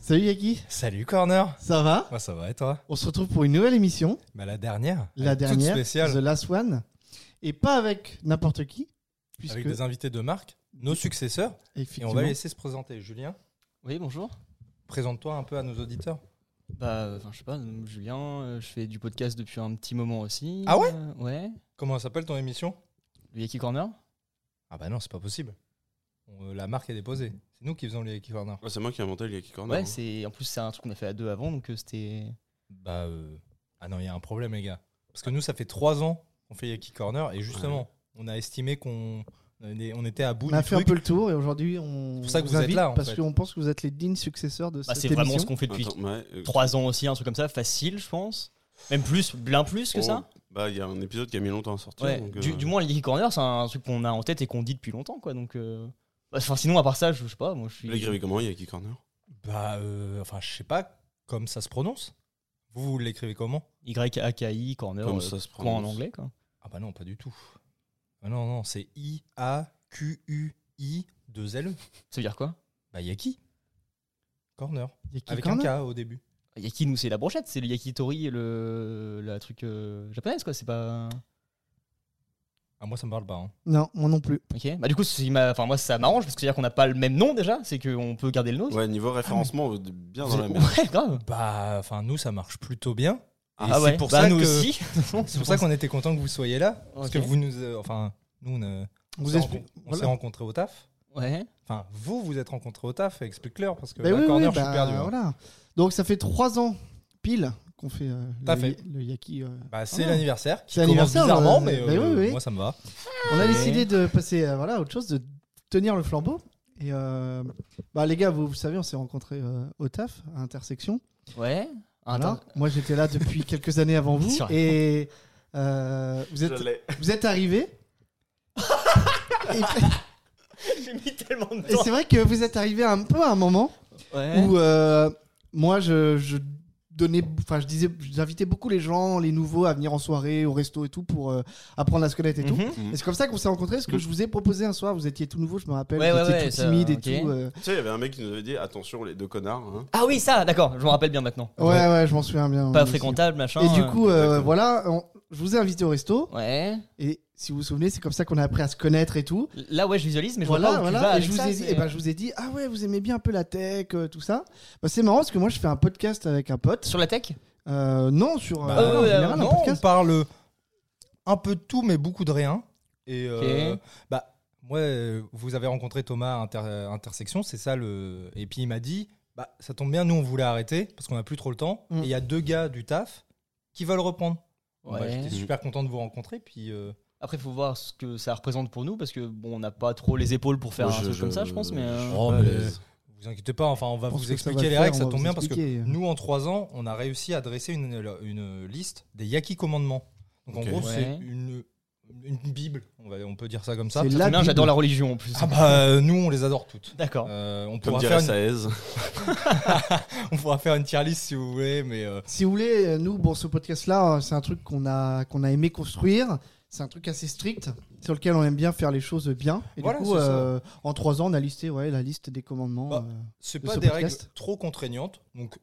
Salut Yaki, Salut Corner ça va Moi ça va et toi On se retrouve pour une nouvelle émission, Bah la dernière elle la est dernière, Toute spéciale The Last One, et pas avec n'importe qui, puisque Avec des invités de marque, nos successeurs Et effectivement, on va les laisser se présenter. Julien, Oui, bonjour. présente-toi un peu à nos auditeurs. Bah, euh, enfin, je sais pas, euh, Julien, euh, je fais du podcast depuis un petit moment aussi. Ah ouais Euh, Ouais. Comment s'appelle ton émission Le Yaki Corner Ah bah non c'est pas possible. On- euh, la marque est déposée. C'est nous qui faisons les Yaki Corner. Ouais, c'est moi qui ai inventé le Yaki Corner. Ouais, hein. c'est en plus c'est un truc qu'on a fait à deux avant, donc euh, c'était. Bah euh, ah non il y a un problème les gars. Parce que nous ça fait trois ans qu'on fait Yaki Corner et justement on a estimé qu'on on est- on était à bout on a du fait un truc. peu le tour et aujourd'hui on pour ça que vous êtes invite là, en parce fait. qu'on pense que vous êtes les dignes successeurs de Bah, cette c'est émission. vraiment ce qu'on fait depuis Attends, ouais, euh, trois ans aussi, un truc comme ça, facile, je pense. Même plus, bien plus que on- ça. Bah, il y a un épisode qui a mis longtemps à sortir. Ouais. donc, Du, euh, du moins, le Yaki Corner, c'est un truc qu'on a en tête et qu'on dit depuis longtemps, quoi. Donc, euh, bah, enfin, sinon, à part ça, je, je sais pas, moi, je suis. Vous l'écrivez comment, Yaki Corner Bah euh, enfin je sais pas comme ça se prononce. Vous, vous l'écrivez comment Y A K I Corner. Comme euh, ça se point prend. en anglais, quoi. Ah bah non, pas du tout. Ah non, non, c'est I-A-Q-U-I 2 L. Ça veut dire quoi Bah Yaki. Corner. Yaki Avec Corner. un K au début. Yaki, nous, c'est la brochette, c'est le yakitori, et le la truc euh, japonaise, quoi. C'est pas. Ah moi ça me parle pas. hein. Non, moi non plus. Ok. Bah du coup, c'est ma- enfin moi ça m'arrange parce que c'est-à-dire qu'on n'a pas le même nom déjà, c'est qu'on peut garder le nôtre. Ouais, niveau référencement, on est bien dans C'est- la merde. ouais, grave. Bah enfin nous ça marche plutôt bien. Et ah ouais. C'est pour bah, ça nous que- aussi. C'est pour ça qu'on était content que vous soyez là. Parce Ok. que vous nous... euh, enfin, nous on, euh, on Vous s'est explique- rencontrés- on voilà. s'est rencontrés au taf. Ouais. Enfin, vous, vous êtes rencontrés au taf, explique-leur, parce que Bah la oui, oui, corner, je bah, suis perdu. hein. voilà. Donc ça fait trois ans pile qu'on fait, euh, T'as le, fait. le Yaki. euh. Bah, c'est Ah. l'anniversaire qui C'est commence l'anniversaire, bizarrement, euh, mais bah euh, oui, oui. moi ça me va. On a Ouais. décidé de passer euh, voilà, à autre chose, de tenir le flambeau. Et euh, bah, les gars, vous, vous savez, on s'est rencontrés euh, au taf, à Intersection. Ouais. Voilà. Attends. Moi, j'étais là depuis quelques années avant vous. C'est vrai. Et euh, vous êtes, vous êtes arrivés. et J'ai mis tellement de et c'est vrai que vous êtes arrivés un peu à un moment Ouais. où euh, moi, je, je donnais, enfin, je disais, j'invitais beaucoup les gens, les nouveaux, à venir en soirée, au resto et tout, pour euh, apprendre à se connaître et tout. Mhm. Et c'est comme ça qu'on s'est rencontrés. Ce que je vous ai proposé un soir, vous étiez tout nouveau, je me rappelle, Ouais, vous ouais, étiez ouais, tout ça, timide et ok. tout. euh. Tu sais, il y avait un mec qui nous avait dit attention, les deux connards. hein. Ah oui, ça, d'accord, je me rappelle bien maintenant. Ouais, ouais, je m'en souviens bien. Pas aussi. fréquentable, machin. Et du euh, coup, euh, Exactement. voilà, on- je vous ai invité au resto. Ouais. Et si vous vous souvenez, c'est comme ça qu'on a appris à se connaître et tout. Là, ouais, je visualise, mais je voilà, vois pas où voilà. tu vas et avec je vous, ça, ai dit, c'est- eh ben, je vous ai dit, ah ouais, vous aimez bien un peu la tech, euh, tout ça. Bah, c'est marrant parce que moi, je fais un podcast avec un pote. Sur la tech Euh, non, sur. Bah, euh, en euh, général, un non, on podcast. parle un peu de tout, mais beaucoup de rien. Et euh, Ok. bah, moi, euh, vous avez rencontré Thomas à Inter- Intersection, c'est ça le. Et puis il m'a dit, bah, ça tombe bien, nous on voulait arrêter parce qu'on n'a plus trop le temps. Mm. Et il y a deux gars du taf qui veulent reprendre. Bon, bah, Ouais. J'étais super content de vous rencontrer. Puis euh, Après, faut voir ce que ça représente pour nous parce que bon, on n'a pas trop les épaules pour faire Moi, un je- truc je- comme ça, je pense. Mais je euh, suis Oh, pas à mais- l'aise. vous inquiétez pas, enfin, on va Je pense vous que ça va expliquer le les faire, règles, on ça va tombe vous bien parce que expliquer. nous en trois ans, on a réussi à dresser une, une liste des Yaki commandements. Donc Ok. en gros, Ouais. c'est une, une bible, on, va, on peut dire ça comme ça. C'est c'est la bien, Bible. j'adore la religion en plus. Ah bah euh, nous on les adore toutes. D'accord. Euh, on, Comme pourra faire dirait une, Saez. on pourra faire une tier list si vous voulez, mais euh, Si vous voulez, euh, nous, bon, ce podcast-là, euh, c'est un truc qu'on a, qu'on a aimé construire. C'est un truc assez strict sur lequel on aime bien faire les choses bien. Et Voilà, du coup, c'est ça. euh, en trois ans, on a listé ouais, la liste des commandements. Bah, euh. c'est De pas ce des podcast. règles trop contraignantes. Donc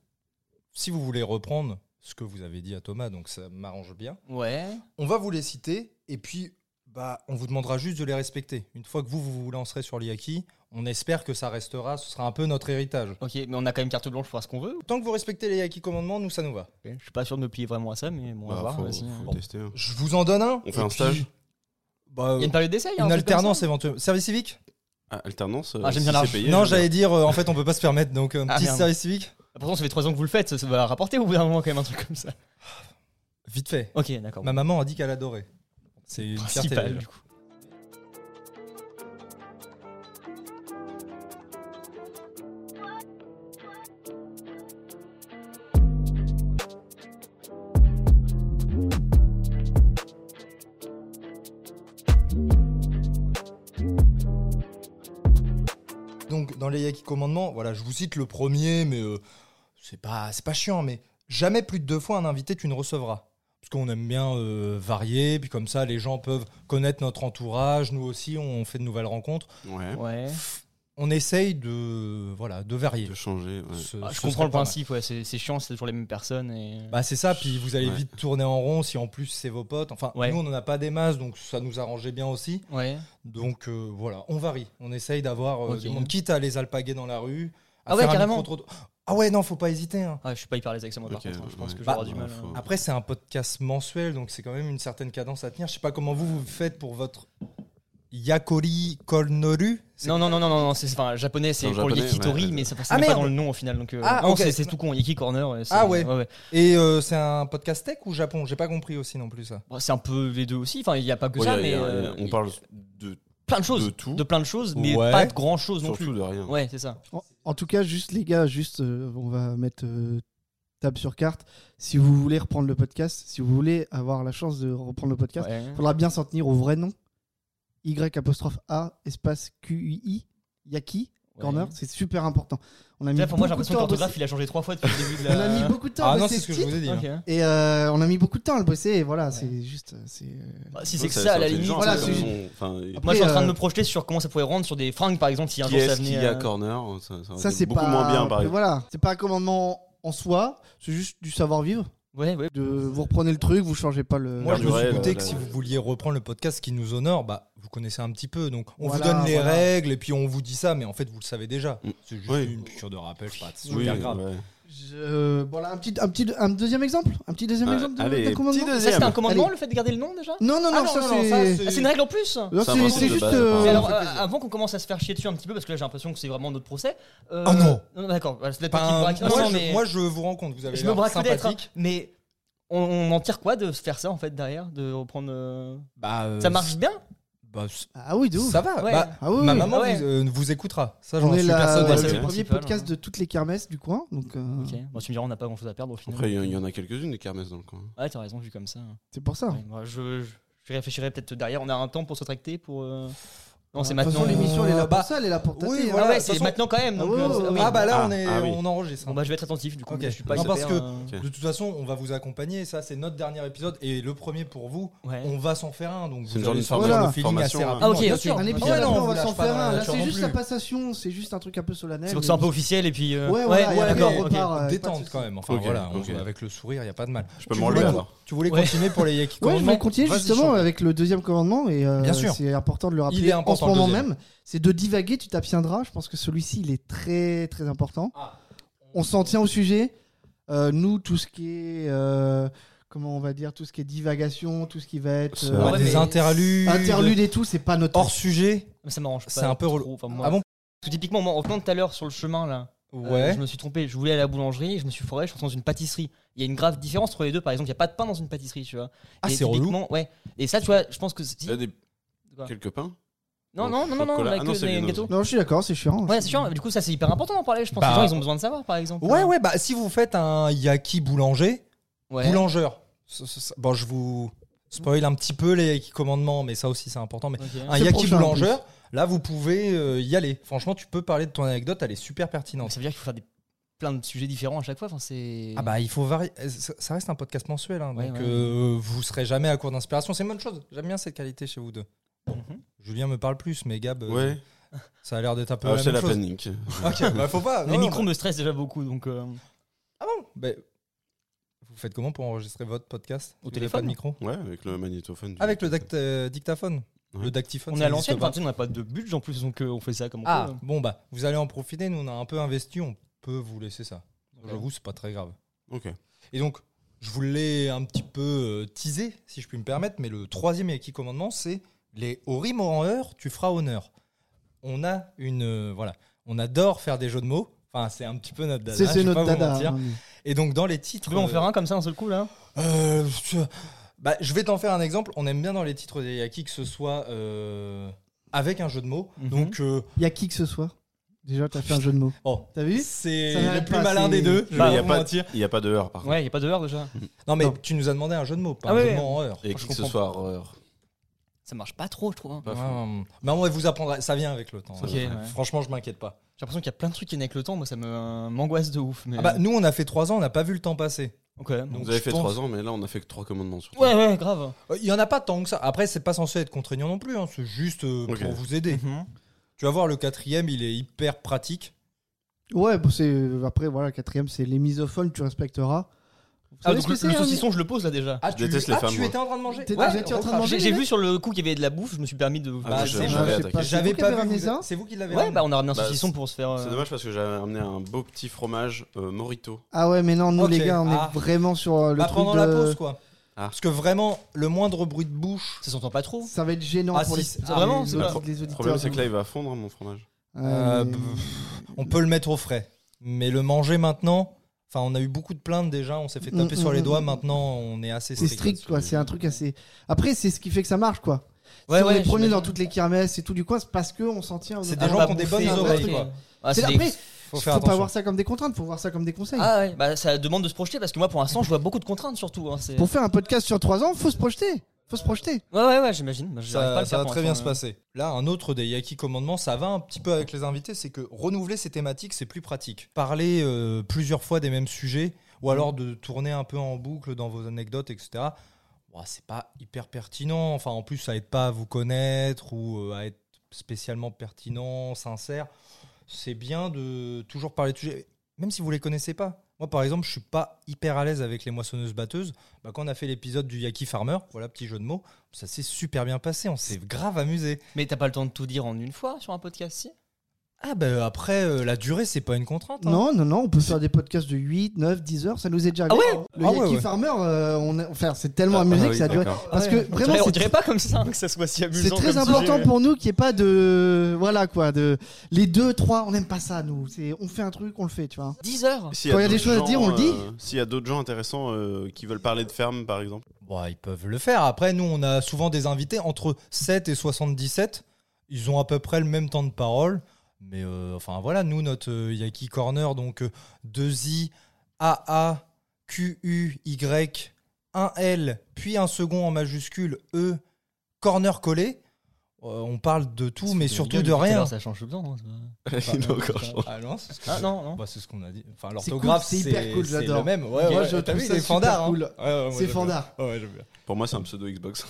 si vous voulez reprendre ce que vous avez dit à Thomas, donc ça m'arrange bien. Ouais. On va vous les citer et puis bah on vous demandera juste de les respecter. Une fois que vous vous vous lancerez sur l'IAKI, on espère que ça restera, ce sera un peu notre héritage. Ok, mais on a quand même carte blanche pour faire ce qu'on veut. Tant que vous respectez les Yaki commandements, nous ça nous va. Je suis pas sûr de me plier vraiment à ça, mais bon, on va Bah, voir. faut, vas-y. faut Bon. tester. hein. Je vous en donne un. On et fait un puis, stage bah, Il y a une période d'essai, il y a un une truc comme ça alternance éventuellement. Service civique Ah, alternance. Ah, j'aime bien l'argent. l'argent. Non, j'allais dire, euh, en fait, on peut pas se permettre, donc un Ah, petit merde. service civique. Pourtant, ça fait 3 ans que vous le faites, ça, ça va rapporter au bout d'un moment quand même un truc comme ça. Vite fait. Ok, d'accord. Ma maman a dit qu'elle adorait. C'est une fierté. Principal, du coup. Donc, dans les Yaki commandements, voilà, je vous cite le premier, mais euh, c'est pas, c'est pas chiant, mais jamais plus de deux fois un invité tu ne recevras. Parce qu'on aime bien euh, varier, puis comme ça, les gens peuvent connaître notre entourage, nous aussi, on fait de nouvelles rencontres. Ouais. Ouais. on essaye de, voilà, de varier. de changer. ouais. Ce- Ah, Bah, ce je serait comprends le pas mal. principe, ouais, c'est c'est chiant, c'est toujours les mêmes personnes. Et... Bah c'est ça, puis vous allez Ouais. vite tourner en rond si en plus c'est vos potes. Enfin, Ouais. nous on n'en a pas des masses, donc ça nous arrangeait bien aussi. ouais. Donc euh, voilà, on varie. On essaye d'avoir euh, Ok. du monde, quitte à les alpaguer dans la rue. à Ah ouais, faire un carrément. micro-trottoir. Ah ouais, non, faut pas hésiter. hein. Ah, je suis pas hyper à l'aise avec ça, moi, par Ok, contre. hein. Je pense ouais. que Bah, j'aurai du mal. faut- hein. Après, c'est un podcast mensuel, donc c'est quand même une certaine cadence à tenir. Je sais pas comment vous vous faites pour votre Yakori Kolnoru. C'est- Non, non, non, non, non, non, c'est enfin, japonais, c'est Non, pour le japonais, Yakitori, ouais. mais ça passe Ah, même pas merde. dans le nom au final. Donc, euh, Ah, non, ok. c'est- c'est tout con, Yaki Corner. euh, c'est- Ah ouais. ouais. Et euh, c'est un podcast tech ou Japon J'ai pas compris aussi non plus ça. Bon, c'est un peu les deux aussi, enfin, il n'y a pas que Bon, ça, y a- mais. y a- euh, on parle de plein de choses. de tout. plein de choses, mais Ouais. pas de grand chose non surtout plus. de rien. Ouais, c'est ça. En, en tout cas, juste les gars, juste, euh, on va mettre euh, table sur carte. Si vous voulez reprendre le podcast, si vous voulez avoir la chance de reprendre le podcast, Ouais. il faudra bien s'en tenir au vrai nom. Y apostrophe A espace QUI Yaki Corner, c'est super important. On a mis Déjà, pour moi, j'ai beaucoup de l'impression que temps à l'orthographe, bosser. il a changé trois fois depuis le début de On la. a mis beaucoup de temps. Ah à non, bosser c'est ce que ce je titre. vous ai dit. hein. Ok. Et euh, on a mis beaucoup de temps à le bosser. Et voilà, c'est juste. euh, C'est euh, Bah, si c'est Donc, que ça, à la intelligent, limite. Voilà, hein, euh, c'est- comme on- enfin, et- Moi, je suis en train de Après, me projeter sur comment ça pourrait rendre sur des fringues, par exemple, si un qui jour ça est-ce qui venait. a euh, corner Ça, ça aurait ça, été c'est beaucoup pas. moins bien, par exemple. voilà, c'est pas un commandement en soi. C'est juste du savoir vivre. Ouais, ouais. De vous reprenez le truc, vous changez pas le. Moi, je me suis Perdurer, douté là, que là, si là. vous vouliez reprendre le podcast qui nous honore, bah, vous connaissez un petit peu. Donc, on Voilà, vous donne les voilà. règles et puis on vous dit ça, mais en fait, vous le savez déjà. Mm. C'est juste Oui. une piqûre de rappel, c'est pas super Oui, grave. ouais. Je- Voilà, un petit, un petit, un deuxième exemple, un petit deuxième Ah, exemple de, allez, d'un petit commandement. Ça, deuxième. c'était un commandement, Allez. le fait de garder le nom déjà Non, non, non, Ah non, ça non, non, c'est. ça, Ah, c'est une règle en plus Non, C'est un c'est, principe c'est de juste. base, euh, apparemment. Mais ça alors, fait euh, plaisir. avant qu'on commence à se faire chier dessus un petit peu, parce que là j'ai l'impression que c'est vraiment notre procès. euh, Ah non. non D'accord, bah, c'est peut-être Enfin, pas qu'il braque. Non, moi, non, je, mais moi, je vous rencontre, vous avez je me l'air braque peut-être, hein, sympathique. mais on, on en tire quoi de se faire ça en fait derrière De reprendre. euh, Bah, euh, Ça marche bien bah, c- Ah oui, de ouf. ça va. Ouais. bah, Ah oui, ma oui. maman Ouais. vous, euh, vous écoutera. Ça, j'en On est suis la, persuadé. ouais, le c'est premier principal, podcast hein. de toutes les kermesses du coin. Donc, euh, Ok, Bon, tu me diras, on n'a pas grand chose à perdre au final. Après, il y, en- il y en a quelques-unes des kermesses dans le coin. Ouais, t'as raison, vu comme ça. hein. c'est pour ça. Ah. Ouais, moi, je, je- je réfléchirai peut-être derrière. On a un temps pour se tracter pour. euh, Non, c'est De toute maintenant. façon, l'émission, elle est là Bah, pour ça, elle est là pour oui, tâter, hein. Ah voilà. ouais, de c'est toute façon- maintenant quand même. donc, Ah ouais, euh, c'est- ouais, ah oui, ouais. Ah, bah là, Ah, on, est, ah oui. on enregistre. hein. Bon, bah, je vais être attentif du coup. Ok. Je suis pas Non, hyper, parce que- euh, Ok. De toute façon, on va vous accompagner. Ça, c'est notre dernier épisode et le premier pour vous. ouais. On va s'en faire un. Donc, C'est vous une genre allez de sentir forma- le feeling assez formation, hein. rapidement. Ah, ok, bien ok. Un sûr. Ouais, épisode non, après, on on vous va s'en lâche pas faire dans la un. Là, nature c'est non juste plus. la passation, c'est juste un truc un peu solennel. C'est pour que ce soit un peu mais- officiel et puis. euh, Ouais, Ouais, voilà, ouais, y a- d'accord. y a- ok. repart, euh, pas de détente soucis. quand même. Enfin Ok, voilà, on ok. joue avec le sourire, il n'y a pas de mal. Je peux Tu m'enlever voulais- alors Tu voulais Ouais. continuer pour les Ouais, Yaki je vais Commandement continuer Vas-y, justement champion. avec le deuxième commandement et euh, Bien sûr. c'est important de le rappeler Il est en ce important, le moment deuxième. même. C'est de divaguer, tu t'abstiendras. Je pense que celui-ci, il est très très important. Ah. On s'en tient au sujet. Euh, nous, tout ce qui est euh, comment on va dire, tout ce qui est divagation, tout ce qui va être C'est euh, Ouais, Ouais, des mais- interludes, interlude et tout, c'est pas notre. hors sujet. Mais ça m'arrange pas. C'est un peu relou. trop, enfin, moi. Ah bon Parce que typiquement, moi, en venant tout à l'heure sur le chemin là, euh, Ouais. je me suis trompé. Je voulais aller à la boulangerie, je me suis foiré, je suis rentré dans une pâtisserie. Il y a une grave différence entre les deux. Par exemple, il n'y a pas de pain dans une pâtisserie, tu vois. Ah, Et c'est relou. typiquement, Ouais. Et ça, tu vois, je pense que. si- Il y a des... Quoi quelques pains Non, non, non, non, non, Chocolat. avec Ah non, le- c'est les les gâteaux. Non, je suis d'accord, c'est chiant. Ouais, c'est chiant. mais Du coup, ça, c'est hyper important d'en parler. Je pense que Bah- les gens, ils ont besoin de savoir, par exemple. Ouais, ouais, bah si vous faites un Yaki boulanger, Ouais. boulangeur. ça- ça- ça- Bon, je vous spoil un petit peu les Yaki Commandements, mais ça aussi c'est important. Mais Ok. un C'est Yaki prochain, en boulangeur, là vous pouvez euh, y aller. Franchement, tu peux parler de ton anecdote, elle est super Donc, pertinente. ça veut dire qu'il faut faire des... plein de sujets différents à chaque fois. Enfin, c'est. Ah bah il faut varier. Ça ça reste un podcast mensuel, hein, Ouais, donc ouais. euh, vous serez jamais à court d'inspiration. C'est une bonne chose. J'aime bien cette qualité chez vous deux. Mhm. Julien me parle plus, mais Gab, euh, Ouais. ça a l'air d'être un peu Ah, la c'est même la chose. panique. Ok, bah faut pas. Les non, micros non, me stressent déjà beaucoup, donc. euh, Ah bon Bah, Vous faites comment pour enregistrer votre podcast Au Vous avez téléphone. Pas de micro Ouais, avec le magnétophone. du- Avec le dact- euh, dictaphone Ouais. Le dactiphone On ça est à n'existe l'ancienne, pas. enfin, tu sais, on n'a pas de budget en plus, donc euh, on fait ça comme on Ah, peut. bon bah, vous allez en profiter. Nous, on a un peu investi. On peut vous laisser ça. Ouais. J'avoue, c'est pas très grave. Ok. Et donc, je vous l'ai un petit peu euh, teasé, si je puis me permettre, mais le troisième et qui commandement, c'est les au rime en heure, tu feras honneur. On a une. euh, voilà. On adore faire des jeux de mots. Enfin, c'est un petit peu notre dada. C'est, Ah, je c'est vais notre pas vous dada. mentir. hein, mais- Et donc, dans les Tu titres. peux en euh, faire un comme ça d'un seul coup là euh, je... Bah, je vais t'en faire un exemple. On aime bien dans les titres des Yaki que ce soit euh, avec un jeu de mots. Mhm. Donc, euh, Il y a qui que ce soit Déjà, t'as fait un jeu de mots. oh, T'as vu c'est Ça le n'arrête plus pas, malin c'est- des deux. Je Bah, vais y a pas vous pas- mentir. Il n'y a pas de heure, par contre. Ouais, il n'y a pas de heure déjà. Non, mais Non. tu nous as demandé un jeu de mots, pas Ah un ouais, jeu de ouais. mots en heure. Et je qui que ce comprends. soit heure. Ça marche pas trop, je trouve. hein. Pas Ouais, fou. ouais, ouais. Mais on va vous apprendre. Ça vient avec le temps. Euh, Ok, ouais. J'ai Franchement, je m'inquiète pas. l'impression qu'il y a plein de trucs qui viennent avec le temps, moi ça me euh, m'angoisse de ouf. Mais... Ah bah, euh, nous, on a fait 3 ans, on n'a pas vu le temps passer. Ok. Ouais, Donc, Vous avez je fait pense- 3 ans, mais là, on a fait que 3 commandements. surtout. ouais, grave. Euh, Il y en a pas tant que ça. Après, c'est pas censé être contraignant non plus. hein, C'est juste euh, Ok. Mhm. Ah, pour vous aider. Tu vas voir, le quatrième, il est hyper pratique. Ouais, bon, c'est euh, après voilà, quatrième, c'est les misophones, tu respecteras. Vous Ah, savez donc ce que le, c'est, le hein, saucisson, je le pose là déjà. Ah, tu- déteste les ah, femmes, tu moi. étais en train de manger T'étais- Ouais, vous étiez en train de remarque. manger, les J'ai j'ai mecs vu sur Ah, le coup qu'il y avait de la bouffe, je me suis permis de. Ah, Bah, j'ai- c'est- j'ai- j'avais je sais attaqué. pas, c'est J'avais vous qui pas avez vu. ramené vous- ça C'est vous qui l'avez Ouais, ramené. bah on a ramené un Bah, saucisson pour se faire. euh, C'est dommage parce que j'avais amené un beau petit fromage euh, Morito. Ah ouais, mais non, nous Ok, les gars, on ah. est vraiment sur euh, le Bah, truc pendant de- la pause, quoi. Ah. Parce que vraiment, le moindre bruit de bouche. Ça s'entend pas trop. Ça va être gênant Ah, pour si, les, c'est- les- vraiment, les, c'est pas- audi- les Le auditeurs. problème, c'est que là, il va fondre hein, mon fromage. Ouais, Euh, Ah, mais- pff, on peut le mettre au frais. Mais le manger maintenant. Enfin, on a eu beaucoup de plaintes déjà, on s'est fait Mm, taper mm, sur les mm, doigts. mm. Maintenant, on est assez C'est strict. strict, quoi. là-dessus. C'est un truc assez. Après, c'est ce qui fait que ça marche, quoi. Ouais, si on ouais, est premier j'imagine. dans toutes les kermesses et tout du coin, c'est parce qu'on s'en tient. aux- C'est Ah, des on gens va qui ont des bouffer bonnes un vrai oreilles, truc. quoi. Ah, C'est c'est après, des- Faut faut faire pas attention. voir ça comme des contraintes, faut voir ça comme des conseils. Ah ouais, bah ça demande de se projeter parce que moi pour l'instant je vois beaucoup de contraintes surtout. hein, c'est- Pour faire un podcast sur 3 ans, faut se projeter. Faut se projeter. Ouais, ouais, ouais, j'imagine. Bah, j'arrive pas à Ça, le ça faire va pour très bien se l'instant, passer. Là, un autre des Yaki commandements, ça va un petit peu avec les invités, c'est que renouveler ces thématiques, c'est plus pratique. Parler euh, plusieurs fois des mêmes sujets, ou alors Mm. de tourner un peu en boucle dans vos anecdotes, etc. Ouah, c'est pas hyper pertinent. Enfin, en plus, ça aide pas à vous connaître ou euh, à être spécialement pertinent, sincère. C'est bien de toujours parler de sujets, même si vous les connaissez pas. Moi, par exemple, je suis pas hyper à l'aise avec les moissonneuses batteuses. Bah, quand on a fait l'épisode du Yaki Farmer, voilà petit jeu de mots, ça s'est super bien passé. On s'est grave amusé. euh. Mais t'as pas le temps de tout dire en une fois sur un podcast si Ah ben après, euh, la durée, c'est pas une contrainte. hein. Non, non, non, on peut faire des podcasts de 8, 9, 10 heures, ça nous est déjà arrivé. ouais Le Ah ouais, Yaki ouais. Farmer, euh, on a- enfin, c'est tellement amusé Ah, que oui, ça a duré. d'accord. Parce que on dirait, vraiment, on c'est dirait pas comme ça hein, que ça soit si c'est amusant. très comme important sujet. pour nous qu'il n'y ait pas de. Voilà quoi, de. Les deux, trois, on n'aime pas ça, nous. C'est- On fait un truc, on le fait, tu vois. 10 heures S'il Quand il y a des d'autres choses à dire, on le dit. euh, S'il y a d'autres gens intéressants euh, qui veulent parler de ferme, par exemple. Bah, ils peuvent le faire. Après, nous, on a souvent des invités entre 7 et 77. Ils ont à peu près le même temps de parole. Mais euh, enfin, voilà, nous, notre euh, Yaki Corner, donc euh, 2i, AA, QU, Y, 1L, puis un second en majuscule, E, corner collé. Euh, on parle de tout, mais surtout de rien. Ça change tout le temps. hein, ça. Il a encore changé. Ah non, c'est ce que Ah non, non. Bah, c'est ce qu'on a dit. Enfin, C'est cool, l'orthographe, c'est c'est hyper cool, c'est j'adore. le même. Ouais, Moi, ouais, je t'as trouve vu, ça il est super fandard. hein. cool. Ouais, ouais, moi, C'est j'aime bien. fandard. Ouais, j'aime bien. Pour moi, c'est un pseudo Xbox.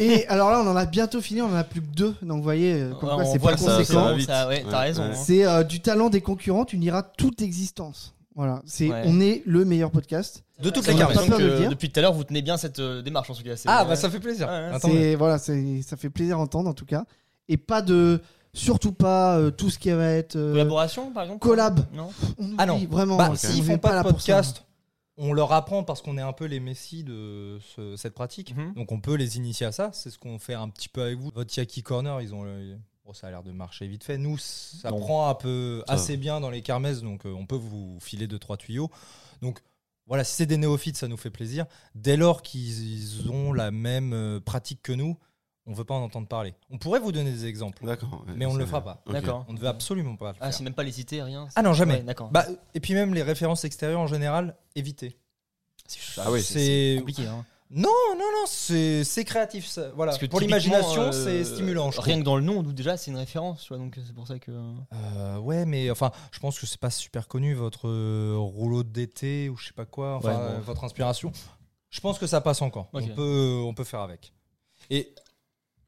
Et alors là, on en a bientôt fini, on en a plus que deux. Donc vous voyez, euh, comme quoi Ouais, Ah, on c'est voit pas que ça- conséquent. ça va vite. ça- ouais, Ouais, t'as raison. ouais. hein. C'est euh, du talent des concurrents, tu nieras toute existence. Voilà, c'est Ouais. on est le meilleur podcast. De toutes J'ai les cartes. cartes. l'impression Pas peur de le que dire. depuis tout à l'heure vous tenez bien cette euh, démarche en tout cas. c'est- Ah, bah ça fait plaisir. Ouais, ouais, Attends, mais- C'est voilà, c'est ça fait plaisir à entendre en tout cas et pas de surtout pas euh, tout ce qui va être euh, Collaboration par exemple collab. Non. on Ah non. oublie, vraiment. Bah, on s'ils est font pas là de pour ça. podcast, on leur apprend parce qu'on est un peu les messies de ce- cette pratique. Mhm. Donc on peut les initier à ça. C'est ce qu'on fait un petit peu avec vous. Votre Yaki Corner, ils ont le- bon, ça a l'air de marcher vite fait. Nous, ça Non. prend un peu Ça assez bien dans les kermesses, donc euh, on peut vous filer deux trois tuyaux. Donc voilà, si c'est des néophytes, ça nous fait plaisir. Dès lors qu'ils ont la même euh, pratique que nous, on veut pas en entendre parler. On pourrait vous donner des exemples, D'accord. ouais, mais on ça- ne le fera pas. Ok. D'accord. On ne veut absolument pas le Ah, faire. c'est même pas les citer, rien. Ah non, jamais. Ouais, D'accord. Bah, et puis même les références extérieures en général, évitez. Ah oui, c'est- c'est compliqué. hein. Non, non, non, c'est c'est créatif. Ça. Voilà. Parce que Pour typiquement, l'imagination, euh, c'est stimulant. je Rien que dans le nom, nous, déjà, c'est une référence, tu vois, donc c'est pour ça que. trouve. Euh, ouais, mais enfin, je pense que c'est pas super connu votre euh, rouleau d'été ou je sais pas quoi, enfin, Ouais, bon. euh, votre inspiration. Je pense que ça passe encore. Ok. On peut, euh, on peut faire avec. Et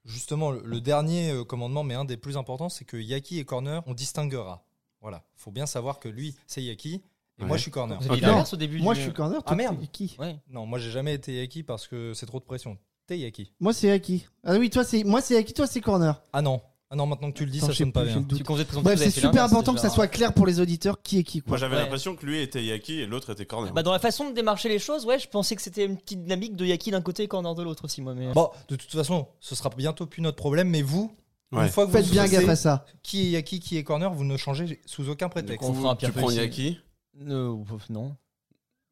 justement, le, le dernier euh, commandement, mais un des plus importants, c'est que Yaki et Corner, on distinguera. Voilà. Faut bien savoir que lui, c'est Yaki et Ouais. moi, je suis Corner. Vous avez Ok. dit l'inverse au début Moi du- je suis corner. Ah, toi, merde. t'es Qui Ouais. Non, moi j'ai jamais été Yaki parce que c'est trop de pression. T'es Yaki Moi c'est Aki. Ah oui, toi c'est moi c'est Aki, toi c'est corner. Ah non, ah non, maintenant que tu le dis, Attends, ça je sais sonne pas plus, j'ai bien. le doute. Tu- quand vous êtes présenté, Bref, vous avez c'est fait super l'inverse, important que déjà. ça soit clair pour les auditeurs qui est qui quoi. Moi, j'avais Ouais. l'impression que lui était Yaki et l'autre était Corner. Bah, dans la façon de démarcher les choses, ouais, je pensais que c'était une petite dynamique de Yaki d'un côté et Corner de l'autre aussi, moi. Mais... Bon, de toute façon, ce sera bientôt plus notre problème, mais vous, Ouais. une fois que Faites vous bien saurez gaffe à ça. qui est Yaki, qui est Corner, vous ne changez sous aucun Du prétexte. on coup, fera un tu pire prends possible. Yaki. Euh, non.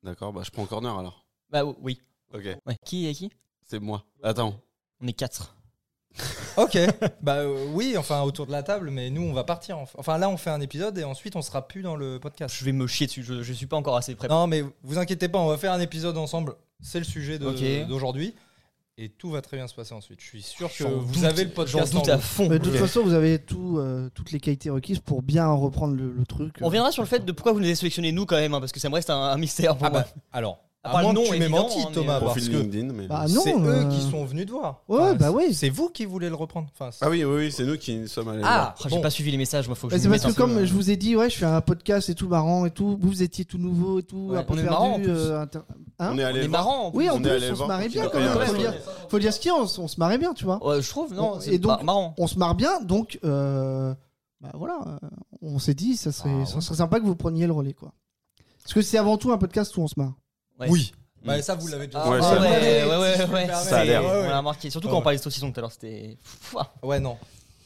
D'accord, bah je prends Corner alors. Bah, oui. Ok, Ouais. Qui est Yaki c'est moi. Attends. On est quatre. ok, bah euh, oui, enfin autour de la table, mais nous on va partir. enf- Enfin là, on fait un épisode et ensuite on sera plus dans le podcast. Je vais me chier dessus, je, je suis pas encore assez prêt. Non, mais vous inquiétez pas, on va faire un épisode ensemble. C'est le sujet de- Ok. d'aujourd'hui. Et tout va très bien se passer ensuite. Je suis sûr que J'en vous doute, avez le podcast. J'en doute en à vous. fond. Mais de toute Ok. façon, vous avez tout, euh, toutes les qualités requises pour bien reprendre le, le truc. On reviendra sur le fait de pourquoi vous nous avez sélectionné nous quand même, hein, parce que ça me reste un, un mystère pour Ah moi. bah, alors, À, part le moins nom, que tu m'aies évident, menti, hein, mais- Thomas, parce Profil Profil que LinkedIn, mais- Bah, c'est non, eux euh, qui sont venus te voir. Ouais, Enfin, bah c'est- oui. C'est vous qui voulez le reprendre. Enfin, c'est- Ah oui, oui, oui, c'est nous qui sommes allés. Ah, Oh, J'ai bon. pas suivi les messages, moi faut que Bah, je c'est me parce que mette un peu, comme euh, je vous ai dit, ouais, je fais un podcast et tout marrant et tout. Vous, vous étiez tout nouveau et tout, Ouais, un peu on est perdu. marrant, en plus. euh, inter- hein on est on allé est voir. marrant en Oui, en On est plus, allé on se voir marrait pour bien qu'il quand y ait même. un Faut reste, dire, faut dire ce qu'il y a, on, s- on se marrait bien, tu vois. Ouais, je trouve, Bon, non, et c'est donc- pas marrant. On se marre bien, donc euh, bah voilà, euh, on s'est dit, ça serait, Ah, ça ouais. serait sympa que vous preniez le relais, quoi. Parce que c'est avant tout un podcast où on se marre. Ouais. Oui. Bah, ça, vous l'avez déjà Ah, Ouais, ouais, ça- ouais, ouais, Si je ouais, peux ouais, me permettre. Ça a l'air. c'est- Ouais, ouais. On l'a remarqué. Ah Surtout Ouais. quand on parlait de saucisson tout à l'heure, c'était. Pouah. Ouais, non.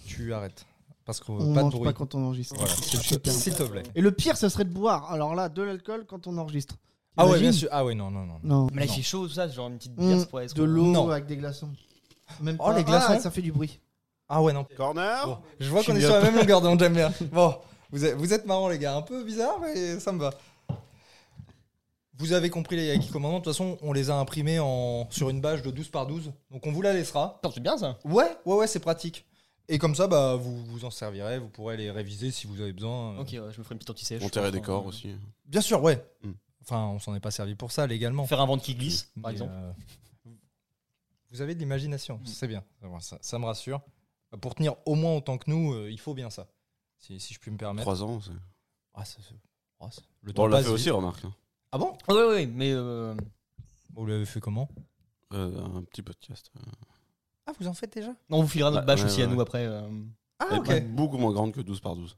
Tu arrêtes. Parce qu'on On pas de mange bruit. pas quand on enregistre. Voilà, s'il Super. te- s'il te plaît. Et le pire, ça serait de boire. Alors là, de l'alcool quand on enregistre. Ah ouais, T'imagines bien sûr. Ah ouais, non, non, non. Non. Mais là, il Non. fait chaud, tout ça, genre une petite bière, Mmh, ça pourrait être- de l'eau Non. avec des glaçons. Même Oh, pas- les glaçons. Ah, ça fait du bruit. Ah ouais, non. Corner Bon, je vois Je suis qu'on est mieux. sur la même longueur d'onde, j'aime bien. Bon, vous êtes, vous êtes marrants, les gars. Un peu bizarre, mais ça me va. Vous avez compris les Yaki Commandants. De toute façon, on les a imprimés en... sur une bâche de 12 par 12. Donc on vous la laissera. Putain, C'est bien ça. Ouais, ouais, ouais, c'est pratique. Et comme ça, bah, vous vous en servirez. Vous pourrez les réviser si vous avez besoin. Ok, ouais, je me ferai une petite anti-sèche. On je tirait pense, des corps hein. aussi. Bien sûr, ouais. Hmm. Mm. Enfin, on s'en est pas servi pour ça légalement. Faire un ventre qui glisse, par Mais, exemple. euh, vous avez de l'imagination, Mm. c'est bien. Moi, Ça, ça me rassure. Pour tenir au moins autant que nous, euh, il faut bien ça. Si, si je puis me permettre. Trois ans. c'est- Ah, ça, ça- ah, ça- le Bon, on l'a passe fait vite. aussi, remarque. hein. Ah bon Ah ouais, ouais, ouais, mais. euh, Vous l'avez fait comment Euh, un petit podcast. euh. Ah, vous en faites déjà On vous filera notre Ouais, bâche ouais, aussi à ouais. nous après. euh, Ah, Elle ok. est beaucoup moins grande que 12 par 12.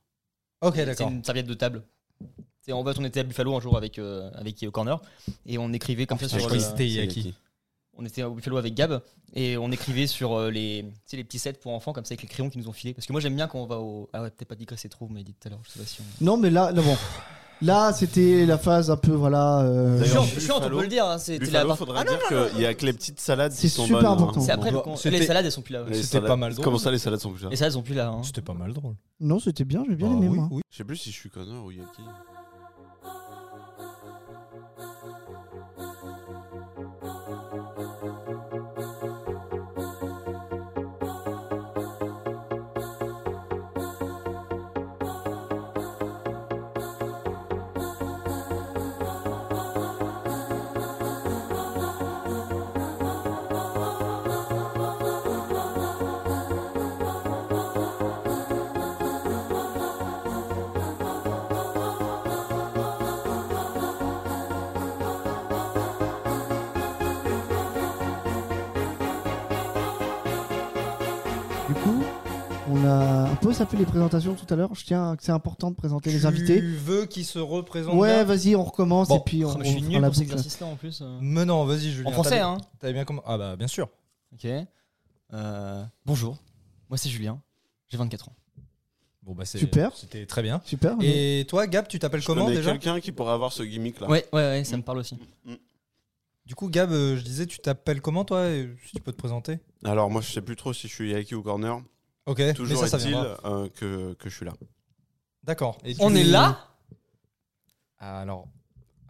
Ok, C'est d'accord. une serviette de table. C'est- En fait, on était à Buffalo un jour avec, euh, avec euh, Corner et on écrivait comme Ah, ça putain, sur. je le- croyais que c'était- C'est Yaki. Yaki. On était à Buffalo avec Gab et on écrivait sur euh, les, tu sais, les petits sets pour enfants comme ça avec les crayons qu'ils nous ont filés. Parce que moi j'aime bien quand on va au. Ah ouais, peut-être pas digresser trop, mais dit tout à l'heure, je sais pas si on. Non, mais là, là bon. Là, c'était la phase un peu, voilà. euh, D'ailleurs, Chiante, chiante, on Buffalo- peut le dire. hein, c'est- t'es Buffalo, là- faudrait dire qu'il y a que les petites salades C'est qui sont super bonnes. hein. important. C'est après le Bon, con- c'était- Les salades, elles sont plus là. ouais. Les C'était salades- pas mal drôle. Comment ça, les salades sont plus chères Les salades sont plus là. hein. C'était pas mal drôle. Non, c'était bien, j'ai bien Ah, aimé, oui, moi. oui. Je sais plus si je suis Connor ou Yaki. Du coup, on a un peu sapé les présentations tout à l'heure. Je tiens, à- que c'est important de présenter les invités. Tu veux qu'ils se représentent Ouais, bien vas-y, on recommence Bon, et puis on, Ah, mais je suis on nul fera la pour cet boucle. exercice-là en plus. euh. Mais non, vas-y, Julien. En français, t'as- hein. T'avais bien comment Ah, bah, bien sûr. Ok. Euh, bonjour, moi c'est Julien, j'ai 24 ans. Bon, bah, c'est- Super. C'était très bien. Super. mais- Et toi, Gab, tu t'appelles comment Connais déjà quelqu'un qui pourrait avoir ce gimmick là. Ouais, ouais, ouais, ça me parle aussi. Du coup, Gab, euh, je disais, tu t'appelles comment toi et Si tu peux te présenter Alors moi je sais plus trop si je suis Yaki ou Corner. Ok, Toujours mais ça, ça est-il viendra. euh, que, que je suis là. D'accord. Et On tu- est là Ah, Alors.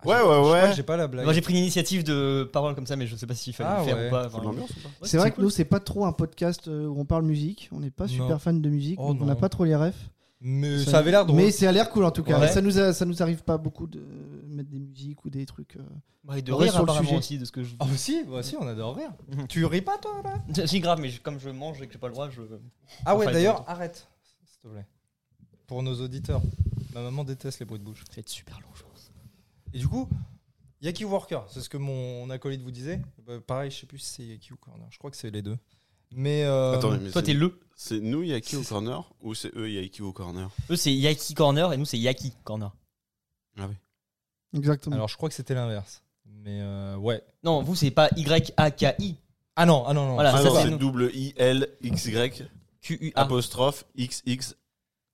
Ah, Ouais, j'ai- ouais, je crois ouais. que J'ai pas la blague. Moi j'ai pris l'initiative de parole comme ça, mais je sais pas s'il fallait Ah le faire ouais. ou pas. Faut de enfin. l'ambiance ou pas C'est vrai que nous, c'est pas trop un podcast euh, où on parle musique. On n'est pas super Non. fan de musique, Oh donc on n'a non. pas trop les refs. Mais ça avait l'air drôle. Mais c'est à l'air cool en tout cas. Ouais. Et Ça nous a- ça nous arrive pas beaucoup de mettre des musiques ou des trucs. euh, Ouais, Bah, de On rire reste sur le apparemment sujet. aussi de ce que je. Ah, bah si, bah si, on adore rire. Mhm. tu ris pas, toi, là C'est grave, mais je- comme je mange et que j'ai pas le droit, je. Ah, ouais, Enfin, d'ailleurs, arrête. S'il te plaît. Pour nos auditeurs. Ma maman déteste les bruits de bouche. Ça va être super long, je pense. Et du coup, Yaki Worker, c'est ce que mon acolyte vous disait. Bah, pareil, je sais plus si c'est Yaki ou Corner. Je crois que c'est les deux. Mais. euh, Attendez, mais Toi t'es c'est- le. c'est nous Yaki au Corner ou c'est eux Yaki au Corner Eux c'est Yaki Corner et nous c'est Yaki Corner. Ah oui. Exactement. Alors, je crois que c'était l'inverse. Mais euh, ouais. Non, vous c'est pas Y-A-K-I, Ah non, ah non, non. Voilà, Ah ça, non, c'est c'est nous. double I L X Y Ah. Ah, bah, Q-U-A. apostrophe X X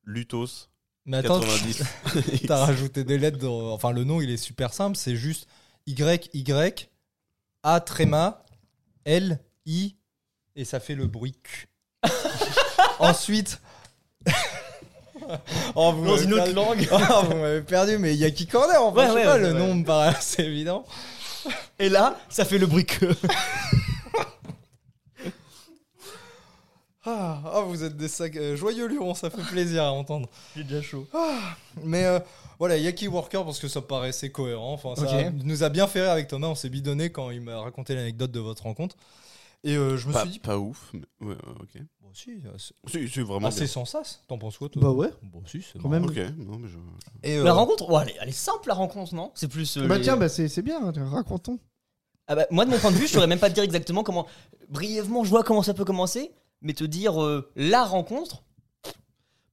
Lutos Mais attends, 90. T'as rajouté des lettres. dans- Enfin, le nom, il est super simple. C'est juste Y, Y, A, tréma, L, I, et ça fait le bruit Q. Ensuite. oh, vous Dans m'avez une autre perdu. langue. Oh, vous m'avez perdu, mais il y a qui corner en Ouais, fait. je sais ouais, pas, ouais, le ouais. nom me paraît assez évident. Et là, ça fait le bruit que. Ah, ah, vous êtes des sacs euh, joyeux Lurons, ça fait plaisir à entendre. J'ai déjà chaud. Mais euh, voilà, Yaki Worker, parce que ça paraissait cohérent. Enfin, ça Ok. nous a bien fait rire avec Thomas, on s'est bidonné quand il m'a raconté l'anecdote de votre rencontre. Et euh, je me Pas, suis dit, pas ouf. Mais... Ouais, ouais, ok. bon, si, euh, Ah, c'est C'est c'est vraiment. assez sans sas, t'en penses quoi toi Bah ouais, Bon, si, c'est quand marrant. même. bien. Ok, non, mais je. Et, euh, La rencontre, ouais, elle, est, elle est simple la rencontre, non C'est plus. euh, Bah les- tiens, bah c'est c'est bien, hein, racontons. Ah bah, moi, de mon point de vue, je saurais même pas te dire exactement comment. Brièvement, je vois comment ça peut commencer, mais te dire euh, la rencontre.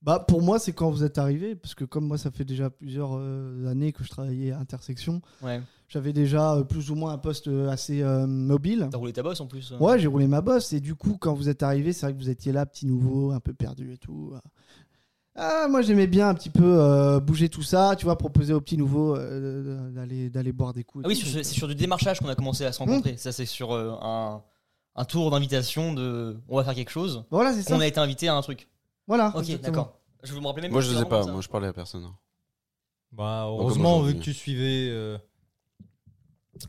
Bah pour moi, c'est quand vous êtes arrivé, parce que comme moi, ça fait déjà plusieurs euh, années que je travaillais à Intersection, Ouais. j'avais déjà euh, plus ou moins un poste euh, assez euh, mobile. T'as roulé ta bosse en plus. euh. Ouais, j'ai roulé ma bosse. Et du coup, quand vous êtes arrivé, c'est vrai que vous étiez là, petit nouveau, un peu perdu et tout. euh. Ah, moi, j'aimais bien un petit peu euh, bouger tout ça, tu vois, proposer aux petits nouveaux euh, d'aller d'aller boire des coups. et Ah oui, tout. sur- c'est sur du démarchage qu'on a commencé Mmh. à se rencontrer. Ça, c'est sur euh, un, un tour d'invitation de. On va faire quelque chose. Voilà, c'est ça. On a été invité à un truc. Voilà. Ok, exactement. d'accord. Je me rappelais même. Moi, pas je que les ai c'était pas. vraiment Moi, ça. je parlais à personne. hein. bah, Pas comme heureusement, vu aujourd'hui. que tu suivais. euh,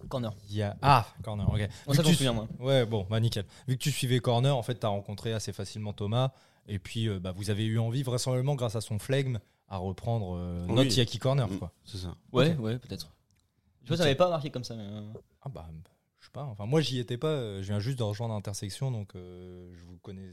Corner. il y a- Ah, Corner, ok. On Vu ça, que j'en tu- souviens, moi. Ouais, bon, bah nickel. Vu que tu suivais Corner, en fait, t'as rencontré assez facilement Thomas. Et puis, euh, bah, vous avez eu envie, vraisemblablement, grâce à son flegme, à reprendre euh, Oui. notre Yaki Corner, Mm. quoi. C'est ça. Ouais, ouais, peut-être. Tu vois, ça m'avait pas marqué comme ça. Mais... euh, Ah bah, je sais pas. Enfin, moi, j'y étais pas. euh, Je viens juste de rejoindre Intersection, donc euh, je vous connais.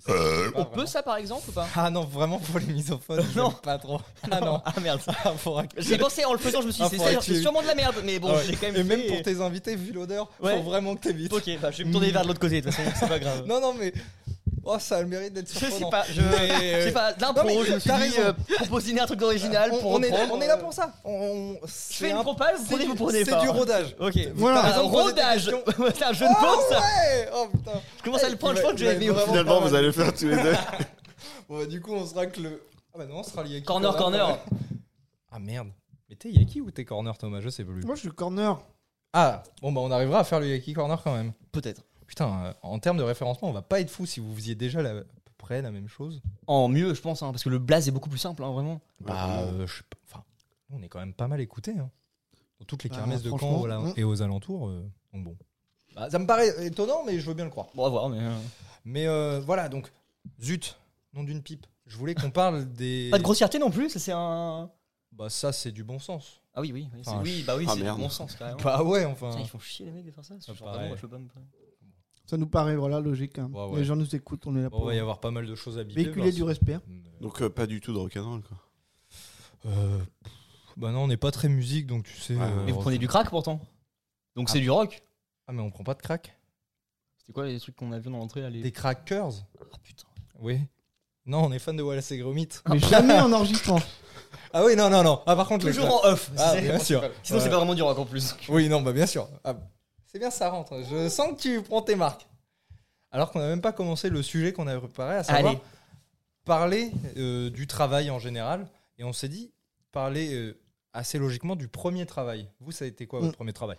On peut ça par exemple ou pas Ah non, vraiment, pour les misophones, je Non. veux pas trop. Ah non. Ah merde. Ah, faut rac- J'ai pensé en le faisant, je me suis Ah, dit, c'est- faut c'est reculer. c'est sûrement de la merde, mais bon, Ah ouais. j'ai quand même Et même fait- pour tes invités, vu l'odeur, Ouais. faut vraiment que t'évites. Ok, bah, je vais me tourner vers de l'autre côté, de toute façon, c'est pas grave. Non, non, mais. Oh, ça a le mérite d'être Je surprenant. sais pas, je. Mais, euh, Je sais pas, l'impro, Non, mais je me suis t'as dit, raison. euh, proposer un truc original on, pour on est là, reprendre. on est là pour ça. On, on- Je c'est fais une un- propale, vous c'est prenez, du- vous prenez C'est pas. du rodage. Ok. Voilà. T'as Ah, raison de poser des rodage questions. C'est un jeu de Ah mots, ça ouais Oh putain Je commence à le prendre, je crois que je vais Il va- aimer. Vraiment Finalement, pas vous mal. allez le faire tous les deux. Bon bah du coup on sera que le... Ah bah non on sera lié Corner, corner. Ah merde Mais t'es Yaki ou t'es corner Thomas Je sais plus. Moi, je suis corner. Ah bon bah on arrivera à faire le Yaki corner quand même. Peut-être. Putain euh, en termes de référencement on va pas être fou si vous faisiez déjà la- à peu près la même chose. En mieux, je pense, hein, parce que le blaze est beaucoup plus simple, hein, vraiment. Bah euh, je sais pas. Enfin on est quand même pas mal écouté. Hein. Dans toutes les Bah, kermesses de Caen franchement, voilà, mm. et aux alentours. euh, donc bon. Bah, ça me paraît étonnant mais je veux bien le croire. Bon, à voir, mais. euh, Mais euh, voilà, donc, zut, nom d'une pipe. Je voulais qu'on parle des. Pas de grossièreté non plus, ça c'est un. Bah, ça, c'est du bon sens. Ah oui, oui, oui, c'est- Ah, oui, bah oui, ah, c'est du merde. bon sens, carrément. Bah, ouais, Putain, enfin. ils font chier les mecs de faire ça, ce Ah, genre pareil. d'amour, je peux pas me- Ça nous paraît voilà logique. hein. Ouais, ouais. Les gens nous écoutent, on est là Bon, pour on va y avoir pas mal de choses à biper. hein. véhiculer du parce- respect. hein. Donc, euh, pas du tout de rock'n'roll, quoi. Euh, pff, bah, non, on n'est pas très musique, donc tu sais. Ouais, euh, Mais vous prenez du crack pourtant. Donc c'est du rock. Ah, mais on prend pas de crack C'était quoi les trucs qu'on a vu dans l'entrée là les... Des crackers Ah putain. Oui. Non, on est fan de Wallace et Gromit. Mais jamais en enregistrant. Ah, oui, non, non, non. Ah, par contre, le Toujours en off. Ah, c'est- bien sûr. Sinon Ouais. c'est pas vraiment du rock en plus. Oui, non, bah bien sûr. Ah, c'est bien, ça rentre. Je sens que tu prends tes marques. Alors qu'on n'a même pas commencé le sujet qu'on a préparé, à savoir Allez. parler euh, du travail en général. Et on s'est dit, parler euh, assez logiquement du premier travail. Vous, ça a été quoi votre Mm. premier travail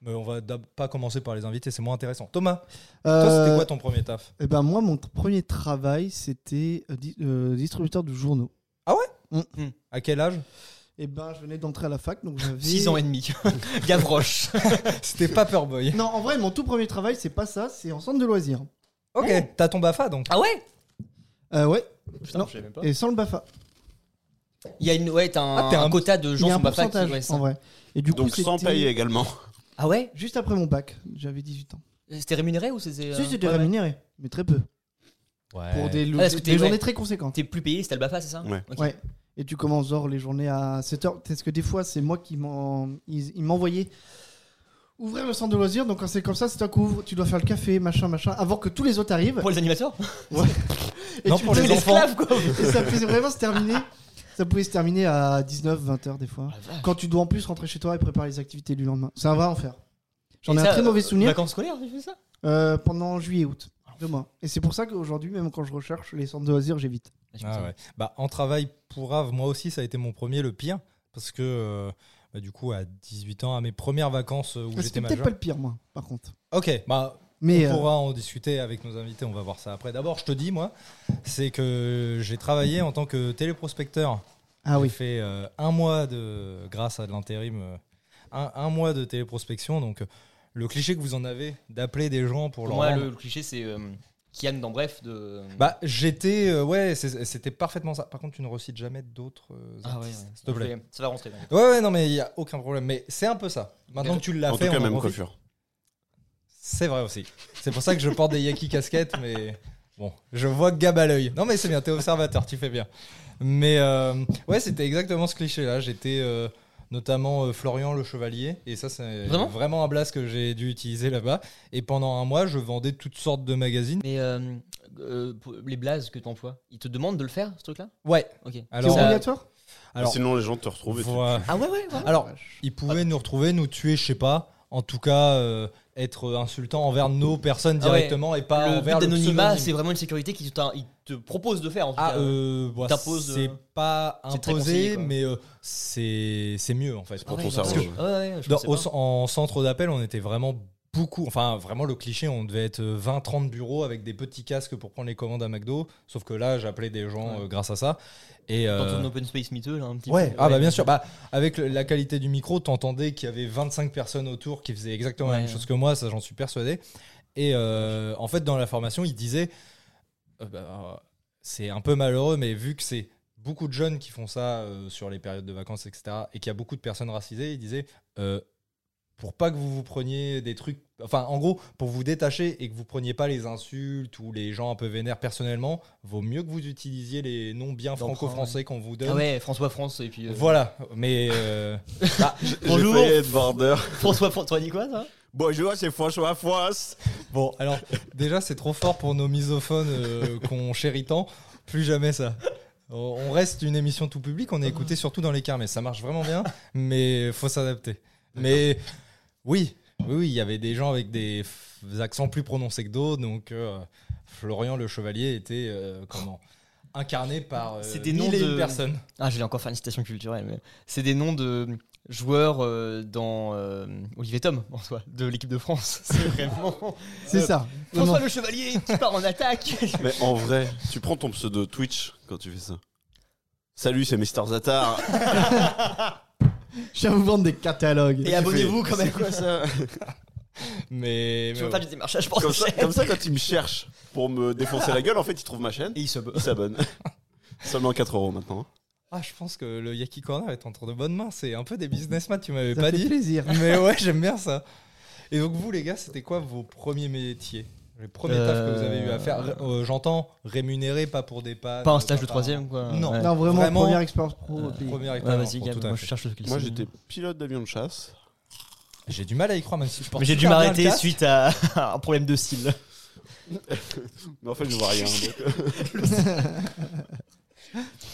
Mais on va d'ab- pas commencer par les invités, c'est moins intéressant. Thomas, toi, c'était Euh, quoi ton premier taf eh ben moi, mon t- premier travail, c'était euh, di- euh, distributeur de journaux. À quel âge Et ben, je venais d'entrer à la fac, donc j'avais 6 ans et demi. Gavroche. C'était Paperboy. Non, en vrai, mon tout premier travail, c'est pas ça, c'est en centre de loisirs. Ok, t'as ton BAFA donc. Ah ouais Euh, ouais, Putain, Non. je savais même pas. Euh, et sans le BAFA. Il y a une, ouais, t'as un, Ah, t'es un un- quota de Il y gens a un sont pas fac qui pourcentage, ouais, ça. en vrai. Et du Donc, coup, sans c'était payer également. Ah ouais Juste après mon bac, j'avais 18 ans. C'était rémunéré ou c'était. Si, euh, c'était ouais, ouais. rémunéré, mais très peu. Ouais. Pour des, lo- Ah, parce que des t'es- ouais. journées très conséquentes. T'es plus payé, c'était le BAFA, c'est ça Ouais. Ok. Ouais. Et tu commences genre les journées à 7h. Parce que des fois, c'est moi qui m'en. Ils, ils m'envoyaient ouvrir le centre de loisirs. Donc quand c'est comme ça, c'est toi qui ouvres. Tu dois faire le café, machin, machin, avant que tous les autres arrivent. Pour les animateurs Et Non, tu pour te les fais enfants. l'esclave, quoi. Et ça faisait vraiment se terminer. Ça pouvait se terminer à 19, 20h des fois. Quand tu dois en plus rentrer chez toi et préparer les activités du lendemain. C'est un vrai enfer. J'en ai Et un ça, très mauvais euh, souvenir Vacances scolaires, tu fais ça euh, pendant juillet août. Deux mois. Et c'est pour ça qu'aujourd'hui, même quand je recherche les centres de loisirs, j'évite. Ah ouais. Bah, en travail pour Ave, moi aussi, ça a été mon premier, le pire. Parce que, euh, bah, du coup, à 18 ans, à mes premières vacances euh, où Ah, C'était j'étais peut-être majeur. pas le pire, moi, par contre. Ok, bah, Mais on euh, pourra en discuter avec nos invités, on va voir ça après. D'abord, je te dis, moi, c'est que j'ai travaillé en tant que téléprospecteur. ah oui. J'ai fait euh, un mois de, grâce à de l'intérim, euh, un, un mois de téléprospection. Donc, euh, le cliché que vous en avez d'appeler des gens pour Pour leur. moi, rendre- le, le cliché, c'est euh, Kian dans Bref de. euh, Bah, j'étais. euh, ouais, c'est- c'était parfaitement ça. Par contre, tu ne recites jamais d'autres euh, ah ouais, ouais. artistes, s'il te plaît. Ça va rentrer. dans les- Ouais, ouais, non, mais il n'y a aucun problème. Mais c'est un peu ça. Maintenant Mais- que tu l'as En fait, tout cas, on en même profite. coiffure. C'est vrai aussi. C'est pour ça que je porte des yaki casquettes, mais bon, je vois Gab à l'œil. Non, mais c'est bien, t'es observateur, tu fais bien. Mais euh, ouais, c'était exactement ce cliché-là. J'étais euh, notamment euh, Florian le Chevalier, et ça, c'est Vraiment un blast que j'ai dû utiliser là-bas. Et pendant un mois, je vendais toutes sortes de magazines. Mais euh, euh, pour- les blazes que tu emploies, ils te demandent de le faire, ce truc-là Ouais, Ok. C'est alors. Ça- obligatoire alors Sinon, les gens te retrouvent. et tu- voilà. Ah ouais, ouais, ouais. Alors, ils pouvaient nous retrouver, nous tuer, je sais pas. En tout cas, euh, être insultant envers nos personnes Ah ouais. directement et pas le but envers le d'anonymat, pseudonyme. c'est vraiment une sécurité qui t'in- il te propose de faire. En tout Ah, cas. euh, bah, t'imposes, c'est euh, pas c'est très conseillé, imposé, quoi. mais euh, c'est c'est mieux en fait. pour Ah ouais, ton d'accord. cerveau, Parce que- ouais, ouais, je Dans- pensais au- pas. en centre d'appel, on était vraiment beaucoup, enfin vraiment le cliché, on devait être 20-30 bureaux avec des petits casques pour prendre les commandes à McDo, sauf que là j'appelais des gens Ouais. euh, grâce à ça. Et, Dans euh, ton open space miteux, là, un petit Ouais, peu. ah bah bien sûr. Bah, avec le- la qualité du micro, t'entendais qu'il y avait 25 personnes autour qui faisaient exactement la Ouais. même chose que moi, ça j'en suis persuadé. Et euh, en fait, dans la formation, ils disaient euh, bah, c'est un peu malheureux, mais vu que c'est beaucoup de jeunes qui font ça euh, sur les périodes de vacances, etc., et qu'il y a beaucoup de personnes racisées, ils disaient euh, pour pas que vous vous preniez des trucs. Enfin, en gros, pour vous détacher et que vous preniez pas les insultes ou les gens un peu vénères personnellement, vaut mieux que vous utilisiez les noms bien D'emprunt, franco-français qu'on vous donne. Ah ouais, François France et puis. euh, Voilà, mais euh, Bonjour. J'ai failli être border. François France, tu as dit quoi ça Bonjour, c'est François Foisse. bon, alors déjà c'est trop fort pour nos misophones euh, qu'on chérit tant, plus jamais ça. On on reste une émission tout public, on est écouté surtout dans les mais ça marche vraiment bien, mais faut s'adapter. Mais oui, oui, oui, il y avait des gens avec des f- accents plus prononcés que d'autres, donc euh, Florian le Chevalier était euh, comment incarné par euh, C'est des mille noms et une de- personnes. Ah, j'allais encore faire une citation culturelle, mais c'est des noms de joueurs euh, dans euh, Olivier Tom, en soi, de l'équipe de France. C'est vraiment. C'est Euh, ça. François Vraiment. le Chevalier qui part en attaque. Mais en vrai, tu prends ton pseudo Twitch quand tu fais ça. Salut, c'est Mister Zatar. Je viens vous vendre des catalogues. Et abonnez-vous quand même. Quoi ça Mais, Je mais veux faire du démarchage pour comme, ça, comme ça, quand ils me cherchent pour me défoncer la gueule, en fait, ils trouvent ma chaîne. Et il se bat. Ils s'abonnent. Seulement 4 euros maintenant. ah, je pense que le Yaki Corner est entre de bonnes mains. C'est un peu des businessmen, tu m'avais Ça pas fait dit. plaisir. Ah Mais ouais, j'aime bien ça. Et donc vous les gars, c'était quoi vos premiers métiers Les premiers tafs que vous avez eu à faire Ré- euh, J'entends rémunéré, pas pour des Ah, pas. Pas un stage de troisième, quoi. Non. Ouais. Non, vraiment, Vraiment. première expérience pro. Euh, au pays. Première Ouais, expérience. vas-y, pour Gab, tout à moi je fait. cherche le qu'il Moi, signe. j'étais pilote d'avion de chasse. J'ai du mal à y croire, même si je porte Mais j'ai dû super bien le m'arrêter casque. suite à à un problème de style. Mais en fait, je vois rien. donc, euh,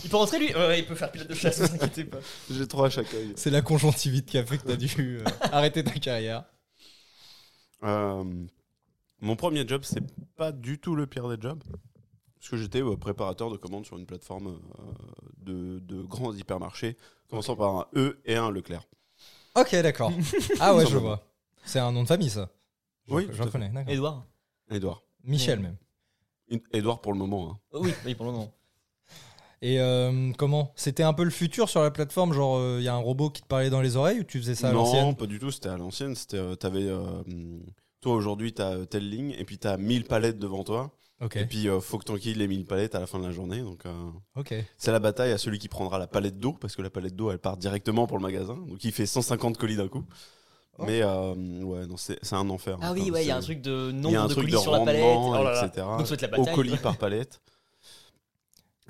Il peut rentrer lui Ouais, Il peut faire pilote de chasse, vous inquiétez pas. J'ai trois à chaque œil. C'est la conjonctivite qui a fait que t'as dû euh, arrêter ta carrière. Euh, mon premier job, c'est pas du tout le pire des jobs. Parce que j'étais euh, préparateur de commandes sur une plateforme euh, de, de grands hypermarchés, commençant par un E et un Leclerc. Ok, d'accord. Ah ouais, je Simplement. vois. C'est un nom de famille, ça. J'en- Oui, tout à j'en fait. connais. D'accord. Edouard Édouard. Michel même. Une- Édouard pour le moment. hein. Oh Oui, oui, pour le moment. Et euh, comment C'était un peu le futur sur la plateforme, genre euh, il y a un robot qui te parlait dans les oreilles ou tu faisais ça à l'ancienne non, pas du tout, c'était à l'ancienne. C'était, euh, t'avais, euh, hum, toi aujourd'hui, t'as euh, telle ligne, et puis t'as 1000 palettes devant toi. Ok, Et puis, euh, faut que t'enquilles les 1000 palettes à la fin de la journée. Donc, euh, ok. c'est la bataille à celui qui prendra la palette d'eau, parce que la palette d'eau, elle part directement pour le magasin. Donc, il fait 150 colis d'un coup. Oh. Mais, euh, ouais, non, c'est, c'est un enfer. Ah hein. oui, Enfin, ouais, il y a c'est- un truc de Il y a un nombre de truc colis sur la palette. rendement, Oh là là. etc. Donc, ça va être la Au bataille. colis par palette.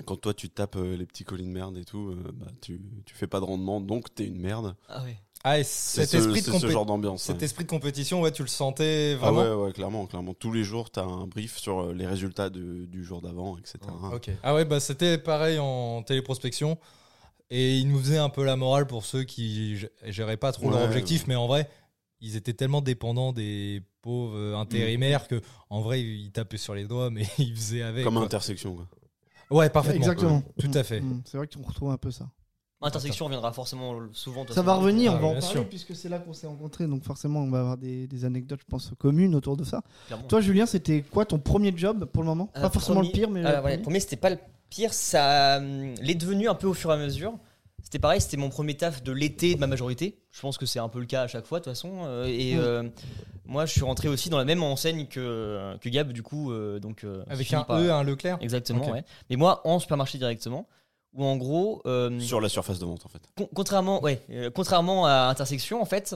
Quand toi tu tapes euh, les petits colis de merde et tout, euh, bah, tu, tu fais pas de rendement, donc t'es une merde. Ah ouais. Ah, et C'est cet ce, esprit de c'est ce compé- genre d'ambiance. hein. Cet ouais. esprit de compétition, ouais, tu le sentais Ah vraiment. ouais, ouais, clairement, clairement. Tous les jours, t'as un brief sur euh, les résultats de- du jour d'avant, etc. Ok. Ah ouais, bah c'était pareil en téléprospection. Et ils nous faisaient un peu la morale pour ceux qui g- géraient pas trop leur Ouais, objectif, ouais. mais en vrai, ils étaient tellement dépendants des pauvres euh, intérimaires que en vrai, ils tapaient sur les doigts, mais ils faisaient avec. Mm. Comme quoi. intersection. quoi. Ouais, parfaitement. Exactement. Tout à fait. Mm, mm. C'est vrai qu'on retrouve un peu ça. Intersection reviendra forcément souvent. de toute Ça va façon. revenir, Ah, on va en bien parler sûr. puisque c'est là qu'on s'est rencontrés, donc forcément on va avoir des, des anecdotes, je pense, communes autour de ça. Clairement. Toi, Julien, c'était quoi ton premier job pour le moment Euh, Pas forcément premier- le pire, mais. Ah le ouais, premier hum, premier, c'était pas le pire, ça euh, l'est devenu un peu au fur et à mesure. C'était pareil, c'était mon premier taf de l'été de ma majorité. Je pense que c'est un peu le cas à chaque fois, de toute façon. euh, et Oui. euh, moi, je suis rentré aussi dans la même enseigne que, que Gab, du coup. euh, donc, euh, Avec fini un par- E, un Leclerc Exactement, Ok. ouais. Mais moi, en supermarché directement, où en gros, euh, Sur la surface de vente, en fait. con- contrairement, ouais, euh, contrairement à Intersection, en fait,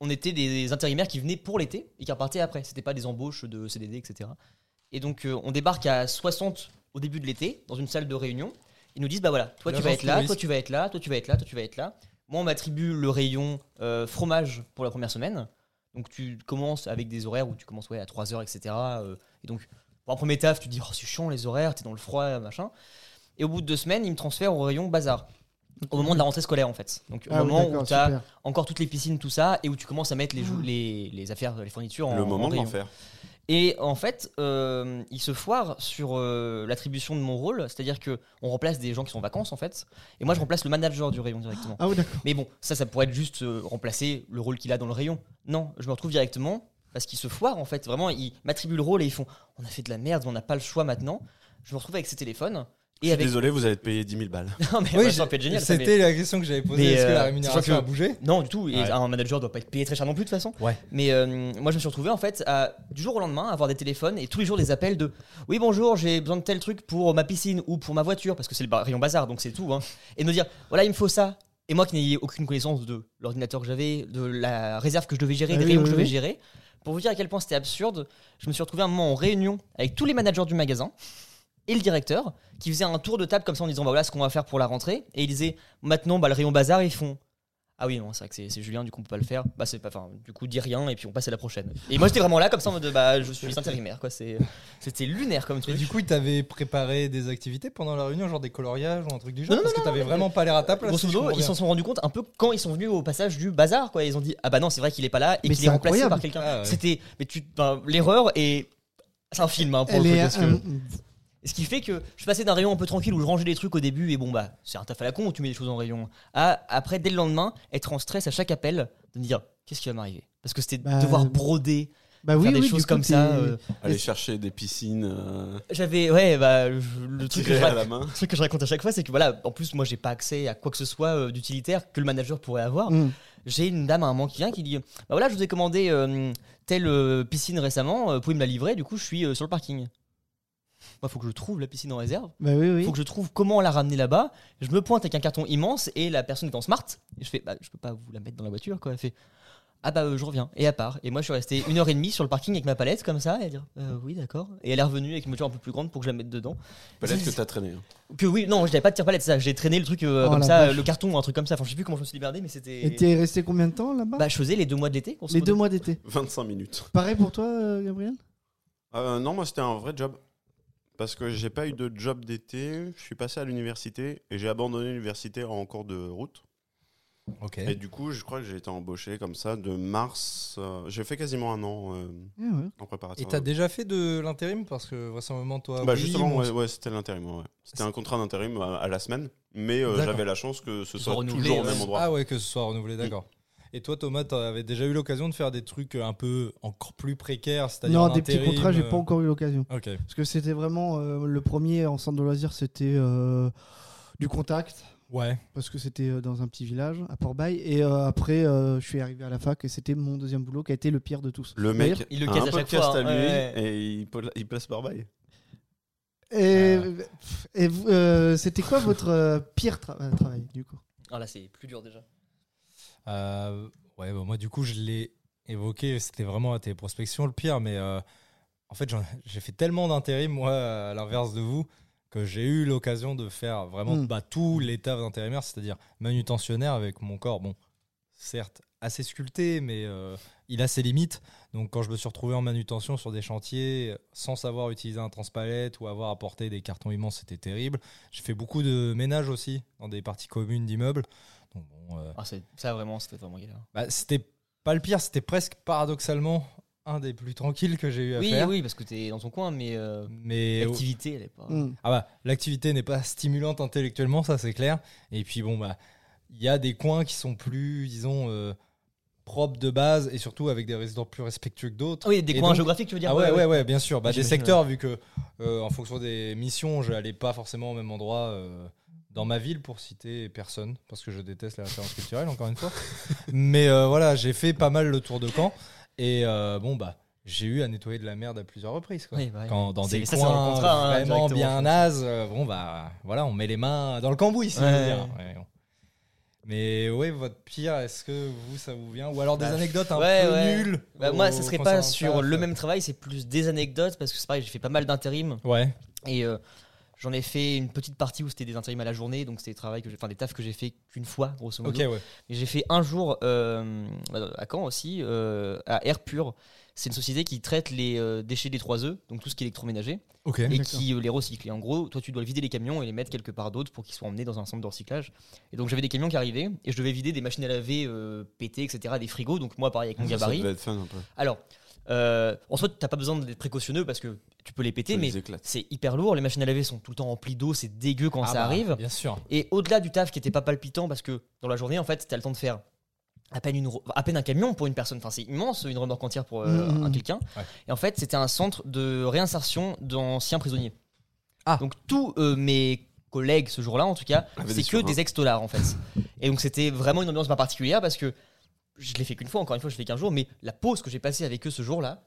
on était des intérimaires qui venaient pour l'été et qui repartaient après. C'était pas des embauches de CDD, etc. Et donc, euh, on débarque à 60 au début de l'été dans une salle de réunion. Ils nous disent bah voilà, toi tu vas L'agence être là, touriste. toi tu vas être là, toi tu vas être là, toi tu vas être là. Moi, on m'attribue le rayon euh, fromage pour la première semaine. Donc, tu commences avec des horaires où tu commences ouais, à 3 heures, etc. euh, et donc, pour un premier taf, tu te dis, oh, c'est chiant les horaires, t'es dans le froid, machin. Et au bout de deux semaines, ils me transfèrent au rayon bazar. Au moment de la rentrée scolaire, en fait. Donc, au Ah oui, moment d'accord, où t'as super. Ah. encore toutes les piscines, tout ça, et où tu commences à mettre les, jou- les, les affaires, les fournitures en le moment en de rayon. l'enfer. Et en fait, euh, il se foire sur euh, l'attribution de mon rôle, c'est-à-dire que on remplace des gens qui sont en vacances, en fait, et moi je remplace le manager du rayon directement. Ah oui, d'accord. Mais bon, ça, ça pourrait être juste euh, remplacer le rôle qu'il a dans le rayon. Non, je me retrouve directement parce qu'il se foire en fait. Vraiment, ils m'attribuent le rôle et ils font on a fait de la merde, on n'a pas le choix maintenant. Je me retrouve avec ces téléphones et Je suis avec. Désolé, vous allez être payé 10 000 balles. non, mais Oui, ouais, j'ai- ça aurait pu être génial. ça, mais- c'était la question que j'avais posée. Mais, Est-ce que la euh, rémunération sachant a que- bougé Non, du tout. Et Ouais. un manager doit pas être payé très cher non plus de toute façon. Ouais. Mais euh, moi, je me suis retrouvé en fait à, du jour au lendemain à avoir des téléphones et tous les jours des appels de oui bonjour, j'ai besoin de tel truc pour ma piscine ou pour ma voiture parce que c'est le ba- rayon bazar donc c'est tout. hein. Et de me dire voilà il me faut ça. Et moi qui n'ai aucune connaissance de l'ordinateur que j'avais, de la réserve que je devais gérer, Ah des oui, rayons oui, que je devais oui. gérer. Pour vous dire à quel point c'était absurde, je me suis retrouvé un moment en réunion avec tous les managers du magasin et le directeur qui faisait un tour de table comme ça en disant bah voilà ce qu'on va faire pour la rentrée et il disait maintenant bah, le rayon bazar ils font ah oui non c'est vrai que c'est c'est Julien du coup on peut pas le faire bah c'est pas enfin du coup dis rien et puis on passe à la prochaine et moi j'étais vraiment là comme ça en mode bah je suis intérimaire quoi c'est c'était lunaire comme Et truc du coup, t'avais préparé des activités pendant la réunion, genre des coloriages ou un truc du genre Non, non, Parce que t'avais vraiment pas l'air à ta place. Grosso si je modo, comprends ils s'en sont rendus compte un peu quand ils sont venus au passage du bazar, quoi. Ils ont dit ah bah non, c'est vrai qu'il est pas là et Mais c'est qu'il est remplacé incroyable. par quelqu'un. Ah ouais. C'était mais tu enfin, l'erreur et c'est un film hein, pour Elle le coup, est, parce que- euh, Ce qui fait que je passais d'un rayon un peu tranquille où je rangeais des trucs au début et bon bah c'est un taf à la con où tu mets des choses en rayon à après dès le lendemain être en stress à chaque appel de me dire qu'est-ce qui va m'arriver parce que c'était Bah, devoir broder bah oui, faire des oui, choses du coup, comme ça t'es- euh, Aller chercher des piscines euh, j'avais ouais bah je- le truc, que tirées je, à rac- la main. le truc que je raconte à chaque fois c'est que voilà en plus moi j'ai pas accès à quoi que ce soit euh, d'utilitaire que le manager pourrait avoir Mm. j'ai une dame à un moment qui vient qui dit bah voilà je vous ai commandé euh, telle euh, piscine récemment euh, pouvez me la livrer du coup je suis euh, sur le parking moi faut que je trouve la piscine en réserve Bah oui, oui. faut que je trouve comment la ramener là-bas. Je me pointe avec un carton immense et la personne est en smart. Et je fais, bah, je peux pas vous la mettre dans la voiture, quoi. Elle fait, ah bah euh, je reviens. Et à part. Et moi je suis resté une heure et demie sur le parking avec ma palette comme ça et à dire, Euh, oui d'accord. Et elle est revenue avec une voiture un peu plus grande pour que je la mette dedans. Peut-être que t'as traîné. hein. Que oui, non, je n'avais pas de tire palette, ça. J'ai traîné le truc euh, Oh, comme la ça, vache. le carton ou un truc comme ça. Enfin, je sais plus comment je me suis libéré, mais Et c'était. t'es resté combien de temps là-bas Bah, je faisais les deux mois de l'été. grosso Les modo. deux mois d'été. 25 minutes. Pareil pour toi, euh, Gabriel Euh, non, moi c'était un vrai job. Parce que j'ai pas eu de job d'été, je suis passé à l'université et j'ai abandonné l'université en cours de route. Ok. Et du coup, je crois que j'ai été embauché comme ça de mars. euh, j'ai fait quasiment un an euh, Ah ouais. en Et préparatoire. t'as déjà fait de l'intérim Parce que vraisemblablement, toi. Bah oui, justement, moi, ouais, ouais, c'était l'intérim. ouais. C'était un contrat d'intérim à, à la semaine, mais euh, D'accord. j'avais la chance que ce Ils soit ont renouvelé, toujours au ouais. même endroit. Ah ouais, que ce soit renouvelé, d'accord. Et toi, Thomas, t'avais déjà eu l'occasion de faire des trucs un peu encore plus précaires, c'est-à-dire Non, en des petits intérim, contrats, j'ai euh, pas encore eu l'occasion. Ok. Parce que c'était vraiment euh, le premier en centre de loisirs, c'était euh, du contact. Ouais. Parce que c'était euh, dans un petit village à Port-Bail. Et euh, après, euh, je suis arrivé à la fac et c'était mon deuxième boulot qui a été le pire de tous. Le mec Il le a casse un à chaque podcast fois, à hein, lui ouais, ouais. et il, pla- il place par bail. Et, Ah. pff, et vous, euh, c'était quoi votre euh, pire tra- euh, travail du coup Ah là, c'est plus dur déjà. Euh, ouais, bah, moi, du coup, je l'ai évoqué, c'était vraiment à tes prospections le pire, mais euh, en fait, j'en- j'ai fait tellement d'intérim, moi, à l'inverse de vous, que j'ai eu l'occasion de faire vraiment Mm. bah, tout l'état d'intérimaire, c'est-à-dire manutentionnaire avec mon corps, bon, certes, assez sculpté, mais euh, il a ses limites. Donc, quand je me suis retrouvé en manutention sur des chantiers, sans savoir utiliser un transpalette ou avoir apporté des cartons immenses, c'était terrible. J'ai fait beaucoup de ménage aussi dans des parties communes d'immeubles. Donc, bon. euh, Ah, c'est- ça vraiment, c'était vraiment galère. bah, c'était pas le pire, c'était presque paradoxalement un des plus tranquilles que j'ai eu à Oui, faire. oui, parce que t'es dans ton coin, mais euh, Mais l'activité, elle est pas. Hmm. ah bah, l'activité n'est pas stimulante intellectuellement, ça c'est clair. Et puis bon, bah, il y a des coins qui sont plus, disons, euh, propres de base et surtout avec des résidents plus respectueux que d'autres. Ah oui, des Et coins donc- géographiques, tu veux dire Ah ouais, ouais, ouais, bien sûr. Bah, des J'imagine, secteurs, vu que euh, en fonction des missions, je n'allais pas forcément au même endroit. euh, dans ma ville pour citer personne parce que je déteste les références culturelles encore une fois. Mais euh, voilà, j'ai fait pas mal le tour de Caen et euh, bon bah j'ai eu à nettoyer de la merde à plusieurs reprises quoi. Oui, bah oui. Quand dans C'est- des ça, c'est dans le coins contrat, hein, vraiment directement, bien je pense. naze, euh, bon bah voilà, on met les mains dans le cambouis. si Ouais. je veux dire. Ouais, bon. Mais ouais, votre pire, est-ce que vous ça vous vient ou alors des Bah, anecdotes un ouais, peu ouais. nulles Bah, au- moi, ça serait concernant pas sur taf le même travail, c'est plus des anecdotes parce que c'est pareil, j'ai fait pas mal d'intérim Ouais. et euh, j'en ai fait une petite partie où c'était des intérims à la journée, donc c'était des travails que j'ai, enfin des tafs que j'ai fait qu'une fois grosso Ok modo. ouais. Et J'ai fait un jour euh, à Caen aussi, euh, à Air Pur. C'est une société qui traite les euh, déchets des trois œufs, donc tout ce qui est électroménager, Ok. et d'accord. qui euh, les recycle. Et en gros, toi, tu dois vider les camions et les mettre quelque part d'autre pour qu'ils soient emmenés dans un centre de recyclage. Et donc, j'avais des camions qui arrivaient et je devais vider des machines à laver euh, pétées, etc., des frigos. Donc, moi, pareil avec mon Ça, Ça gabarit. devait être fun un peu. Alors, euh, en soi, t'as pas besoin d'être précautionneux parce que tu peux les péter, Tu mais les éclates. c'est hyper lourd. Les machines à laver sont tout le temps remplies d'eau, c'est dégueu quand Ah ça bah, arrive. Bien sûr. Et au-delà du taf qui était pas palpitant, parce que dans la journée, en fait, t'as le temps de faire à peine, une, ro- à peine un camion pour une personne. Enfin, c'est immense, une remorque entière pour euh, Mhm. un quelqu'un. Mmh, Ouais. Et en fait, c'était un centre de réinsertion d'anciens prisonniers. Ah. Donc, tous euh, mes collègues ce jour-là, en tout cas, Avaient des c'est que survêtements. des ex-dollars, en fait. Et donc, c'était vraiment une ambiance pas particulière parce que je l'ai fait qu'une fois, encore une fois, je l'ai fait qu'un jour, mais la pause que j'ai passée avec eux ce jour-là,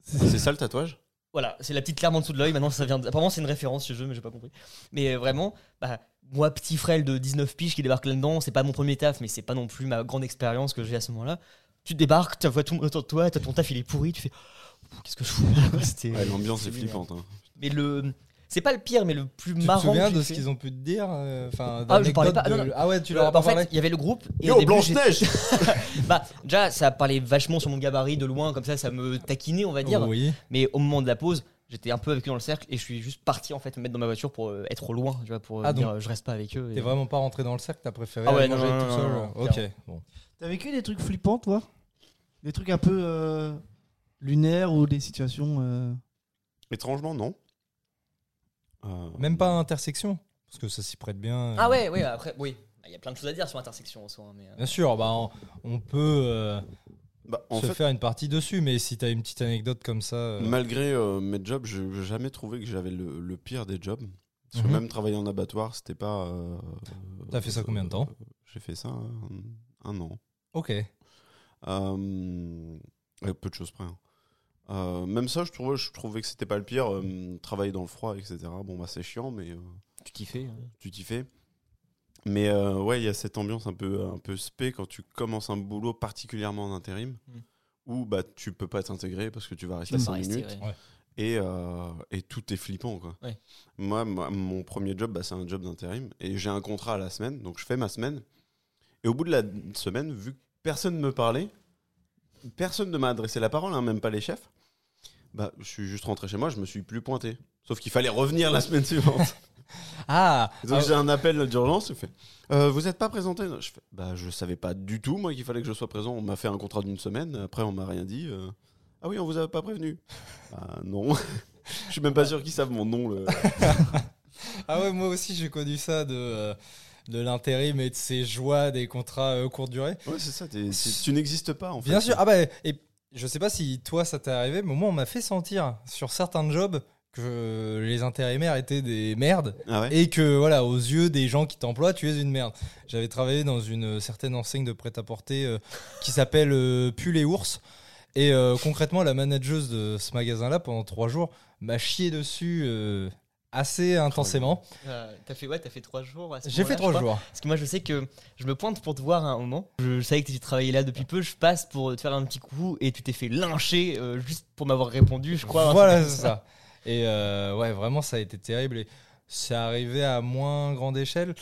C'est ça le tatouage voilà, c'est la petite clairement en dessous de l'œil. Maintenant, ça vient. de- Apparemment, c'est une référence ce jeu, mais j'ai pas compris. Mais euh, vraiment, bah, moi, petit frêle de 19 piges qui débarque là-dedans, c'est pas mon premier taf, mais c'est pas non plus ma grande expérience que j'ai à ce moment-là. Tu débarques, tu vois tout le monde autour de toi, t'as ton taf il est pourri, tu fais Ouh, qu'est-ce que je fous là, quoi, c'était- Ouais, L'ambiance est c'était flippante. hein. Mais le, c'est pas le pire, mais le plus Tu te marrant. souviens que de j'ai ce fait- qu'ils ont pu te dire euh, Enfin, Ah, je parlais d'anecdotes pas- non, de- non. Ah ouais, tu Euh, leur as bah, pas en parlé fait, il y avait le groupe. Et au Yo, début, Blanche-Neige j'ai- bah, déjà, ça parlait vachement sur mon gabarit de loin, comme ça, ça me taquinait, on va dire. Oui. Mais au moment de la pause, j'étais un peu avec eux dans le cercle et je suis juste parti en fait me mettre dans ma voiture pour euh, être au loin, tu vois, pour euh, Ah, dire donc, euh, je reste pas avec eux. et- T'es vraiment pas rentré dans le cercle, t'as préféré Ah ouais, aller non, manger non, tout non, seul. non, non, ok, bon. T'as vécu des trucs flippants, toi Des trucs un peu euh, lunaires ou des situations. euh, Étrangement, non. Euh, Même pas intersection, parce que ça s'y prête bien. Ah euh. ouais, ouais, après, oui. Il y a plein de choses à dire sur intersection en soi. hein, Mais, euh, Bien sûr, bah, on, on peut euh, bah, en se fait, faire une partie dessus, mais si t'as une petite anecdote comme ça. euh, malgré euh, mes jobs, je n'ai jamais trouvé que j'avais le, le pire des jobs. Parce que Mhm. même travailler en abattoir, c'était pas. euh, T'as fait ça combien de temps J'ai fait ça un, un an. Ok. Euh, avec peu de choses près. hein. Euh, même ça, je trouvais, je trouvais que c'était pas le pire. euh, travailler dans le froid, etc. Bon, bah, c'est chiant, mais. euh, tu kiffais. hein. tu t'y fais. Mais euh, ouais, il y a cette ambiance un peu, un peu spé quand tu commences un boulot particulièrement en intérim, Mm. où bah, tu peux pas t'intégrer parce que tu vas rester Tu peux 5 pas rester, minutes ouais. et, euh, et tout est flippant. Quoi. Ouais. Moi, ma- mon premier job, bah, c'est un job d'intérim et j'ai un contrat à la semaine, donc je fais ma semaine. Et au bout de la semaine, vu que personne ne me parlait, personne ne m'a adressé la parole, hein, même pas les chefs, bah, je suis juste rentré chez moi, je me suis plus pointé. Sauf qu'il fallait revenir la semaine suivante. Ah Et Donc ah, j'ai un appel d'urgence, il fait Euh, Vous n'êtes pas présenté Je fais Bah, je savais pas du tout, moi, qu'il fallait que je sois présent. On m'a fait un contrat d'une semaine, après, on m'a rien dit. euh. Ah oui, on vous a pas prévenu Bah, non. Je suis même pas sûr qu'ils savent mon nom. le- Ah ouais, moi aussi j'ai connu ça de, euh, de l'intérim et de ces joies des contrats euh, courte durée. Ouais, c'est ça, t'es- c'est- tu n'existes pas en fait. Bien sûr. Ah bah, et je sais pas si toi ça t'est arrivé, mais moi on m'a fait sentir sur certains jobs que les intérimaires étaient des merdes Ah ouais et que voilà, aux yeux des gens qui t'emploient, tu es une merde. J'avais travaillé dans une certaine enseigne de prêt-à-porter euh, qui s'appelle euh, Pull et Ours. Et euh, concrètement, la manageuse de ce magasin-là, pendant trois jours, m'a chié dessus euh, assez intensément. Euh, t'as fait, ouais, t'as fait trois jours. à ce J'ai fait moment-là, trois je crois. jours. Parce que moi, je sais que je me pointe pour te voir à un moment. Je, je savais que tu travaillais là depuis peu. Je passe pour te faire un petit coup et tu t'es fait lyncher euh, juste pour m'avoir répondu, je crois. Voilà, c'est ça. Et euh, ouais, vraiment, ça a été terrible. Et c'est arrivé à moins grande échelle.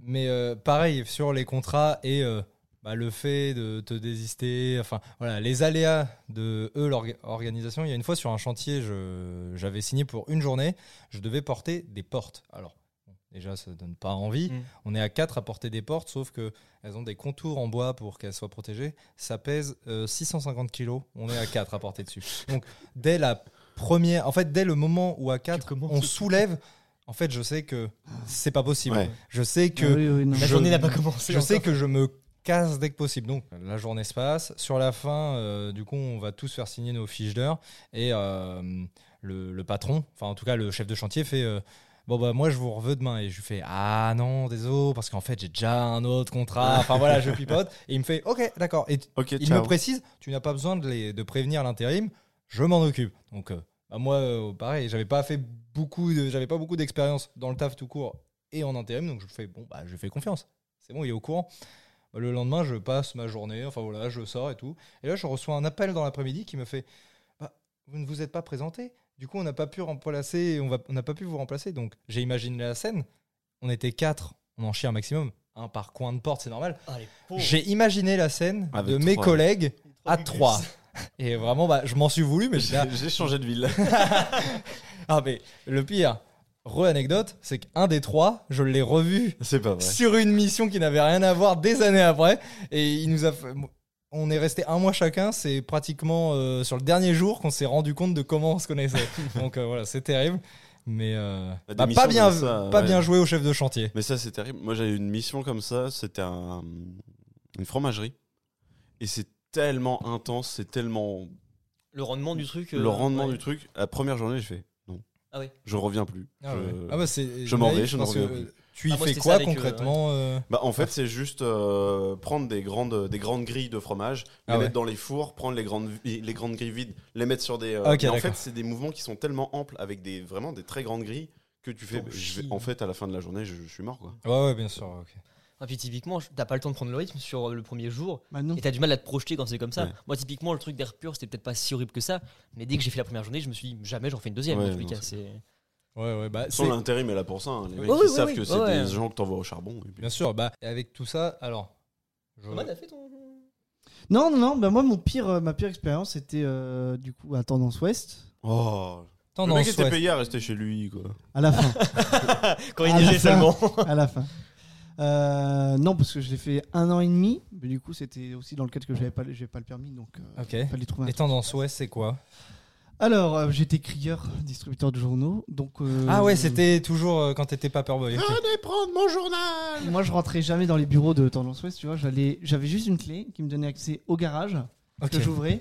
Mais euh, pareil, sur les contrats et euh, bah, le fait de te désister, enfin, voilà, les aléas de eux, l'organisation. Il y a une fois sur un chantier, je- j'avais signé pour une journée, je devais porter des portes. Alors, bon, déjà, ça donne pas envie. Mm. On est à quatre à porter des portes, sauf que elles ont des contours en bois pour qu'elles soient protégées. Ça pèse euh, 650 kilos. On est à 4 à porter dessus. Donc, dès la première, en fait, dès le moment où à 4 commences. on soulève, en fait, je sais que c'est pas possible. Ouais. Je sais que ah oui, oui, non. La Je- journée n'a pas commencé. je sais encore. que je me casse dès que possible. Donc la journée se passe. Sur la fin, euh, du coup, on va tous faire signer nos fiches d'heures. Et euh, le, le patron, enfin en tout cas le chef de chantier, fait euh, bon bah moi je vous reveux demain et je lui fais ah non désolé parce qu'en fait j'ai déjà un autre contrat enfin voilà je pipote et il me fait ok d'accord et t- Ok, il ciao. me précise tu n'as pas besoin de, les- de prévenir l'intérim je m'en occupe donc euh, bah, moi euh, pareil j'avais pas fait beaucoup de- j'avais pas beaucoup d'expérience dans le taf tout court et en intérim donc je fais bon bah je lui fais confiance c'est bon il est au courant Bah, le lendemain je passe ma journée enfin voilà je sors et tout et là je reçois un appel dans l'après-midi qui me fait Bah, vous ne vous êtes pas présenté du coup, on n'a pas pu remplacer, on va- on n'a pas pu vous remplacer. Donc, j'ai imaginé la scène. On était quatre, on en chie un maximum, un par coin de porte, c'est normal. Ah, les pauvres. J'ai imaginé la scène Ah, Avec de mes trois. collègues à trois. Et vraiment, bah, je m'en suis voulu, mais j'étais là, J'ai j'ai changé de ville. ah mais le pire, re-anecdote, c'est qu'un des trois, je l'ai revu C'est pas vrai. sur une mission qui n'avait rien à voir des années après, et il nous a fait- On est resté un mois chacun, c'est pratiquement euh, sur le dernier jour qu'on s'est rendu compte de comment on se connaissait. Donc euh, voilà, c'est terrible. Mais euh, La bah, démission, pas, bien, c'est ça, pas ouais. bien joué au chef de chantier. Mais ça, c'est terrible. Moi, j'avais une mission comme ça. C'était un- une fromagerie. Et c'est tellement intense, c'est tellement. Le rendement du truc. euh, le rendement du truc. La première journée, je fais non. Ah ouais. Je reviens plus. Ah ouais. Je- Ah bah, c'est je m'en vais, naïf, je ne parce que, reviens plus. euh, Tu y Ah, moi, fais c'était quoi ça avec, euh, concrètement euh, Bah, en fait, c'est juste euh, prendre des grandes, des grandes grilles de fromage, les Ah ouais. mettre dans les fours, prendre les grandes, vi- les grandes grilles vides, les mettre sur des. euh, Ok, mais en d'accord. fait, c'est des mouvements qui sont tellement amples avec des vraiment des très grandes grilles que tu fais. T'en je vais- chies. en fait, à la fin de la journée, je, je suis mort quoi. Ouais, ouais, bien sûr. ok. Et Ah, puis typiquement, je- t'as pas le temps de prendre le rythme sur euh, le premier jour. Bah non. Et t'as du mal à te projeter quand c'est comme ça. Ouais. Moi, typiquement, le truc d'air pur, c'était peut-être pas si horrible que ça. Mais dès que j'ai fait la première journée, je me suis dit, jamais j'en fais une deuxième. Ouais, en tous les non, cas, c'est- Ouais, ouais, bah, Sans c'est- l'intérim est là pour ça. hein. Les Oui, mecs oui, ils oui, savent oui, que c'est ouais. des gens que t'envoies au charbon. et puis- Bien sûr, bah, avec tout ça, alors. je- Thomas, t'as fait ton. Non, non, non. Bah moi, mon pire, euh, ma pire expérience, c'était euh, du coup à Tendance Ouest. Oh. Le Tendance mec était ouais. payé à rester chez lui quoi. À la fin. Quand il À la neigeait fin. seulement. à la fin. Euh, non, parce que je l'ai fait un an et demi. Mais du coup, c'était aussi dans le cadre que j'avais pas, j'avais pas le permis, donc euh, Ok. fallait trouver. Un... Les tendances ouest, c'est quoi Alors, euh, j'étais crieur, distributeur de journaux, donc. euh, Ah, Ah ouais, c'était toujours euh, quand t'étais Paperboy. ok. Venez prendre mon journal. Moi, je rentrais jamais dans les bureaux de Tendance Ouest, tu vois. J'allais, j'avais juste une clé qui me donnait accès au garage Ok. que j'ouvrais.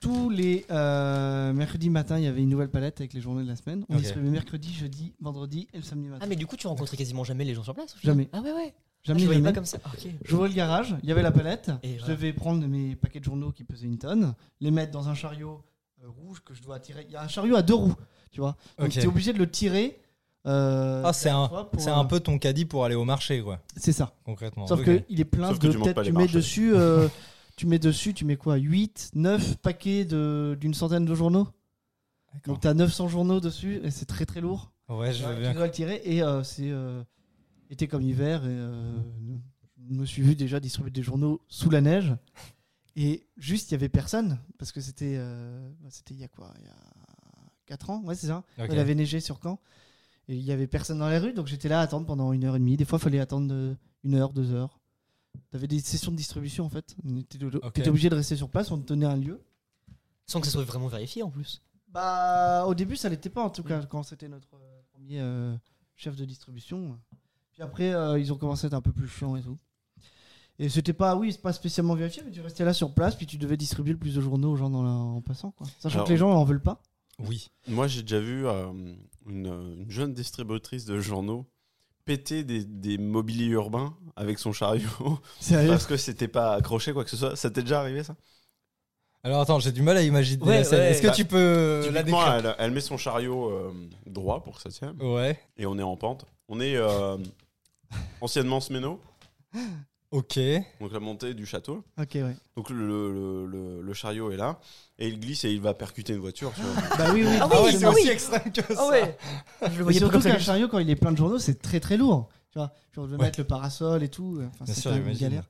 Tous les euh, mercredis matin, il y avait une nouvelle palette avec les journées de la semaine. On Ok. distribuait mercredi, jeudi, vendredi et le samedi matin. Ah, mais du coup, tu rencontrais quasiment jamais les gens sur place au final Jamais. Ah, ouais, ouais. jamais, je voyais jamais. pas comme ça. Ah, ok. J'ouvrais le garage, il y avait la palette. Et je voilà. devais prendre mes paquets de journaux qui pesaient une tonne, les mettre dans un chariot euh, rouge que je dois tirer. Il y a un chariot à deux roues, tu vois. Donc Ok. t'es obligé de le tirer. euh, Ah, c'est un, fois pour, c'est un euh, peu ton caddie pour aller au marché, quoi, C'est ça. concrètement. Sauf Ok. que il est plein Sauf que de. tu montes Peut-être pas les tu mets marches. dessus. euh, Tu mets dessus, tu mets quoi 8, 9 paquets de- d'une centaine de journaux D'accord. Donc t'as 900 journaux dessus et c'est très très lourd. Ouais, je veux Tu bien. dois le tirer et euh, c'est euh, été comme hiver. Et, euh, je me suis vu déjà distribuer des journaux sous la neige. Et juste, il y avait personne parce que c'était euh, c'était il y a quoi Il y a 4 ans Ouais, c'est ça. Ok. Il avait neigé sur Caen. Et il y avait personne dans les rues, donc j'étais là à attendre pendant une heure et demie. Des fois, il fallait attendre euh, une heure, deux heures. T'avais des sessions de distribution en fait. On était- T'étais obligé de rester sur place, on te donnait un lieu. Sans que ça soit vraiment vérifié en plus. Bah, au début, ça l'était pas, en Mm. tout cas, quand c'était notre euh, premier euh, chef de distribution. Puis après, euh, ils ont commencé à être un peu plus chiants et tout. Et c'était pas, oui, c'est pas spécialement vérifié, mais tu restais là sur place, puis tu devais distribuer le plus de journaux aux gens dans la- en passant, quoi. Sachant Alors- que les gens en veulent pas. Oui. Moi, j'ai déjà vu euh, une, euh, une jeune distributrice de journaux péter des, des mobiliers urbains avec son chariot Sérieux parce que c'était pas accroché quoi que ce soit. Ça t'est déjà arrivé ça Alors attends, j'ai du mal à imaginer Ouais, la scène. ouais. Est-ce que Bah, tu Euh, peux euh, la Typiquement, décrire elle, elle met son chariot euh, droit pour que ça tienne Ouais. et on est en pente. On est euh, anciennement Sméno, Ah Ok. donc la montée du château. Ok, ouais. Donc le, le- le- le chariot est là et il glisse et il va percuter une voiture. tu vois. Bah oui, oui. Ah oui, ouais, je- c'est ah oui. aussi extrême que ça. Ah, ouais. Je le mais voyais pas surtout comme ça. qu'un chariot, quand il est plein de journaux, c'est très très lourd. Tu vois, genre, je vais Ouais. mettre le parasol et tout. Enfin, Bien c'est sûr, pas une j'imagine. galère.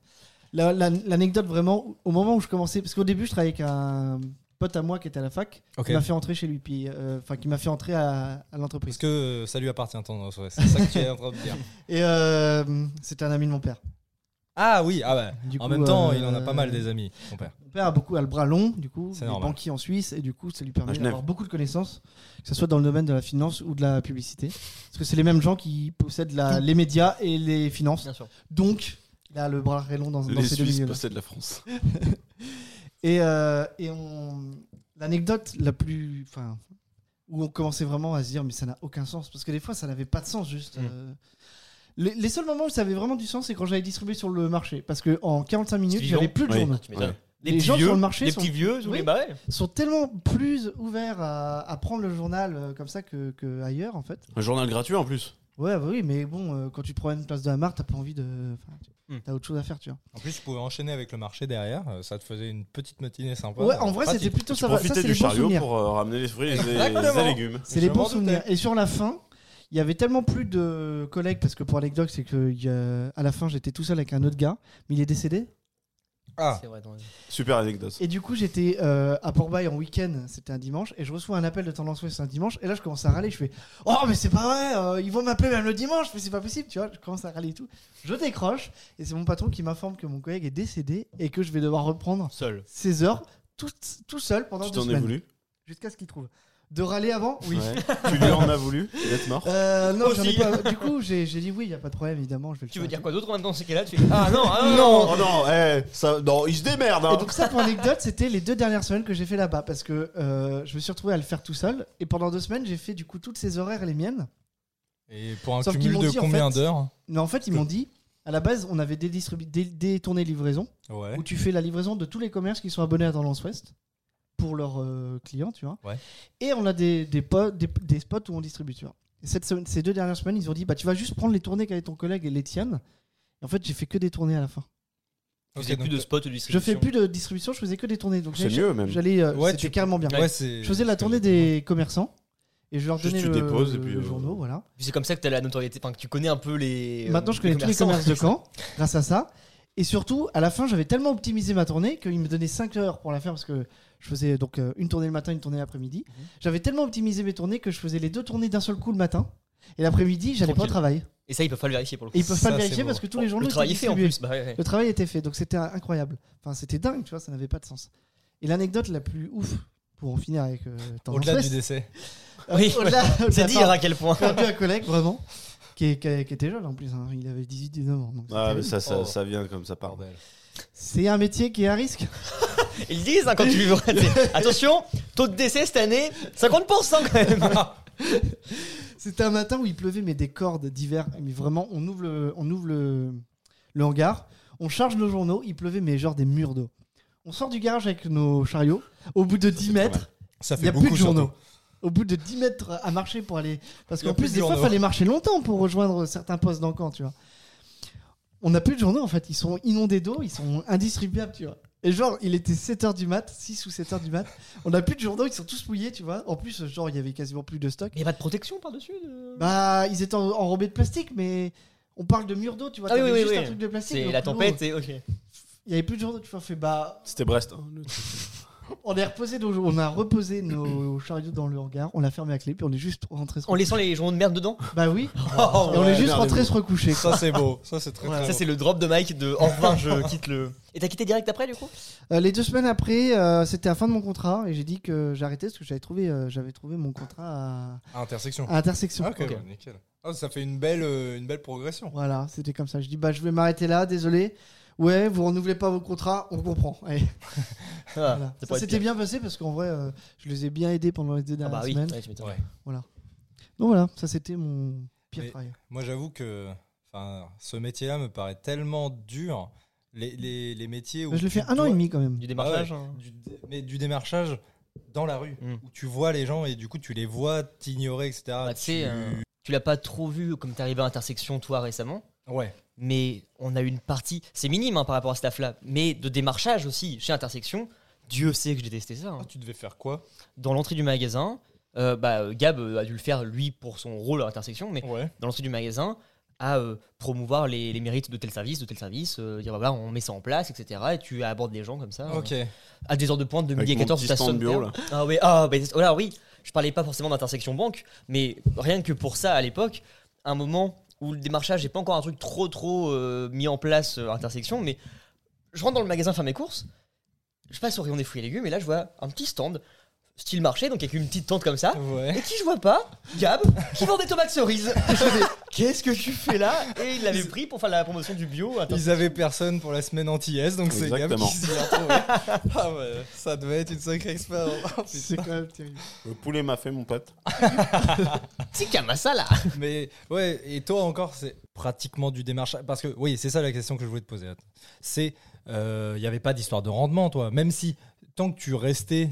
La- la- L'anecdote vraiment, au moment où je commençais, parce qu'au début, je travaillais avec un pote à moi qui était à la fac. Ok. qui m'a fait entrer chez lui, puis euh, enfin qui m'a fait entrer à, à Parce l'entreprise. que euh, ça lui appartient, tendance. Ouais. C'est ça que tu es en train de dire. Et euh, c'était un ami de mon père. Ah oui, ah ouais. Du en coup, même temps, euh, il en a pas mal des amis, mon père. Mon père a beaucoup a le bras long, du coup, il C'est est normal. banquier en Suisse, et du coup, ça lui À permet Genève. d'avoir beaucoup de connaissances, que ce soit dans le domaine de la finance ou de la publicité, parce que c'est les mêmes gens qui possèdent la- les médias et les finances. Bien sûr. Donc, il a le bras très long dans, dans Les ces deux Suisses milieux. possèdent la France. Et, euh, et on... l'anecdote la plus, enfin, où on commençait vraiment à se dire mais ça n'a aucun sens parce que des fois ça n'avait pas de sens juste. Mm. euh. Les, les seuls moments où ça avait vraiment du sens, c'est quand j'avais distribué sur le marché. Parce que en 45 minutes, Vivant. j'avais plus de Oui. journaux. Tu m'étonnes. Ouais. Les petits gens vieux, sur le marché les sont- petits vieux, tous Oui. les bah ouais. sont tellement plus ouverts à, à prendre le journal euh, comme ça que, que ailleurs en fait. Un journal gratuit en plus. Ouais, bah oui, mais bon, euh, quand tu te promènes place de la Mare, t'as pas envie de. enfin, tu- Mm. Hmm. T'as autre chose à faire, tu vois. En plus, tu pouvais enchaîner avec le marché derrière. euh, Ça te faisait une petite matinée sympa. Ah, Ouais, en Ah, vrai, c'était Pratique. plutôt ça. va- Ça, Profiter c'est les du bons chariot souvenirs. pour euh, ramener les fruits et les, Exactement. les légumes. C'est Je les bons m'en doutais. souvenirs. Et sur la fin, il y avait tellement plus de collègues parce que pour anecdote, c'est que il y a- à la fin, j'étais tout seul avec un autre gars, mais il est décédé. Ah, C'est vrai, attends. Super anecdote. Et du coup, j'étais euh, à Port-Bail en week-end, c'était un dimanche, et je reçois un appel de Tendance Ouest un dimanche, et là, je commence à râler. Je fais Oh, mais c'est pas vrai, euh, ils vont m'appeler même le dimanche, mais c'est pas possible, tu vois. Je commence à râler et tout. Je décroche, et c'est mon patron qui m'informe que mon collègue est décédé et que je vais devoir reprendre Seul. 16 heures tout, tout seul pendant Tu deux t'en es semaines. voulu Jusqu'à ce qu'il trouve. De râler avant Oui. Ouais. Tu lui en as voulu d'être mort Euh, non, j'en ai Aussi. pas- Du coup, j'ai j'ai dit oui, il a pas de problème, évidemment. Je vais le Tu faire. veux dire quoi d'autre en même temps C'est qu'elle là tu fais Ah non, ah non, non. Oh non, eh, ça, non, il se démerde. Euh, Et Hein. donc, ça, pour anecdote, c'était les deux dernières semaines que j'ai fait là-bas parce que euh, je me suis retrouvé à le faire tout seul. Et pendant deux semaines, j'ai fait du coup toutes ses horaires et les miennes. et pour un Sauf qu'ils cumul m'ont de dit, en combien fait- d'heures Mais en fait, ils m'ont dit à la base, on avait dédistribu- dé- détourné livraison Ouais. où tu fais la livraison de tous les commerces qui sont abonnés à Tendance Ouest pour leurs euh, clients, tu vois. Ouais. Et on a des, des, po- des- des spots où on distribue, tu vois. Et cette semaine- ces deux dernières semaines, ils ont dit bah, tu vas juste prendre les tournées qu'avait ton collègue et les tiennes. Et en fait, j'ai fait que des tournées à la fin. Vous Ok, avez plus donc, euh, de spots ou Je de distribution. fais plus de distribution, je faisais que des tournées. Donc C'est j'allais- mieux, même. J'allais, euh, Ouais, c'était tu- carrément bien. Ouais, c'est- Je faisais la tournée des commerçants et je leur Juste donnais tu le, déposes et le puis, euh, journaux, voilà. Puis C'est comme ça que t'as la notoriété, enfin que tu connais un peu les. euh, Maintenant, je connais tous les commerçants. commerces de Caen grâce à ça. Et surtout, à la fin, j'avais tellement optimisé ma tournée qu'ils me donnaient 5 heures pour la faire parce que je faisais donc euh, une tournée le matin, une tournée l'après-midi. J'avais tellement optimisé mes tournées que je faisais les deux tournées d'un seul coup le matin. Et l'après-midi, j'allais pas au Tranquille. travail. Et ça, ils peuvent pas le vérifier pour le coup. Et ils peuvent pas Ça, le c'est vérifier beau. parce que tous Bon, les journaux Le travail est étaient fait en distribués. plus. Bah, ouais, ouais. Le travail était fait, donc c'était incroyable. Enfin, c'était dingue, tu vois, ça n'avait pas de sens. Et l'anecdote la plus ouf, pour en finir avec euh, Tendance Au-delà du Ouest, décès. euh, Oui, au-delà- au-delà, C'est dire à quel point. perdu un collègue, vraiment, qui, est- qui est- qui était jeune en plus. hein. Il avait 18-19 ans. donc Ah, c'était- mais ça, ça, Oh. ça vient comme ça part. Bordel. C'est un métier qui est à risque. Ils disent hein, quand tu lui vois, c'est- Attention, taux de décès cette année, 50% quand même. C'était un matin où il pleuvait, mais des cordes d'hiver. Mais vraiment, on ouvre, le, on ouvre le, le hangar, on charge nos journaux, il pleuvait, mais genre des murs d'eau. On sort du garage avec nos chariots. Au bout de 10 mètres, Ça il n'y fait a plus de beaucoup journaux. surtout. Au bout de 10 mètres à marcher pour aller. Parce Il y a qu'en plus plus, de des fois, il journaux. fallait marcher longtemps pour rejoindre certains postes dans le camp, tu vois. On n'a plus de journaux, en fait. Ils sont inondés d'eau, ils sont indistribuables, tu vois. Et genre, il était 7h du mat, 6 ou 7h du mat. On n'a plus de journaux, ils sont tous mouillés, tu vois. En plus, genre, il y avait quasiment plus de stock. Il n'y a pas de protection par-dessus de- Bah, ils étaient en- enrobés de plastique, mais on parle de mur d'eau, tu vois. Ah oui, t'avais oui, juste oui, un oui. truc de plastique. C'est donc la l'eau, tempête, c'est ok. Il y avait plus de journaux, tu vois. Fait, bah, C'était Brest. hein, le- on est reposé, nos- on a reposé nos chariots dans le hangar, on l'a fermé à clé, puis on est juste rentré. se En laissant les journaux de merde dedans. Bah oui. Oh, Et on ouais, est juste merde, rentré les se recoucher. quoi. Ça, c'est beau. Ça, c'est très, Voilà. très Ça, beau. c'est le drop de Mike de enfin je quitte le. Et t'as quitté direct après du coup Euh, les deux semaines après, euh, c'était la fin de mon contrat et j'ai dit que j'arrêtais parce que j'avais trouvé, euh, j'avais trouvé mon contrat à, Ah, Intersection. à intersection. Ah, ok, bah, nickel. Ah, ça fait une belle, euh, une belle progression. Voilà, c'était comme ça. Je dis bah je vais m'arrêter là, désolé. Ouais, vous renouvelez pas vos contrats, on comprend. Allez, Ah, voilà. ça Ça pourrait être s'était pire. bien passé parce qu'en vrai, euh, je les ai bien aidés pendant les deux Ah dernières bah oui, semaines. ouais, tu m'étonnes. Ouais. Donc voilà, ça c'était mon pire Mais- travail. Moi, j'avoue que enfin, ce métier-là me paraît tellement dur. Les, les, les métiers où. Bah, je le tu fais un an et dois- demi quand même. Du démarchage. hein. du, dé- mais du démarchage dans la rue, Mm. où tu vois les gens et du coup tu les vois t'ignorer, etc. Bah, tu sais, Tu- euh, tu l'as pas trop vu comme t'es arrivé à Intersection toi récemment. Ouais, mais on a une partie, c'est minime hein, par rapport à ce taf-là, mais de démarchage aussi chez Intersection. Dieu sait que j'ai testé ça. hein. Ah, tu devais faire quoi Dans l'entrée du magasin, euh, bah, euh, Gab euh, a dû le faire lui pour son rôle à Intersection, mais Ouais. dans l'entrée du magasin, à euh, promouvoir les, les mérites de tel service, de tel service, euh, dire voilà, on met ça en place, etc. Et tu abordes les gens comme ça. euh, Ah. Ok. à des heures de pointe de Avec midi à mon 14 petit ça stand sonne bio, bien. là. Ah oui, ah ben, voilà, oui, je parlais pas forcément d'intersection banque, mais rien que pour ça à l'époque, un moment où le démarchage n'est pas encore un truc trop trop euh, mis en place euh, intersection, mais je rentre dans le magasin faire mes courses, je passe au rayon des fruits et légumes et là je vois un petit stand style marché, donc avec une petite tente comme ça. Ouais. Et qui je vois pas Gab, qui vend des tomates cerises. Je fais, Qu'est-ce que tu fais là Et il l'avait pris pour faire la promotion du bio. Attends. Ils avaient personne pour la semaine antillaise, donc c'est Gab Exactement. qui s'y est retrouvé. ah ouais, ça devait être une sacrée expérience. Oh, putain. C'est quand même terrible. Le poulet m'a fait, mon pote. C'est Kamasa là Mais ouais, et toi encore, c'est pratiquement du démarchage. Parce que oui, c'est ça la question que je voulais te poser. C'est, euh, il n'y avait pas d'histoire de rendement, toi. Même si, tant que tu restais,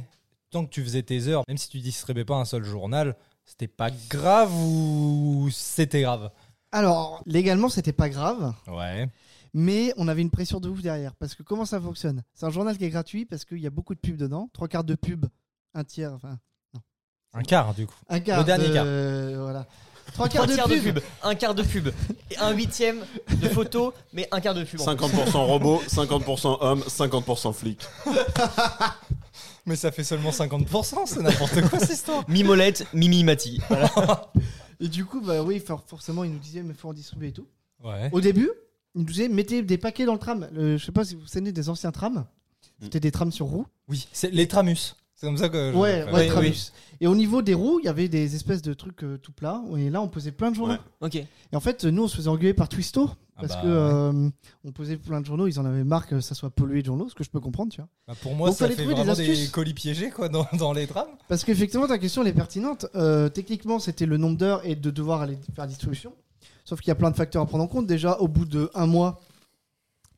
tant que tu faisais tes heures, même si tu distribuais pas un seul journal, c'était pas grave ou c'était grave Alors, légalement, c'était pas grave, Ouais. mais on avait une pression de ouf derrière. Parce que comment ça fonctionne C'est un journal qui est gratuit parce qu'il y a beaucoup de pubs dedans. Trois quarts de pub, un tiers, enfin, Un quart, du coup. un quart. Le dernier de- quart. Voilà. Trois Un quarts de tiers pub. un quart de pub, et un huitième de photo, mais un quart de pub. en 50% robot, 50% homme, 50% flic. Mais ça fait seulement 50%, c'est n'importe quoi cette histoire. plus. Mimolette, Mimi Mati. Et du coup, bah oui, for- forcément, ils nous disaient, mais faut en distribuer et tout. Ouais. Au début, ils nous disaient, mettez des paquets dans le tram. Le- je sais pas si vous vous souvenez des anciens trams. C'était des trams sur roues. Oui, c'est les tramus. C'est comme ça que. je- Ouais, ouais, oui, trams. oui. Et au niveau des roues, il y avait des espèces de trucs euh, tout plats. Et là, on posait plein de journaux. Ouais. Ok. Et en fait, nous, on se faisait engueuler par Twisto. Ah Parce bah, que euh, on posait plein de journaux, ils en avaient marre que ça soit pollué de journaux, ce que je peux comprendre, tu vois. bah, pour moi, Donc, ça fallait fait trouver des vraiment des, astuces. colis piégés quoi, dans, dans les trams. Parce qu'effectivement, ta question elle est pertinente. Euh, techniquement, c'était le nombre d'heures et de devoir aller faire distribution. Sauf qu'il y a plein de facteurs à prendre en compte. Déjà, au bout de un mois,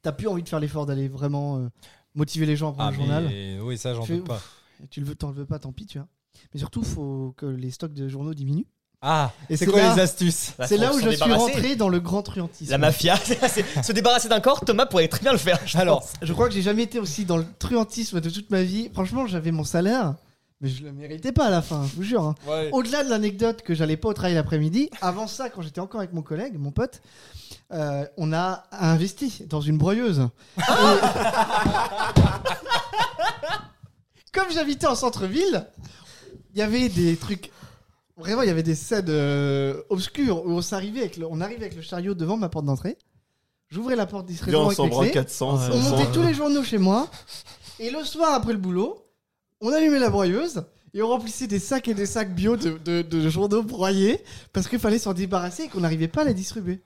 t'as plus envie de faire l'effort d'aller vraiment euh, motiver les gens à prendre le journal. Ah, mais oui, ça, j'en Tu- doute pas. Et Tu le veux, t'en le veux pas, tant pis, tu vois. Mais surtout, faut que les stocks de journaux diminuent. Ah, Et c'est c'est quoi là- les astuces Bah, C'est faut là où s'en je suis débarrasser. rentré dans le grand truandisme. La mafia, c'est- c'est- se débarrasser d'un corps, Thomas pourrait très bien le faire. je Alors, pense. Je crois que j'ai jamais été aussi dans le truandisme de toute ma vie. Franchement, j'avais mon salaire, mais je le méritais pas à la fin, je vous jure. hein. Ouais. Euh. Au-delà de l'anecdote que j'allais pas au travail l'après-midi, avant ça, quand j'étais encore avec mon collègue, mon pote, euh, on a investi dans une broyeuse. Et- Comme j'habitais en centre-ville, il y avait des trucs. Vraiment, il y avait des scènes euh, obscures où on s'arrivait avec le, on arrivait avec le chariot devant ma porte d'entrée. J'ouvrais la porte Viens, discrètement on avec s'en mes branle clés. 400, On 500. montait tous les journaux chez moi. Et le soir, après le boulot, on allumait la broyeuse et on remplissait des sacs et des sacs bio de, de- de journaux broyés parce qu'il fallait s'en débarrasser et qu'on n'arrivait pas à les distribuer.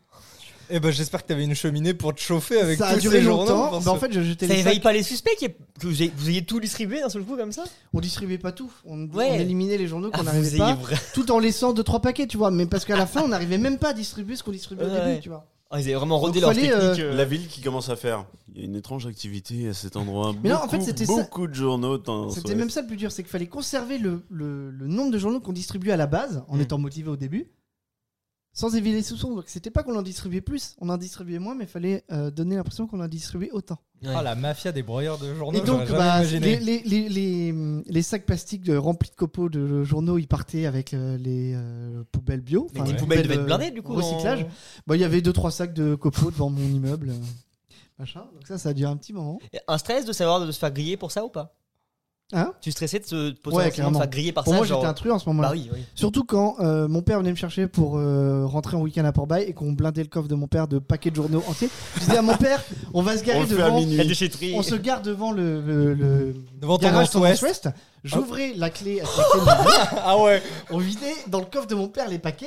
Eh ben, j'espère que t'avais une cheminée pour te chauffer avec ça a tous duré ces journaux. longtemps. parce mais en que- fait, je jetais Ça les éveille sacs. pas les suspects qu'il y ait- que vous ayez, vous ayez tout distribué d'un seul coup comme ça On distribuait pas tout. On, Ouais. on éliminait les journaux qu'on Ah, n'arrivait vous pas, ayez vra- tout en laissant deux trois paquets, tu vois. Mais parce qu'à la fin, on n'arrivait même pas à distribuer ce qu'on distribuait au Ouais, début, ouais. tu vois. Ah, ils avaient vraiment rodé leur Donc, technique. fallait, euh, euh. La ville qui commence à faire. Il y a une étrange activité à cet endroit. Mais non, en beaucoup, fait, c'était ça. beaucoup de journaux. tendance C'était ouest. même ça le plus dur, c'est qu'il fallait conserver le, le- le nombre de journaux qu'on distribuait à la base, en Mm. étant motivé au début, sans éveiller les soupçons. Donc c'était pas qu'on en distribuait plus, on en distribuait moins, mais il fallait euh, donner l'impression qu'on en distribuait autant. Ouais. Ah, la mafia des broyeurs de journaux. Et donc, j'aurais jamais bah, imaginé. les, les- les- les, hum, les sacs plastiques de- remplis de copeaux de journaux, ils partaient avec euh, les euh, poubelles bio. Mais enfin, des les poubelles devaient euh, être blindées du coup. Recyclage. Bah, dans- Il y avait deux trois sacs de copeaux devant mon immeuble. euh, machin. Donc ça, ça a duré un petit moment. Et Un stress de savoir de se faire griller pour ça ou pas Hein Tu stressais de se Ouais, potentiellement de clairement. se faire griller par Pour Ah, ça moi, genre... j'étais un truc en ce moment-là. Bah oui, oui. Surtout quand euh, mon père venait me chercher pour euh, rentrer en week-end à Port-Bail et qu'on blindait le coffre de mon père de paquets de journaux entiers. Je disais à mon père, on va se On garer le fait à devant. minuit. La déchetterie. On se gare devant le, le- le Devant ton garage Tendance Tendance Ouest. J'ouvrais la clé à cette clé de mon père. Ah ouais. On vidait dans le coffre de mon père les paquets.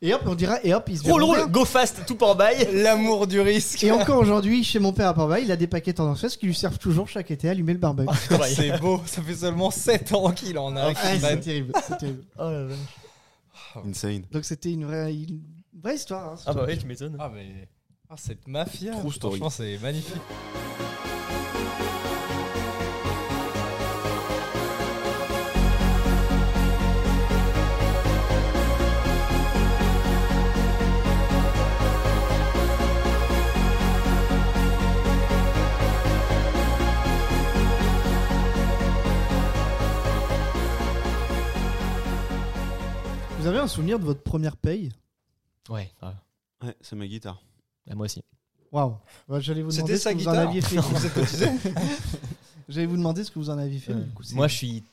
Et hop, on dira, et hop, ils se Roll, verront roll, bien. Oh, go fast, tout par bail. L'amour du risque. Et encore aujourd'hui, chez mon père à Port-Bail, il a des paquets Tendance Ouest qui lui servent toujours chaque été à allumer le barbecue. C'est beau. Ça fait seulement 7 ans qu'il en a. Ah, c'est terrible, c'est terrible. Insane. Donc c'était une vraie, une vraie histoire. hein. Ah bah ouais, tu m'étonnes. Ah mais ah, cette mafia. True story. Franchement, c'est magnifique. Vous avez un souvenir de votre première paye Ouais, Bah, Ouais, c'est ma guitare. moi aussi. Waouh. Bah, J'allais vous C'était demander ce sa que vous en guitare. aviez fait. Vous êtes cotisé J'allais vous demander ce que vous en aviez fait. mais du coup, c'est- Moi, je suis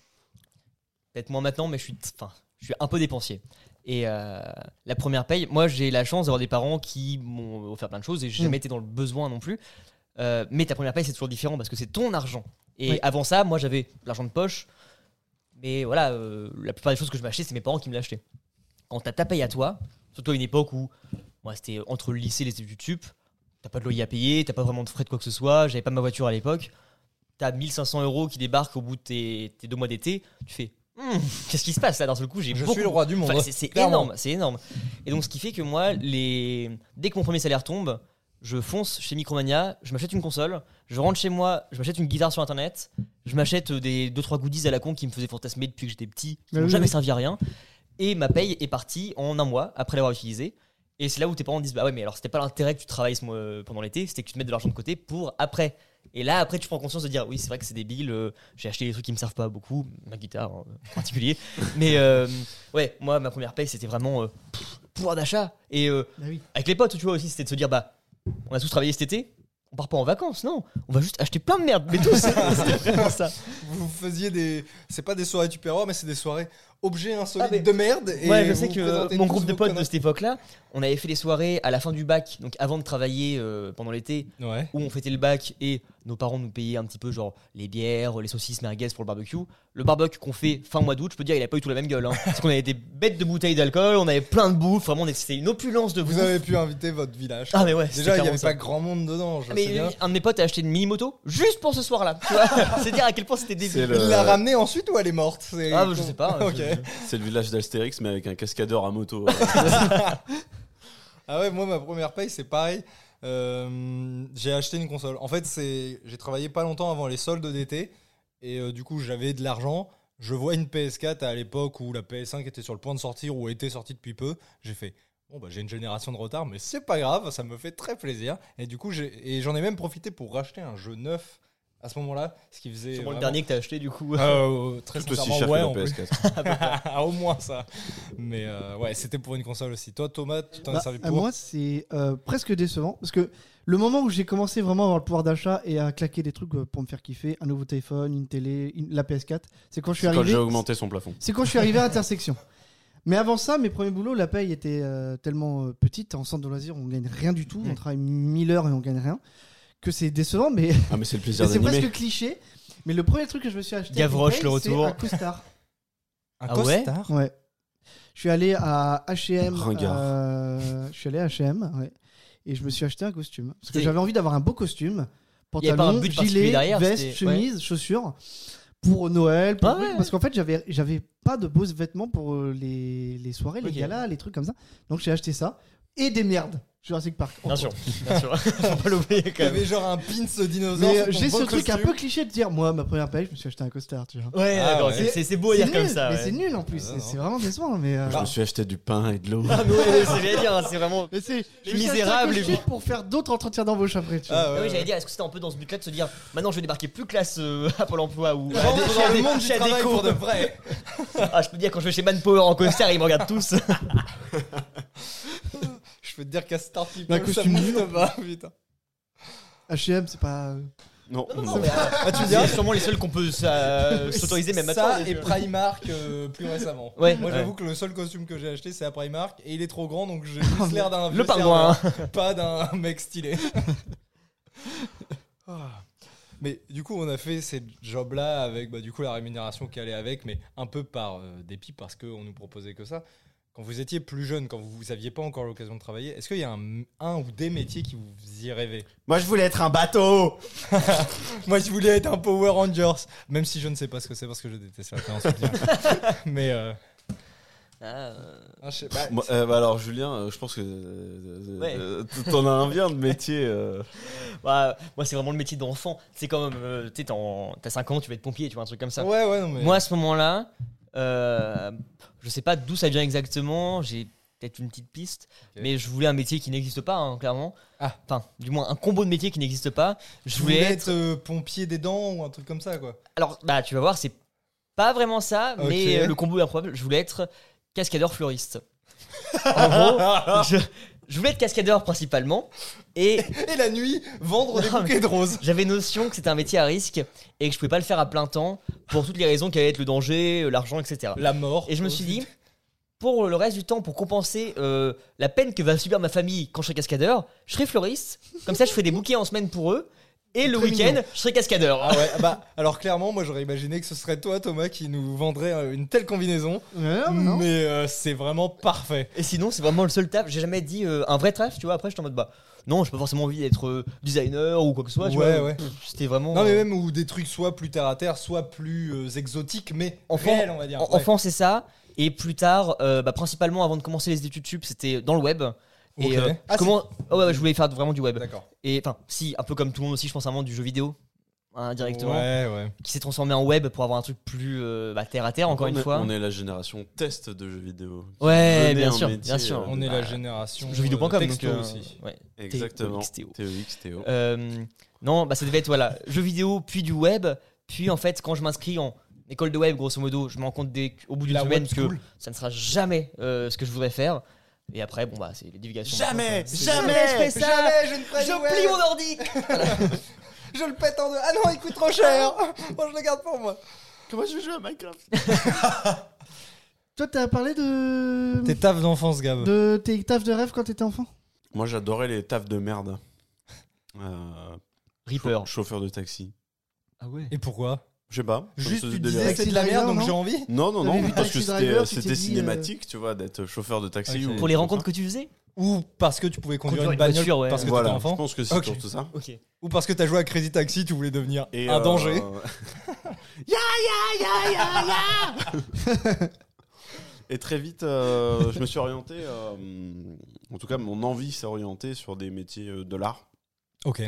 peut-être moins maintenant, mais je suis, enfin, je suis un peu dépensier. Et euh, la première paye, moi, j'ai la chance d'avoir des parents qui m'ont offert plein de choses et j'ai Mm. jamais été dans le besoin non plus. Euh, mais ta première paye, c'est toujours différent parce que c'est ton argent. Et Oui. avant ça, moi, j'avais l'argent de poche. Mais voilà, euh, la plupart des choses que je m'achetais, c'est mes parents qui me l'achetaient. Quand t'as ta paye à toi, surtout à une époque où moi c'était entre le lycée et les études sup, t'as pas de loyer à payer, t'as pas vraiment de frais de quoi que ce soit, j'avais pas ma voiture à l'époque, t'as 1500 euros qui débarquent au bout de tes, tes deux mois d'été, tu fais Hmm, qu'est-ce qui se passe là d'un seul coup J'ai Je beaucoup- suis le roi du monde. Enfin, c'est- c'est clairement. énorme, c'est énorme. Et donc, ce qui fait que moi, les... dès que mon premier salaire tombe, je fonce chez Micromania, je m'achète une console, je rentre chez moi, je m'achète une guitare sur internet, je m'achète des deux trois goodies à la con qui me faisaient fantasmer depuis que j'étais petit, qui Bah n'ont oui, jamais oui. servi à rien. Et ma paye est partie en un mois après l'avoir utilisée. Et c'est là où tes parents disent Bah ouais, mais alors c'était pas l'intérêt que tu travailles ce mois- euh, pendant l'été, c'était que tu te mettes de l'argent de côté pour après. Et là, après, tu prends conscience de dire Oui, c'est vrai que c'est débile, euh, j'ai acheté des trucs qui me servent pas beaucoup, ma guitare hein, en particulier. mais euh, ouais, moi, ma première paye, c'était vraiment euh, pff, pouvoir d'achat. Et euh, Bah oui. avec les potes, tu vois aussi, c'était de se dire Bah, on a tous travaillé cet été, on part pas en vacances, non, on va juste acheter plein de merde, mais tous, c'était vraiment ça. Vous faisiez des. C'est pas des soirées Tupperware, mais c'est des soirées objets insolites Ah, mais- de merde. Et Ouais, je vous sais que présentez euh, mon tous groupe de vos potes de conneries. cette époque-là, on avait fait les soirées à la fin du bac, donc avant de travailler euh, pendant l'été, Ouais. où on fêtait le bac et nos parents nous payaient un petit peu, genre les bières, les saucisses merguez pour le barbecue. Le barbecue qu'on fait fin mois d'août, je peux dire, il a pas eu tout la même gueule. Hein. Parce qu'on avait des bêtes de bouteilles d'alcool, on avait plein de bouffe, vraiment, on était- c'était une opulence de Vous bouffe. avez pu inviter votre village. Ah, mais ouais, c'était Déjà, il n'y clairement avait ça. pas grand monde dedans. Je Ah, sais bien. mais un de mes potes a acheté une mini moto juste pour ce soir-là. tu vois. C'est dire à quel point c'était C'est débile. le- Il l'a ramenée ensuite ou elle est morte C'est- Ah, je sais pas. Ok. je- C'est le village d'Astérix, mais avec un cascadeur à moto. euh, Ah ouais, moi ma première paye c'est pareil. Euh, j'ai acheté une console. En fait, c'est j'ai travaillé pas longtemps avant les soldes d'été et euh, du coup j'avais de l'argent. Je vois une PS4 à l'époque où la PS5 était sur le point de sortir ou était sortie depuis peu. J'ai fait bon bah j'ai une génération de retard, mais c'est pas grave, ça me fait très plaisir. Et du coup j'ai et j'en ai même profité pour racheter un jeu neuf à ce moment-là, ce qui faisait Sûrement le vraiment- dernier que t'as acheté, du coup. Euh, très tout aussi sincèrement, cher ouais, que en la plus. Ah, PS4. au moins ça. Mais euh, ouais, c'était pour une console aussi. Toi Thomas, tu t'en Bah, as servi à pour moi, c'est euh, presque décevant parce que le moment où j'ai commencé vraiment à avoir le pouvoir d'achat et à claquer des trucs euh, pour me faire kiffer, un nouveau téléphone, une télé, une- la PS4, c'est quand je suis Quand j'ai arrivé. augmenté son plafond. C'est quand je suis arrivé à Intersection. Mais avant ça, mes premiers boulots, la paye était euh, tellement euh, petite. En centre de loisirs, on gagne rien du tout. On Mm. travaille 1000 heures et on gagne rien. Que c'est décevant, mais Ah, mais c'est le plaisir c'est d'animer. presque cliché. Mais le premier truc que je me suis acheté, avec Gavroche, une paye, le c'est retour. un costard. un Ah ouais costard Ouais. Je suis allé à H&M. Ringard. euh, je suis allé à H&M, ouais. Et je me suis acheté un costume parce que C'est- j'avais envie d'avoir un beau costume, Il y avait pas un pantalon, but particulier gilet, derrière, veste, c'était- chemise, chaussures pour Noël, pour- Ah ouais. parce qu'en fait j'avais j'avais pas de beaux vêtements pour euh, les, les soirées, les Ok. galas, les trucs comme ça. Donc j'ai acheté ça et des merdes Jurassic Park. Bien sûr, bien sûr. Faut pas l'oublier Il quand y même. avait genre un pins dinosaure. Mais euh, sur ton j'ai ce beau truc un costume. peu cliché de dire moi ma première paye je me suis acheté un costard, tu vois. Ouais, Ah d'accord, ouais. c'est- c'est- c'est beau à dire C'est comme nul, ça. mais ouais. Bah, c'est nul en plus, Ah, c'est- non. c'est vraiment décevant mais euh, Je me suis acheté du pain et de l'eau. Ah, mais ouais, ouais, c'est bien à dire, hein, c'est vraiment. Mais c'est je Les me suis acheté un misérables, les costume gros. pour faire d'autres entretiens d'embauche après. Tu vois. Ah ouais, Ah oui, ouais. j'allais dire, est-ce que c'était un peu dans ce but-là de se dire, maintenant je vais débarquer plus classe euh, à Pôle emploi ou Genre, à- dans à- Bah, le monde du chez Adéco. travail pour de vrai. Ah, je peux dire, quand je vais chez Manpower en costard, ils me regardent tous. Je peux te dire qu'à Star Un People, ça costume nul. monte pas, putain. Ah. H&M, c'est pas. Non, Non, non, mais, euh, Ah, tu me c'est diras sûrement les seuls qu'on peut s'a- s'autoriser même maintenant. Ça et Primark euh, plus récemment. Ouais. Moi, Ouais. j'avoue que le seul costume que j'ai acheté, c'est à Primark et il est trop grand donc j'ai juste l'air d'un vieux Le pingouin. serveur, pas d'un mec stylé. Ah. Mais du coup, on a fait ces jobs-là avec bah, du coup la rémunération qui allait avec, mais un peu par euh, dépit parce qu'on nous proposait que ça. Quand vous étiez plus jeune, quand vous n'aviez pas encore l'occasion de travailler, est-ce qu'il y a un, un ou des métiers qui vous y rêvaient Moi, je voulais être un bateau Moi, je voulais être un Power Rangers, même si je ne sais pas ce que c'est parce que je déteste la référence. mais euh, Ah, euh, ah, je sais pas. Moi, euh, bah alors, Julien, euh, je pense que euh, Ouais. euh, t'en as un bien de métier. euh. bah, moi, c'est vraiment le métier d'enfant. C'est comme, euh, tu sais, t'en- t'as 5 ans, tu vas être pompier, tu vois, un truc comme ça. Ouais, ouais, non, mais. Moi, à ce moment-là, euh, je sais pas d'où ça vient exactement. J'ai peut-être une petite piste, Ok. mais je voulais un métier qui n'existe pas, hein, clairement. Ah. Enfin, du moins un combo de métiers qui n'existe pas. je voulais être euh, pompier des dents ou un truc comme ça, quoi. Alors, bah, tu vas voir, c'est pas vraiment ça, Ok. mais euh, le combo est improbable. Je voulais être cascadeur fleuriste. en gros, je, je voulais être cascadeur principalement, et Et la nuit, vendre des Non, bouquets de roses. j'avais notion que c'était un métier à risque et que je pouvais pas le faire à plein temps pour toutes les raisons qui allaient être le danger, euh, l'argent, etc. La mort. Et je me suis dit, pour le reste du temps, pour compenser euh, la peine que va subir ma famille quand je serai cascadeur, je serai fleuriste. Comme ça, je ferai des bouquets en semaine pour eux. Et le Très week-end, mignon. je serai cascadeur. Ah ouais, bah, alors clairement, moi j'aurais imaginé que ce serait toi, Thomas, qui nous vendrait euh, une telle combinaison. Ouais, non, non. Mais euh, c'est vraiment parfait. Et sinon, c'est vraiment le seul taf. J'ai jamais dit euh, un vrai taf, tu vois. Après, j'étais en mode, bah, non, j'ai pas forcément envie d'être euh, designer ou quoi que ce soit. tu Ouais, vois. ouais. Pff, C'était vraiment. Non, mais euh, même où des trucs soit plus terre à terre, soit plus euh, exotiques, mais Enfant- réels, on va dire. en- Ouais. Enfant, c'est ça. Et plus tard, euh, bah, principalement avant de commencer les études sup, c'était dans le web. Ok. Et euh, Ah, comment oh, ouais, ouais, je voulais faire vraiment du web. D'accord. Et enfin, si, un peu comme tout le monde aussi, je pense à un monde du jeu vidéo hein, directement, Ouais, ouais. qui s'est transformé en web pour avoir un truc plus euh, bah, terre à terre, encore on une est, fois. On est la génération test de jeux vidéo. Ouais, Venez bien un sûr, métier, bien sûr. euh, On est Bah, la génération. jeuxvideo.com, euh, donc texto euh, aussi. ouais. Exactement. TXTO. TEXTO. Euh, non, bah ça devait être voilà, jeux vidéo, puis du web, puis en fait quand je m'inscris en école de web, grosso modo, je me rends compte dès, au bout d'une La semaine web que school. ça ne sera jamais euh, ce que je voudrais faire. Et après, bon bah c'est les divulgations. Jamais, C'est- jamais, je fais ça. Jamais je ne ferai du Je web. plie mon ordi. Je le pète en deux. Ah non, il coûte trop cher. Moi, je le garde pour moi. Comment je joue à Minecraft Toi, t'as parlé de... Tes taf d'enfance, Gab. de tes tafs de rêve quand t'étais enfant Moi, j'adorais les tafs de merde. Euh, Reaper. chau- Chauffeur de taxi. Ah ouais. Et pourquoi Je sais pas. ça me Juste, faisait tu délirer. disais c'est de la Taxi driver, merde, donc non j'ai envie. Non, non, T'avais non, vu parce Taxi que c'était Driver, tu t'es c'était dit, euh, cinématique, tu vois, d'être chauffeur de taxi. Ok. ou Pour les comme rencontres ça. que tu faisais Ou parce que tu pouvais conduire Conduire une une bagnole voiture, ouais. parce que Voilà, t'étais je enfant. pense que c'est Ok. surtout ça. Ok. Ou parce que t'as joué à Crazy Taxi, tu voulais devenir Et, un euh, danger. Ya, ya, ya, ya, ya. Et très vite, euh, je me suis orienté. euh, en tout cas, mon envie s'est orientée sur des métiers euh, de l'art. Ok,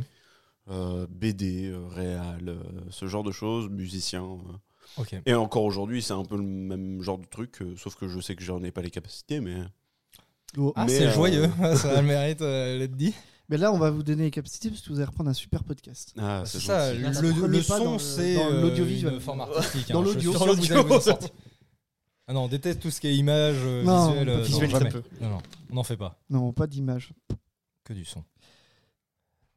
Euh, BD, euh, réal, euh, ce genre de choses, musicien. euh. ok. Et encore aujourd'hui, c'est un peu le même genre de truc, euh, sauf que je sais que j'en ai pas les capacités, mais. euh, Ah, Mais, c'est euh, joyeux, ça a le mérite euh, d'être dit. Mais là, on va vous donner les capacités parce que vous allez reprendre un super podcast. Ah, c'est c'est ça, gentil. le, Ça le prenait pas dans son, le- c'est dans euh, l'audiovisuel. une forme artistique. Dans hein, je suis l'audio. sûr que vous allez vous en sortir. Ah non, on déteste tout ce qui est image, euh, Non, visuel. euh, visuel, non, très jamais. Non, non, on n'en fait pas, Non, pas d'image. que du son.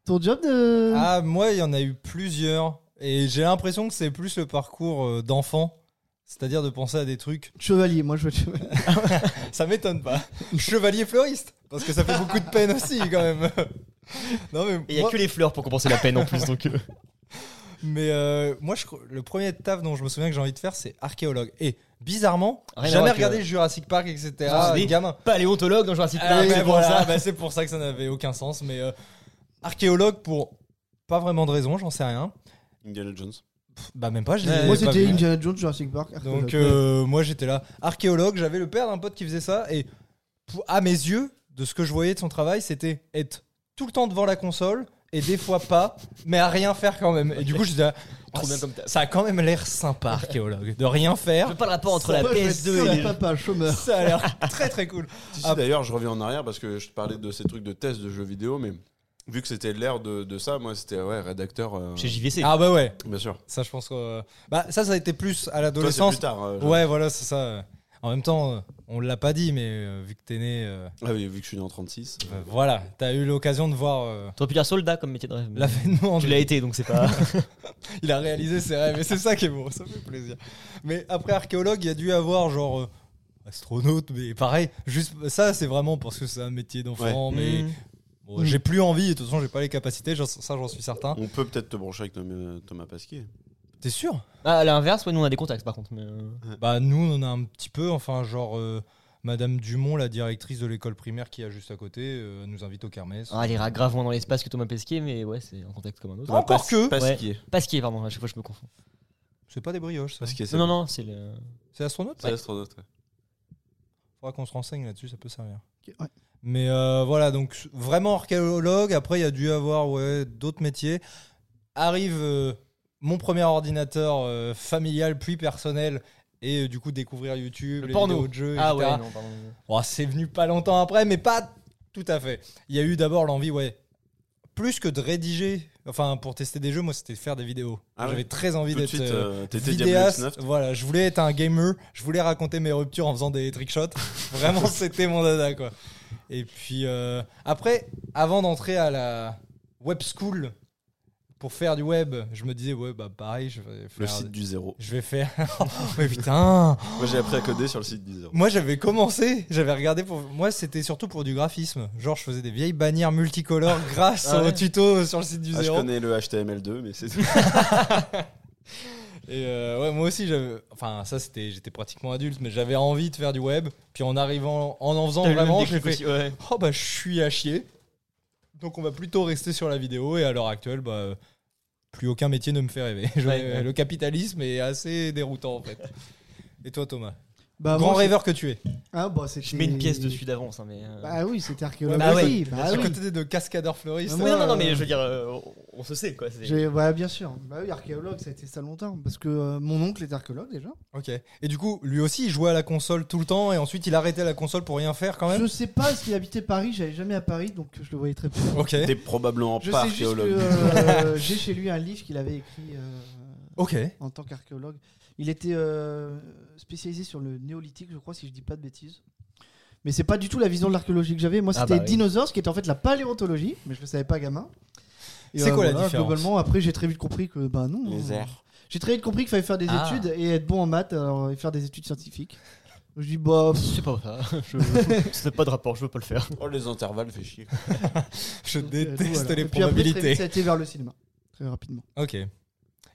Ton job de. Ah, moi, il y en a eu plusieurs. Et j'ai l'impression que c'est plus le parcours euh, d'enfant. C'est-à-dire de penser à des trucs. Chevalier, moi je veux être chevalier. Ça m'étonne pas. Chevalier fleuriste. Parce que ça fait beaucoup de peine aussi, quand même. non, mais. Et il y a moi- que les fleurs pour compenser la peine en plus donc. euh. Mais euh, moi, je, cro- le premier taf dont je me souviens que j'ai envie de faire, c'est archéologue. Et bizarrement, Rien à voir jamais avec, euh, regardé Jurassic Park, etc. Ah, oui. gamin. Paléontologue dans Jurassic Ah, Park. mais c'est pour voilà, ça. bah, c'est pour ça que ça n'avait aucun sens. Mais euh, archéologue pour pas vraiment de raison, j'en sais rien. Indiana Jones. Pff, Bah même pas. Je Ouais, l'ai Moi pas vu. c'était Indiana Jones, Jurassic Park. Donc archéologue. euh, moi j'étais là, archéologue. J'avais le père d'un pote qui faisait ça et pour- à mes yeux, de ce que je voyais de son travail, c'était être tout le temps devant la console et des fois pas, mais à rien faire quand même. Et du coup je disais, ah, Trop bien ça- comme taf. ça a quand même l'air sympa archéologue, de rien Je veux faire. pas le rapport entre Moi, la je veux être PS2 et les- papa, chômeur. Ça a l'air très très cool. Si, si, Ah. D'ailleurs, je reviens en arrière parce que je te parlais de ces trucs de tests de jeux vidéo, mais vu que c'était l'ère de, de ça, moi c'était ouais, rédacteur. euh, chez JVC. Ah bah ouais, Bien sûr. ça je pense que euh, bah ça ça a été plus à Toi, c'est l'adolescence. plus tard. euh, genre. Ouais voilà c'est ça. En même temps, euh, on l'a pas dit, mais euh, vu que t'es né, euh, Ah oui, vu que je suis né en 36. euh, voilà, t'as eu l'occasion de voir euh, T'aurais pu dire soldat comme métier de rêve. mais l'avènement Tu de l'as été donc c'est pas. Il a réalisé ses rêves et c'est ça qui est bon, ça fait plaisir. Mais après archéologue, il y a dû avoir genre euh, astronaute, mais pareil, juste ça c'est vraiment parce que c'est un métier d'enfant, mais Mm. bon, j'ai plus envie et de toute façon j'ai pas les capacités, j'en- ça j'en suis certain. On peut peut-être te brancher avec Tom- Thomas Pasquier. T'es sûr Ah, à l'inverse, ouais, nous on a des contacts par contre. Mais... euh, Bah nous on en a un petit peu, enfin genre euh, Madame Dumont, la directrice de l'école primaire qui est juste à côté, euh, nous invite au kermesse. Ah, elle ira grave moins dans l'espace que Thomas Pesquet, mais ouais, c'est un contact comme un Bah, autre. Encore que Pasquier. Pasquier, pardon, à chaque fois je me confonds. C'est pas des brioches, ça. Pasquier, c'est Non, non, non, c'est le. C'est astronaute c'est astronaute. ouais. faudra qu'on se renseigne là-dessus, ça peut servir. Ok, ouais. Mais euh, voilà, donc vraiment archéologue. Après, il y a dû avoir ouais, d'autres métiers. Arrive euh, mon premier ordinateur euh, familial puis personnel et euh, du coup découvrir YouTube, Le les porno. vidéos de jeux, Ah etc. ouais, non, pardon. Oh, c'est venu pas longtemps après, mais pas tout à fait. Il y a eu d'abord l'envie, ouais, plus que de rédiger. Enfin, pour tester des jeux, moi, c'était faire des vidéos. Ah ouais. J'avais très envie Tout de d'être suite, euh, euh, t'étais Diablo vidéaste. 19. Voilà, je voulais être un gamer, je voulais raconter mes ruptures en faisant des trickshots. Vraiment, c'était mon dada, quoi. Et puis, euh, après, avant d'entrer à la web school, pour faire du web, je me disais, ouais, bah pareil, je vais faire. Le site du zéro. Je vais faire. mais putain Moi, j'ai appris à coder sur le site du zéro. Moi, j'avais commencé, j'avais regardé pour. Moi, c'était surtout pour du graphisme. Genre, je faisais des vieilles bannières multicolores grâce Ah ouais. au tuto sur le site du Ah, je zéro. connais le HTML2, mais c'est. Et euh, ouais, moi aussi, j'avais. Enfin, ça, c'était. J'étais pratiquement adulte, mais j'avais envie de faire du web. Puis en arrivant, en en faisant T'as eu le vraiment, même j'ai déclic fait. aussi, ouais. Oh bah je suis à chier. Donc on va plutôt rester sur la vidéo et à l'heure actuelle, bah, euh, plus aucun métier ne me fait rêver. Je- Ouais, ouais. Le capitalisme est assez déroutant en fait. Et toi Thomas Bah, Grand moi, c'est- rêveur que tu es. Ah, bah, c'était- Je mets une pièce dessus d'avance, hein, mais. euh, Bah oui, c'était archéologie. Ah ouais, bah à oui. côté de cascadeur fleuriste. Mais Oui, moi, non, non, non, euh, mais je veux dire, euh, on- on se sait quoi. c'est- J'ai- ouais, bien sûr. Bah oui, archéologue, ça a été ça longtemps. Parce que euh, mon oncle est archéologue déjà. Ok. Et du coup, lui aussi, il jouait à la console tout le temps et ensuite il arrêtait la console pour rien faire quand même. Je sais pas s'il habitait Paris, j'allais jamais à Paris, donc je le voyais très peu. Ok. T'es probablement Je pas sais juste que archéologue. euh, j'ai chez lui un livre qu'il avait écrit euh, Ok. en tant qu'archéologue. Il était euh, spécialisé sur le néolithique, je crois, si je dis pas de bêtises. Mais c'est pas du tout la vision de l'archéologie que j'avais. Moi, Ah c'était bah oui. dinosaures, ce qui était en fait la paléontologie, mais je le savais pas gamin. Et, euh, C'est quoi la différence Globalement, après, j'ai très vite compris que bah non. Les airs. J'ai très vite compris qu'il fallait faire des Ah. études et être bon en maths alors, et faire des études scientifiques. Je dis bah pff, C'est pas ça. C'est pas de rapport, je veux pas le faire. Oh, les intervalles, fait chier. Je donc, euh, déteste voilà. les Et puis après, très vite, probabilités. ça a été vers le cinéma très rapidement. Ok.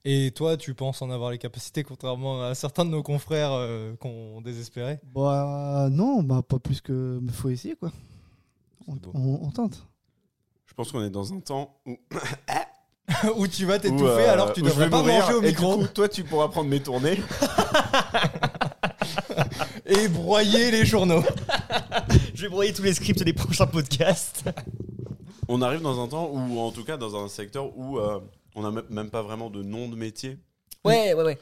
Et toi, tu penses en avoir les capacités, contrairement à certains de nos confrères euh, qu'on désespérait Bah non, bah pas plus que mais faut essayer quoi. On, beau. on- on tente. Je pense qu'on est dans un temps où. où tu vas où, t'étouffer euh, alors que tu où devrais je vais pas mourir, manger au et micro Du coup, toi, tu pourras prendre mes tournées. et broyer les journaux. Je vais broyer tous les scripts des prochains podcasts. On arrive dans un temps où, en tout cas, dans un secteur où euh, on n'a même pas vraiment de nom de métier. Ouais, ouais, ouais.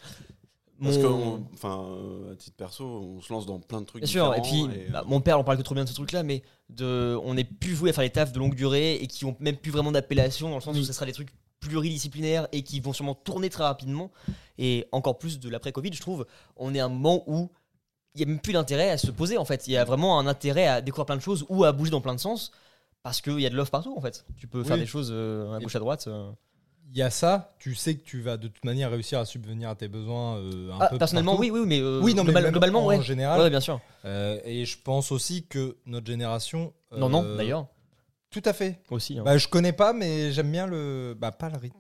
Parce Mon- que, on- enfin, euh, à titre perso, on se lance dans plein de trucs. Bien sûr, et puis différents euh, bah, mon père, on parle que trop bien de ce truc-là, mais de, on n'est plus voué à faire des tafs de longue durée et qui ont même plus vraiment d'appellation, dans le sens Mm. où ce sera des trucs pluridisciplinaires et qui vont sûrement tourner très rapidement. Et encore plus de l'après-Covid, je trouve, on est à un moment où il n'y a même plus d'intérêt à se poser, en fait. Il y a vraiment un intérêt à découvrir plein de choses ou à bouger dans plein de sens, parce qu'il y a de l'offre partout, en fait. Tu peux faire Oui. des choses euh, à Et- gauche, à droite. euh. Il y a ça, tu sais que tu vas de toute manière réussir à subvenir à tes besoins euh, un Ah, peu. personnellement, partout. oui, oui, mais, euh, Oui, non, mais global- même globalement, en ouais. général. Ouais, ouais, bien sûr. Euh, et je pense aussi que notre génération. euh, Non, non, d'ailleurs, Tout à fait. aussi. hein. Bah, je connais pas, mais j'aime bien le. Bah, pas le rythme.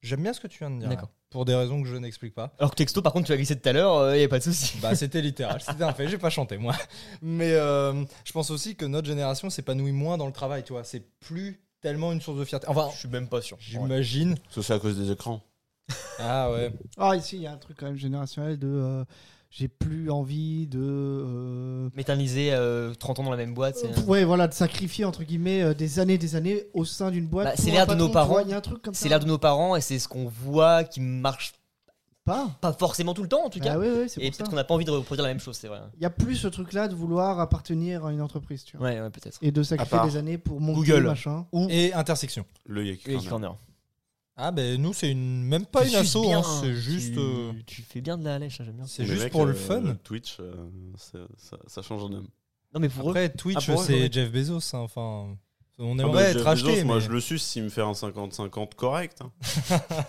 J'aime bien ce que tu viens de dire. D'accord. là, Pour des raisons que je n'explique pas. Alors que texto, par contre, tu as glissé tout à l'heure, il n'y a pas de souci. Bah, c'était littéral, c'était un fait, j'ai pas chanté moi. Mais euh, je pense aussi que notre génération s'épanouit moins dans le travail, tu vois. C'est plus tellement une source de fierté. Enfin, Je suis même pas sûr. j'imagine. Ça, c'est à cause des écrans. Ah ouais. Ah ici il y a un truc quand même générationnel de euh, j'ai plus envie de euh, M'éterniser euh, 30 ans dans la même boîte, Oh, c'est. ouais voilà de sacrifier entre guillemets euh, des années des années au sein d'une boîte. Bah, c'est pour l'air un de patron, nos tu vois, parents. Il y a un truc comme ça. C'est l'air de nos parents et c'est ce qu'on voit qui marche pas. pas forcément tout le temps en tout cas. Bah ouais, ouais, c'est et pour ça. peut-être qu'on n'a pas envie de reproduire la même chose, c'est vrai. Il y a plus ce truc là de vouloir appartenir à une entreprise tu vois. Ouais, ouais, peut-être. Et de À sacrifier part des années pour monter Google. machin. Et intersection. Le Et Yaki. corner. Ah ben nous c'est une même pas Tu une suces asso, bien, hein, c'est juste Tu, euh, tu fais bien de la lèche, hein, j'aime bien. c'est juste pour le fun. Twitch, euh, c'est- ça, ça change en homme. Non, mais pour Après Twitch Ah, pour eux, c'est ouais. Jeff Bezos, hein, enfin on Ah, aimerait bah, être Jeff acheté. Bezos, Moi, mais- je le suce s'il me fait un 50-50 correct. hein. Ah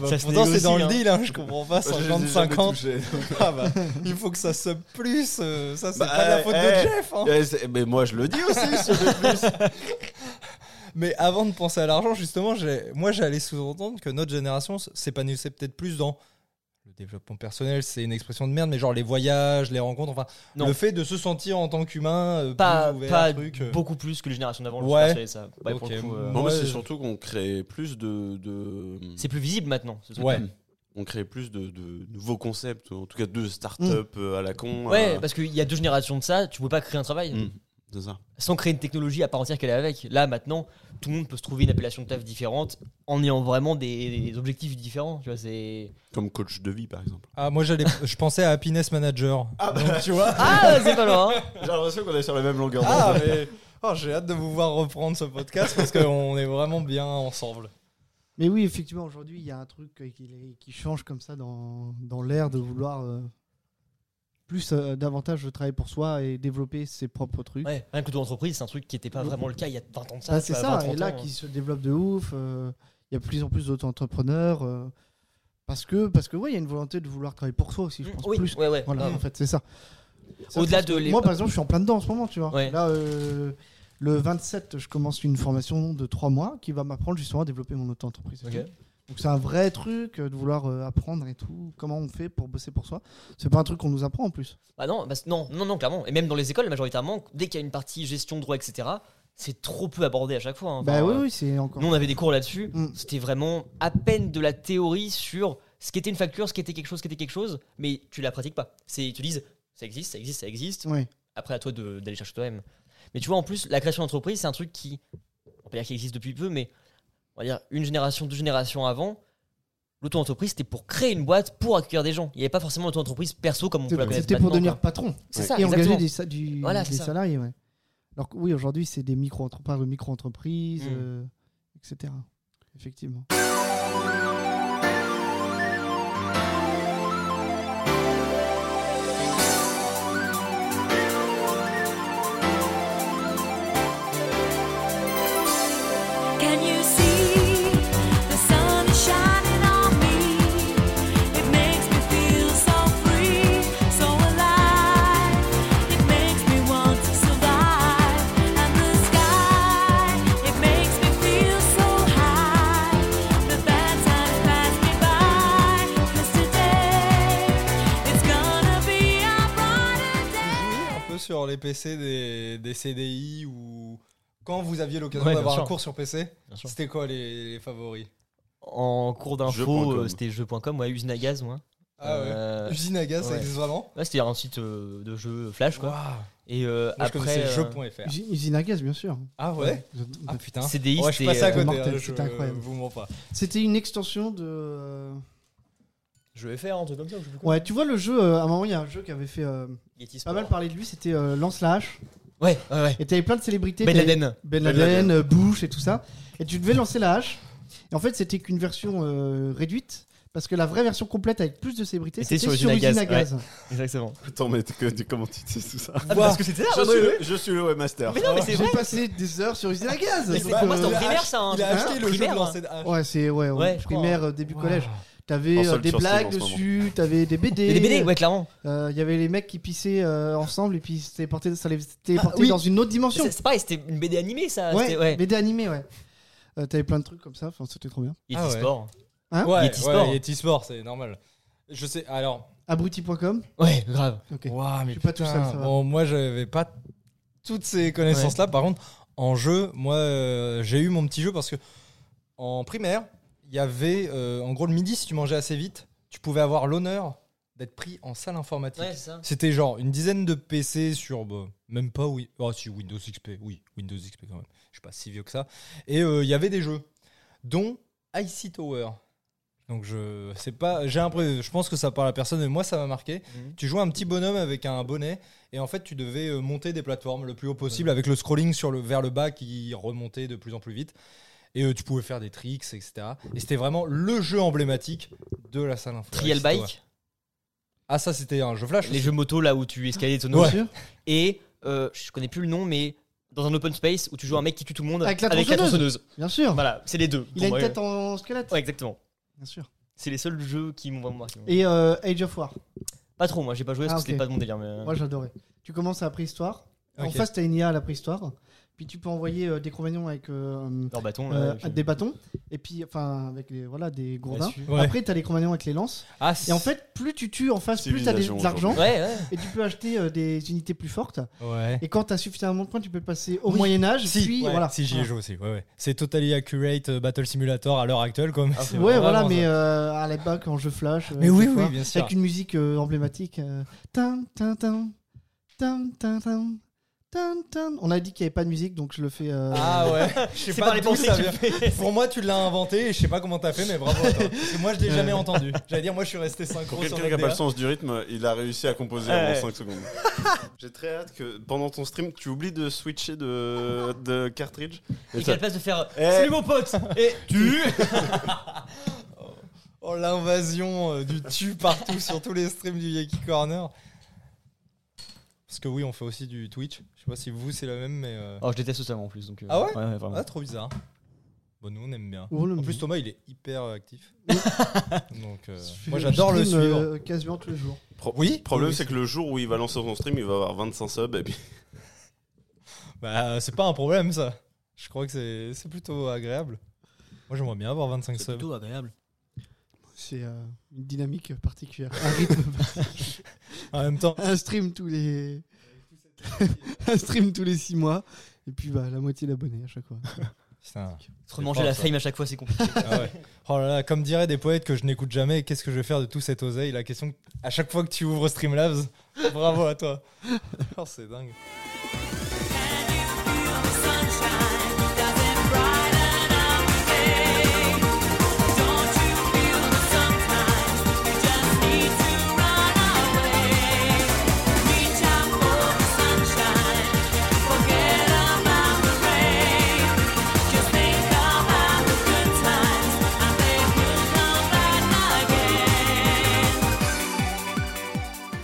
bah, Ça se pourtant c'est négocie, dans hein. le deal, hein, je comprends pas Moi, Bah, je les ai jamais 50-50. touchés. Ah bah, il faut que ça sub plus, euh, ça c'est Bah, pas la faute eh, de Jeff. hein. Eh, c'est- Mais moi, je le dis aussi. ce Mais avant de penser à l'argent, justement, j'ai- moi j'allais sous-entendre que notre génération s- s'épanouissait peut-être plus dans le développement personnel, c'est une expression de merde, mais genre les voyages, les rencontres, enfin Non. le fait de se sentir en tant qu'humain euh, pas, plus ouvert, pas truc. euh. beaucoup plus que les générations d'avant, je suis Ouais. persuadé, ça. Ouais, pour le Ok. coup, euh, Non, mais Ouais, c'est je- surtout qu'on crée plus de, de- C'est plus visible maintenant. ce truc. Ouais. on crée plus de, de nouveaux concepts, ou en tout cas de start-up euh, à la con. Mm. Ouais, bah- euh, parce qu'il y a deux générations de ça, tu pouvais pas créer un travail. Mm. c'est ça. sans créer une technologie à part entière qu'elle est avec. Là, maintenant, tout le monde peut se trouver une appellation de taf différente en ayant vraiment des, des objectifs différents. Tu vois, c'est. Comme coach de vie, par exemple. Ah moi j'allais, je pensais à happiness manager. Donc, tu vois. Ah, c'est pas loin. hein. J'ai l'impression qu'on est sur la même longueur Ah mais oh, j'ai hâte de vous voir reprendre ce podcast parce qu'on est vraiment bien ensemble. Mais oui, effectivement, aujourd'hui, il y a un truc euh, qui, qui change comme ça dans, dans l'air de vouloir euh, plus euh, davantage travailler pour soi et développer ses propres trucs. Ouais, rien que l'auto-entreprise, c'est un truc qui n'était pas vraiment le cas il y a 20 ans hein. de ça. Ah, c'est tu vois, ça, 20, et là, 30 ans. qui se développe de ouf. euh, il y a de plus en plus d'auto-entrepreneurs. euh, parce que, parce que ouais, il y a une volonté de vouloir travailler pour soi aussi, je Mm, pense. oui, plus. ouais, ouais. Voilà, Mm. en fait, c'est ça. Ça, Au-delà je pense de que- les- Moi, par exemple, je suis en plein dedans en ce moment, tu vois. Ouais. Là, euh, le 27, je commence une formation de trois mois qui va m'apprendre justement à développer mon auto-entreprise. et Ok. tout. Donc, c'est un vrai truc euh, de vouloir euh, apprendre et tout. Comment on fait pour bosser pour soi C'est pas un truc qu'on nous apprend en plus. Bah non, parce- non, non, non, clairement. Et même dans les écoles, majoritairement, dès qu'il y a une partie gestion, droit, etc., c'est trop peu abordé à chaque fois. hein. bah Enfin, oui, euh, oui, c'est encore. Nous, on avait des cours là-dessus. Mm. C'était vraiment à peine de la théorie sur ce qu'était une facture, ce qu'était quelque chose, ce qu'était quelque chose, mais tu la pratiques pas. C'est, tu dis, ça existe, ça existe, ça existe. Ouais. Après, à toi de- d'aller chercher toi-même. Mais tu vois, en plus, la création d'entreprise, c'est un truc qui, on peut dire qu'il existe depuis peu, mais on va dire une génération, deux générations avant, l'auto-entreprise, c'était pour créer une boîte, pour accueillir des gens. Il n'y avait pas forcément l'auto-entreprise perso comme on peut la connaître C'était pour maintenant, devenir quoi. patron. C'est Ouais. ça, et engager exactement. des, sa- du- Voilà, des c'est ça. salariés. ouais. Alors que oui, aujourd'hui, c'est des micro-entreprises, micro-entreprises, Mm. euh, etc. Effectivement. Can you see the sun is shining on me? It makes me feel so free, so alive. It makes me want to survive. And the sky, it makes me feel so high. The bad times pass me by, 'cause today it's gonna be a brighter day. un peu sur les PC des, des CDI ou quand vous aviez l'occasion Ouais, bien d'avoir un sûr. cours sur PC, Bien sûr. c'était quoi les, les favoris En cours d'info, Jeux.com. euh, c'était jeu.com, ouais, usine à gaz, moi. Ah ouais. Euh, Usine à gaz, ça ouais. existe vraiment ouais, c'était un site euh, de jeux flash, quoi. Waouh. Et euh, Moi, je après, connaissais euh, jeu.fr. Usi- Usine à gaz, bien sûr. Ah ouais Ah J'adore. putain. CDI, ouais, je suis c'était, passé à euh, côté. mortel, hein, c'était je- incroyable. Vous mens pas. C'était une extension de. euh, je vais faire un truc comme ça. Ouais, tu vois le jeu, euh, à un moment, il y a un jeu qui avait fait euh, pas mal parler de lui, c'était euh, Lance la hache. Ouais, ouais, ouais. Et t'avais plein de célébrités. Ben t'avais- Laden. Ben Ben Laden, Laden. euh, Bush et tout ça. Et tu devais lancer la hache. Et en fait, c'était qu'une version euh, réduite. Parce que la vraie version complète avec plus de célébrités, C'était c'était sur sur, Usine à Usine à gaz, gaz. Exactement. Ah, Attends, mais que- comment tu sais tout ça Ah, bah, parce que c'était ça je, suis le, je suis le webmaster. Mais non, mais c'est J'ai vrai. passé des heures sur Usine à gaz. Mais Donc, c'est- pour moi, euh, c'est en Il a primaire, ach- ça. hein. Il a Hein acheté le jeu de Primaire, hein. lancer de hache. Ouais, c'est ouais, en Ouais, je crois, primaire, euh, début Waouh. collège. T'avais En euh, solde des sur Steam blagues en ce moment. dessus, t'avais des BD. Et les BD, ouais, clairement. Euh, Il y avait les mecs qui pissaient euh, ensemble et puis ils se téléportaient- ça les Ah, téléportait oui. dans une autre dimension. C'est c'est pareil, c'était une BD animée, Ouais, ça. Ah, Ah, c'était- ouais. BD animé, ouais. Euh, T'avais plein de trucs comme ça, enfin, c'était trop bien. Yeti Ah ouais. Sport. Hein Ouais, Yeti Sport. ouais, Yeti Sport, c'est normal. Je sais, alors. Abruti.com. Ouais, grave. Ok. Waouh, mais suis pas tout putain, seul, ça va. bon, moi, j'avais pas toutes ces connaissances-là. Par contre, en jeu, moi, euh, j'ai eu mon petit jeu parce que en primaire, il y avait, euh, en gros, le midi, si tu mangeais assez vite, tu pouvais avoir l'honneur d'être pris en salle informatique. Ouais, c'est ça. C'était genre une dizaine de PC sur bah, même pas oui ah si Windows XP oui Windows XP quand même je suis pas si vieux que ça et euh, il y avait des jeux dont Icy Tower donc je sais pas j'ai un peu- je pense que ça parle à personne mais moi ça m'a marqué Mhm. tu jouais un petit bonhomme avec un bonnet et en fait tu devais euh, monter des plateformes le plus haut possible avec le scrolling sur le vers le bas qui remontait de plus en plus vite et euh, tu pouvais faire des tricks etc et c'était vraiment le jeu emblématique de la salle info Trial Icy Tower. Bike, ah ça c'était un jeu flash les jeux moto là où tu escalades ton Ouais. Sûr. Et euh, je connais plus le nom, mais dans un open space où tu joues un mec qui tue tout le monde Avec la tronçonneuse. tronçonneuse. Bien sûr. Bah, Voilà, c'est les deux. Il Bon, a une ouais. tête en squelette. Ouais, exactement. Bien sûr. C'est les seuls jeux qui m'ont vraiment marqué. Et euh, Age of War. Pas trop, moi j'ai pas joué parce Ah, que c'était ok. pas de mon délire. Mais... euh, Moi, j'adorais. Tu commences à la préhistoire. En Ok. face, t'as une IA à la préhistoire. Puis tu peux envoyer euh, des compagnons avec euh, Leur bâton, là, euh, et puis- des bâtons. Et puis, enfin, avec les, voilà, des gourdins. Ouais. Après, t'as les compagnons avec les lances. Ah, Et en fait, plus tu tues en face, plus t'as des- Civilisation de l'argent. Ouais, ouais. Et tu peux acheter euh, des unités plus fortes. ouais. Et quand t'as suffisamment de points, tu peux passer au Oui. Moyen-Âge. Si, puis, ouais, voilà. si j'y ai Voilà. joué aussi. Ouais, ouais. C'est Totally Accurate euh, Battle Simulator à l'heure actuelle. Comme Ah, c'est ouais, Ouais, vraiment voilà, ça. mais euh, à l'époque, en jeu flash. euh, Mais oui, tu oui, vois, bien sûr. Avec une musique euh, emblématique. euh, tin, tin, tin, tin, tin, tin, tin, tin. On a dit qu'il n'y avait pas de musique, donc je le fais. euh, Ah ouais, je sais C'est pas par les d'où pensées ça que vient. tu fais. Pour moi, tu l'as inventé et je sais pas comment t'as fait, mais bravo à toi. Parce que moi, je l'ai jamais entendu. J'allais dire, moi, je suis resté synchro Pour sur quelqu'un qui notre n'a pas le DA. sens du rythme, il a réussi à composer hein. Ouais. en 5 secondes. J'ai très hâte que pendant ton stream, tu oublies de switcher de, de cartridge. Et Et ça- qu'à la place de faire Eh. Salut mon pote Et tu Oh, l'invasion euh, du tu partout sur tous les streams du Yaki Corner. Parce que oui, on fait aussi du Ah, Twitch. Je sais pas si vous, c'est la même, mais. euh, Oh, je déteste ça en plus. Donc, Ah ouais ouais, vraiment. Ah, trop bizarre. Bah, Bon, nous, on aime bien. Oh, le En plus, mec. Thomas, il est hyper actif. Donc, euh, Je- moi, je j'adore le stream, suivre. euh, quasiment tous les jours. Pro- Oui. problème, Oui, c'est que le jour où il va lancer son stream, il va avoir 25 subs. Et puis, Bah, c'est pas un problème, ça. Je crois que c'est- c'est plutôt agréable. Moi, j'aimerais bien avoir 25 C'est subs. plutôt agréable. C'est euh, une dynamique particulière. Un rythme. En même temps, un stream tous les. un stream tous les 6 mois. Et puis bah, la moitié d'abonnés à chaque fois. putain. Se remanger fort, la ça. fame à chaque fois, c'est compliqué. Ah ouais. Oh là là, comme diraient des poètes que je n'écoute jamais, qu'est-ce que je vais faire de tout cet oseille La question que- à chaque fois que tu ouvres Streamlabs, bravo à toi. Oh, c'est dingue.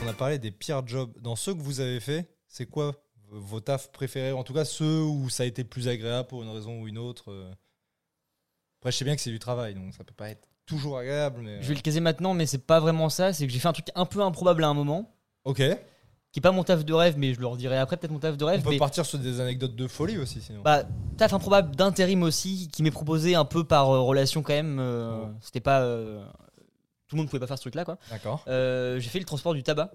On a parlé des pires jobs. Dans ceux que vous avez fait, c'est quoi euh, vos tafs préférés En tout cas, ceux où ça a été plus agréable pour une raison ou une autre. euh. Après, je sais bien que c'est du travail, donc ça peut pas être toujours agréable, mais. Je vais le caser maintenant, mais c'est pas vraiment ça. C'est que j'ai fait un truc un peu improbable à un moment, euh, Ok. qui est pas mon taf de rêve, mais je le redirai après, peut-être mon taf de On rêve. peut mais- partir sur des anecdotes de folie aussi, sinon. Bah, taf improbable d'intérim aussi, qui m'est proposé un peu par euh, relation quand même. euh, Ouais. C'était pas. euh, tout le monde pouvait pas faire ce truc-là, quoi. D'accord. Euh, j'ai fait le transport du tabac.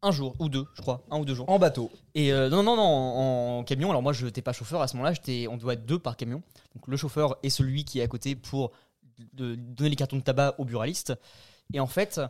Un jour, ou deux, je crois. Un ou deux jours. En bateau. Et euh, non, non, non, en, en camion. Alors moi, je n'étais pas chauffeur à ce moment-là. J'étais, on doit être deux par camion. Donc le chauffeur et celui qui est à côté pour de- donner les cartons de tabac au buraliste. Et en fait,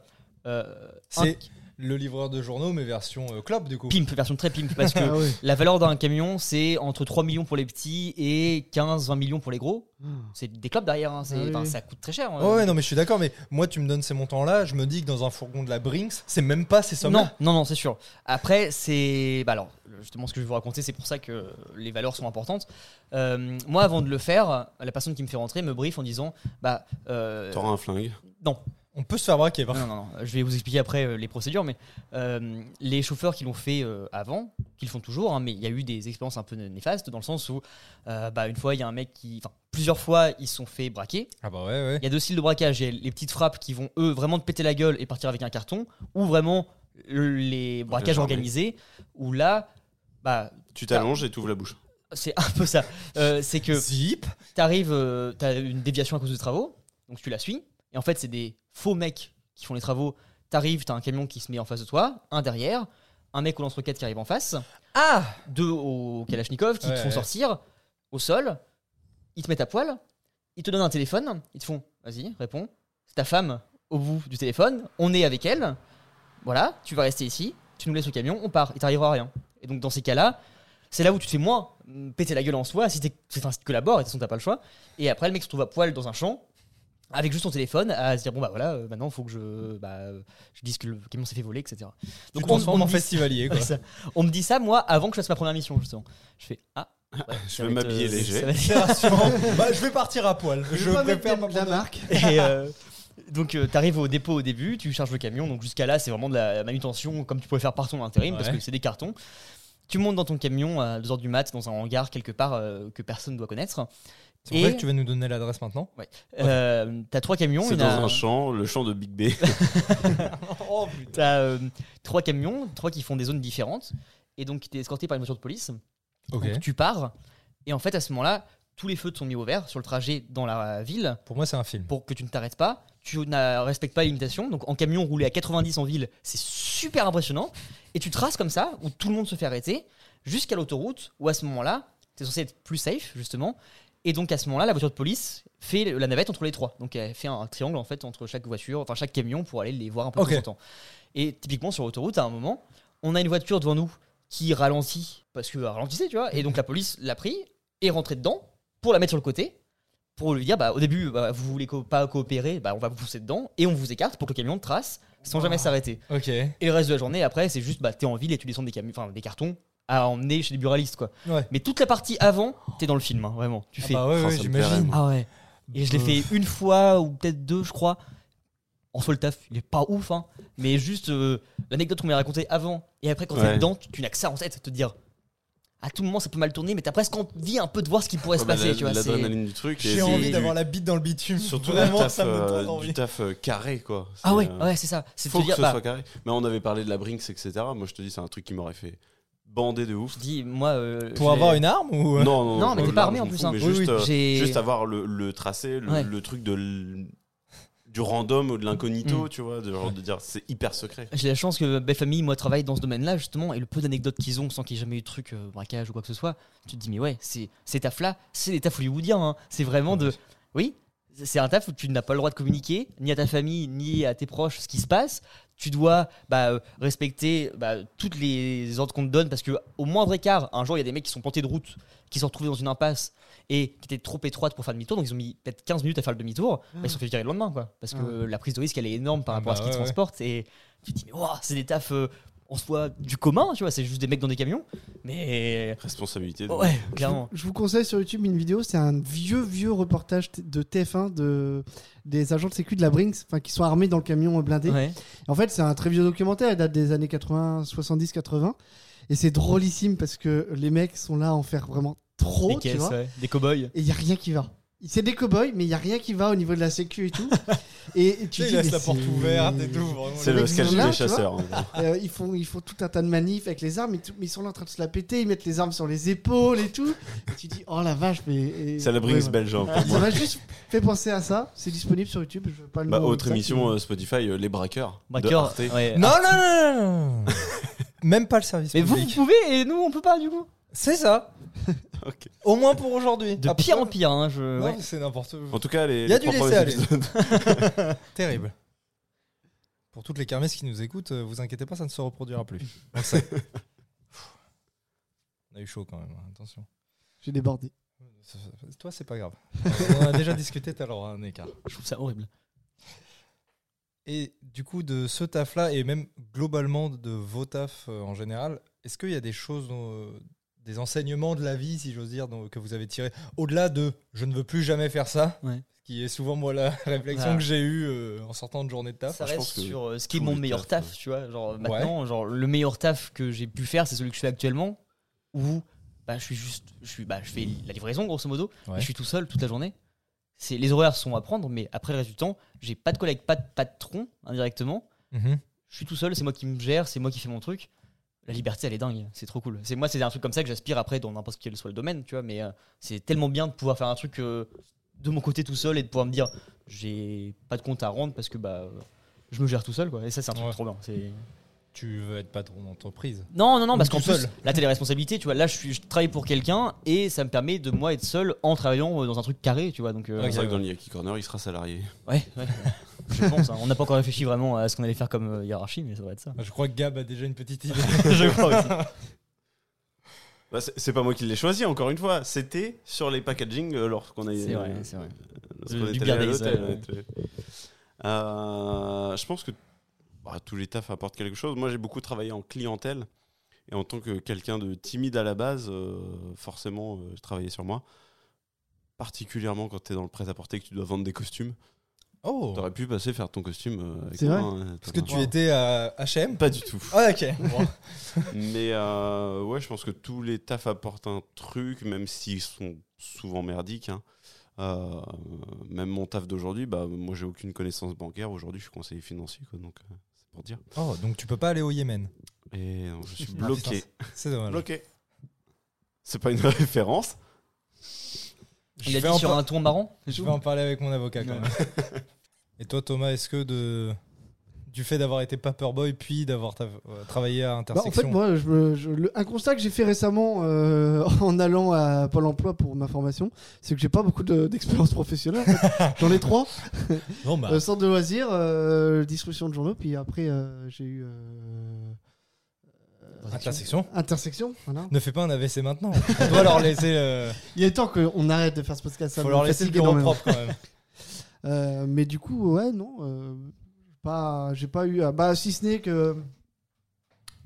euh, un C'est le livreur de journaux, mais version euh, clope, du coup. pimp, version très pimp, parce que Ah ouais. la valeur d'un camion, c'est entre 3 millions pour les petits et 15-20 millions pour les gros. C'est des clopes derrière. hein. C'est- Ah oui, enfin, oui. Ça coûte très cher. hein. Ouais, ouais, non, mais je suis d'accord, mais moi, tu me donnes ces montants-là, je me dis que dans un fourgon de la Brinks, c'est même pas ces sommes Non, non, non, c'est sûr. Après, c'est. Bah alors, justement, ce que je vais vous raconter, c'est pour ça que les valeurs sont importantes. Euh, moi, avant de le faire, la personne qui me fait rentrer me briefe en disant Bah. euh, t'auras un flingue. non, On peut se faire braquer, par non, non, non, je vais vous expliquer après euh, les procédures, mais euh, les chauffeurs qui l'ont fait euh, avant, qui le font toujours, hein, mais il y a eu des expériences un peu né- néfastes dans le sens où, euh, bah, une fois, il y a un mec qui. Enfin, plusieurs fois, ils se sont fait braquer. Ah bah ouais, ouais. Il y a deux styles de braquage. Il y a les petites frappes qui vont, eux, vraiment te péter la gueule et partir avec un carton, ou vraiment le- les braquages charmer. organisés, où là, bah, Tu t'allonges et t'ouvres la bouche. c'est un peu ça. Euh, c'est que Zip t'arrives, euh, t'as une déviation à cause de travaux, donc tu la suis, et en fait, c'est des faux mecs qui font les travaux. T'arrives, t'as un camion qui se met en face de toi, un derrière, un mec au lance-roquette qui arrive en face, Ah deux au Kalachnikov qui Ouais, te font ouais. sortir au sol, ils te mettent à poil, ils te donnent un téléphone, ils te font vas-y, réponds. C'est ta femme au bout du téléphone, on est avec elle, voilà, tu vas rester ici, tu nous laisses au camion, on part, il t'arrivera rien. Et donc dans ces cas-là, c'est là où tu te fais moins mm, péter la gueule en soi, si t'es enfin, si tu collabores, et de toute façon t'as pas le choix. Et après le mec se trouve à poil dans un champ, avec juste son téléphone, à se dire bon bah voilà, euh, maintenant faut que je, bah, euh, je dise que le camion s'est fait voler, etc. Donc on- on transforme on en dit- festivalier, quoi. Ouais, ça. On me dit ça, moi, avant que je fasse ma première mission, justement. Je fais Ah, Je ça vais va être, m'habiller euh, ça léger. va être- C'est rassurant. bah, je vais partir à poil. Je, vais pas mettre préfère la- la marque. Et, euh, donc, euh, t'arrives au dépôt au début, tu charges le camion. Donc, jusqu'à là, c'est vraiment de la manutention, comme tu pouvais faire par ton intérim, parce Ouais. que c'est des cartons. Tu montes dans ton camion à 2h du mat, dans un hangar quelque part euh, que personne doit connaître. C'est vrai Et- que tu vas nous donner l'adresse maintenant Euh, t'as trois camions. il C'est y dans en a- un champ, le champ de Big B. Oh putain. T'as euh, trois camions, trois qui font des zones différentes. Et donc, t'es escorté par une voiture de police. Ok. Donc, tu pars. Et en fait, à ce moment-là, tous les feux te sont mis au vert sur le trajet dans la ville. Pour moi, c'est un film. pour que tu ne t'arrêtes pas. Tu ne respectes pas les limitations. Donc en camion roulé à 90 en ville, c'est super impressionnant. Et tu traces comme ça, où tout le monde se fait arrêter, jusqu'à l'autoroute, où à ce moment-là, tu es censé être plus safe, justement. Et donc à ce moment-là, la voiture de police fait la navette entre les trois. Donc elle fait un triangle en fait entre chaque voiture, enfin chaque camion pour aller les voir un peu de Ok. temps en temps. Et typiquement sur l'autoroute, à un moment, on a une voiture devant nous qui ralentit parce que elle ralentissait, tu vois. Et donc la police l'a pris et est rentrée dedans pour la mettre sur le côté pour lui dire bah, au début bah, vous voulez co- pas coopérer, bah, on va vous pousser dedans et on vous écarte pour que le camion trace sans jamais s'arrêter. Ok. Ouais. Et le reste de la journée après c'est juste bah t'es en ville et tu descends des camions, enfin des cartons à emmener chez les buralistes quoi. Mais toute la partie avant t'es dans le film hein, vraiment. Tu Ah fais bah ouais, Oh, ouais, Bah ça me plairait, j'imagine. moi. ah ouais. Et je l'ai fait une fois ou peut-être deux, je crois. En soi, le taf, il est pas ouf, hein. Mais juste euh, l'anecdote qu'on m'a racontée avant et après, quand Ouais. t'es dedans, tu, tu n'as que ça en tête, te dire à tout moment ça peut mal tourner, mais t'as presque envie un peu de voir ce qui pourrait se Ah bah, passer. la- tu vois, c'est- L'adrénaline du truc. et J'ai c'est envie du- d'avoir la bite dans le bitume. Surtout vraiment, du taf, ça me euh, donne envie. du taf euh, carré, quoi. Ah ouais, C'est, euh, ouais, c'est ça. C'est de faut te que dire, ce bah, soit carré. Mais on avait parlé de la Brinks, etc. Moi, je te dis, c'est un truc qui m'aurait fait bander de ouf. je dis, moi, euh, Pour j'ai- avoir une arme ou Non, non, Non, mais je- t'es pas là, armé je en m'en plus, fous, hein. mais Oui, juste, oui, euh, j'ai- juste avoir le, le tracé, le, Ouais. le truc de l- du random ou de Mm. l'incognito, tu vois, de, genre de dire c'est hyper secret. J'ai la chance que ma famille, moi, travaille dans ce domaine-là, justement, et le peu d'anecdotes qu'ils ont sans qu'il y ait jamais eu de truc, euh, braquage ou quoi que ce soit, tu te dis, mais ouais, c'est- ces tafs-là, c'est des tafs hollywoodiens. hein. C'est vraiment de. Oui, c'est un taf où tu n'as pas le droit de communiquer, ni à ta famille, ni à tes proches, ce qui se passe. Tu dois bah, euh, respecter bah, toutes les ordres qu'on te donne, parce que au moindre écart, un jour, il y a des mecs qui sont plantés de route, qui se sont retrouvés dans une impasse et qui étaient trop étroites pour faire demi-tour, donc ils ont mis peut-être 15 minutes à faire le demi-tour, bah, ils se sont fait virer le lendemain, quoi, parce que Ah. euh, la prise de risque, elle est énorme par Ah rapport à bah ce qu'ils ouais, ouais. transportent. Et tu te dis, mais waouh, c'est des tafs, euh, en soi, du commun, tu vois, c'est juste des mecs dans des camions. Mais. Responsabilité. Euh, donc. Ouais, clairement. Je vous conseille sur YouTube une vidéo, c'est un vieux, vieux reportage t- de TF1 de, des agents de sécu de la Brinks, enfin, qui sont armés dans le camion blindé. Ouais. En fait, c'est un très vieux documentaire, il date des années 80, 70, 80. Et c'est drôlissime parce que les mecs sont là à en faire vraiment trop, des tu vois. ouais, des cow-boys. Et il n'y a rien qui va. C'est des cow-boys, mais il n'y a rien qui va au niveau de la sécu et tout. et, et Tu tu sais, dis, il laisse mais la porte c'est- ouverte et tout. vraiment. C'est Les le mecs sketch sont là, des tu vois. chasseurs. hein. Euh, ils, font, ils font tout un tas de manifs avec les armes, et tout, mais ils sont là en train de se la péter, ils mettent les armes sur les épaules et tout. Et tu dis, oh la vache, mais. et- C'est la Ouais, Brinks voilà. belge. hein, Ah, pour Ça moi. m'a juste fait penser à ça. C'est disponible sur YouTube. Je veux pas le Bah, nom autre exact, émission mais- euh, Spotify, euh, les braqueurs. de Braqueurs, Arte. ouais. Non, non, non, non, non. Même pas le service Mais vous, vous public. pouvez et nous, on peut pas, du coup. C'est ça. Ok. Au moins pour aujourd'hui. De Après- pire en pire, hein, je. Ah, Non, ouais. c'est n'importe quoi. En tout cas, les. Il y a les du trois laisser premiers aller. épisodes. Terrible. Pour toutes les kermesses qui nous écoutent, euh, vous inquiétez pas, ça ne se reproduira plus. On le sait. Pfff. On a eu chaud quand même, hein, attention. euh. J'ai débordé. Ça- ça- Toi, c'est pas grave. On en a déjà discuté, t'as le droit à hein, un écart. Je trouve ça horrible. Et du coup, de ce taf-là, et même globalement de vos tafs euh, en général, est-ce qu'il y a des choses, dont, euh, des enseignements de la vie, si j'ose dire, dont- que vous avez tirés Au-delà de « je ne veux plus jamais faire ça Ouais. qui est souvent, moi, la réflexion Ah. que j'ai eue euh, en sortant de journée de taf. Ça je reste pense que sur euh, ce qui est tous mon les meilleur tafs, taf, tu vois. Genre maintenant, genre le meilleur taf que j'ai pu faire, c'est celui que je fais actuellement, où bah, je suis juste, je suis, bah, je fais la livraison grosso modo. Ouais. mais je suis tout seul toute la journée. C'est les horaires sont à prendre, mais après le reste du temps, j'ai pas de collègues, pas de patron indirectement. Mhm. Je suis tout seul, c'est moi qui me gère, c'est moi qui fais mon truc. La liberté, elle est dingue, c'est trop cool. C'est moi, c'est un truc comme ça que j'aspire après dans n'importe quel soit le domaine, tu vois. Mais euh, c'est tellement bien de pouvoir faire un truc euh, de mon côté tout seul et de pouvoir me dire, j'ai pas de compte à rendre parce que bah. euh, je me gère tout seul, quoi. Et ça, c'est un truc Ouais. trop bien. c'est- Tu veux être patron d'entreprise Non, non, non, Ou parce tout qu'en plus, seul. là, t'as des responsabilités, tu vois. Là, je, suis, je travaille pour quelqu'un et ça me permet de moi être seul en travaillant euh, dans un truc carré, tu vois. Donc, euh, C'est Ok. vrai que dans le Yaki Corner, il sera salarié. Ouais, ouais. je pense. hein. On n'a pas encore réfléchi vraiment à ce qu'on allait faire comme euh, hiérarchie, mais ça va être ça. Bah, Je crois que Gab a déjà une petite idée. je crois aussi. Bah, c'est c'est pas moi qui l'ai choisi, encore une fois. C'était sur les packaging euh, lorsqu'on a C'est vrai, euh, c'est vrai. lorsqu'on Du- était du allé à Paradise, l'hôtel, ouais. on était- Euh, je pense que bah, tous les tafs apportent quelque chose. Moi, j'ai beaucoup travaillé en clientèle. Et en tant que quelqu'un de timide à la base, euh, forcément, euh, je travaillais sur moi. Particulièrement quand tu es dans le prêt-à-porter et que tu dois vendre des costumes. Oh Tu aurais pu passer faire ton costume euh, avec C'est moi, vrai hein, Parce que t'aurais- tu étais à HM Pas du tout. Ah, ok. Bon. Mais euh, ouais, je pense que tous les tafs apportent un truc, même s'ils sont souvent merdiques. hein. Euh, même mon taf d'aujourd'hui, bah, moi j'ai aucune connaissance bancaire. Aujourd'hui, je suis conseiller financier, quoi, donc euh, c'est pour dire. Oh, donc tu peux pas aller au Yémen. Et non, je suis Ah, bloqué. putain, C'est dommage. bloqué. C'est pas une référence. Il a vais dit en sur par- un ton marrant. Je vais en parler avec mon avocat quand Ouais. même. Et toi, Thomas, est-ce que de... du fait d'avoir été Paperboy puis d'avoir ta- euh, travaillé à Bah, en Intersection fait, moi, je me- je- le- un constat que j'ai fait récemment euh, en allant à Pôle emploi pour ma formation, c'est que j'ai pas beaucoup de- d'expérience professionnelle. en fait. J'en ai trois Non, bah, Euh, centre de loisirs, euh, distribution de journaux, puis après, euh, j'ai eu. euh, Intersection Intersection, voilà. ne fais pas un AVC maintenant. On doit leur laisser. euh, Il est temps qu'on arrête de faire ce podcast. ça faut me leur laisser le fatigue bureau énormément. propre quand même. Euh, mais du coup, ouais, non. euh, pas, j'ai pas eu. ah, Bah, si ce n'est que.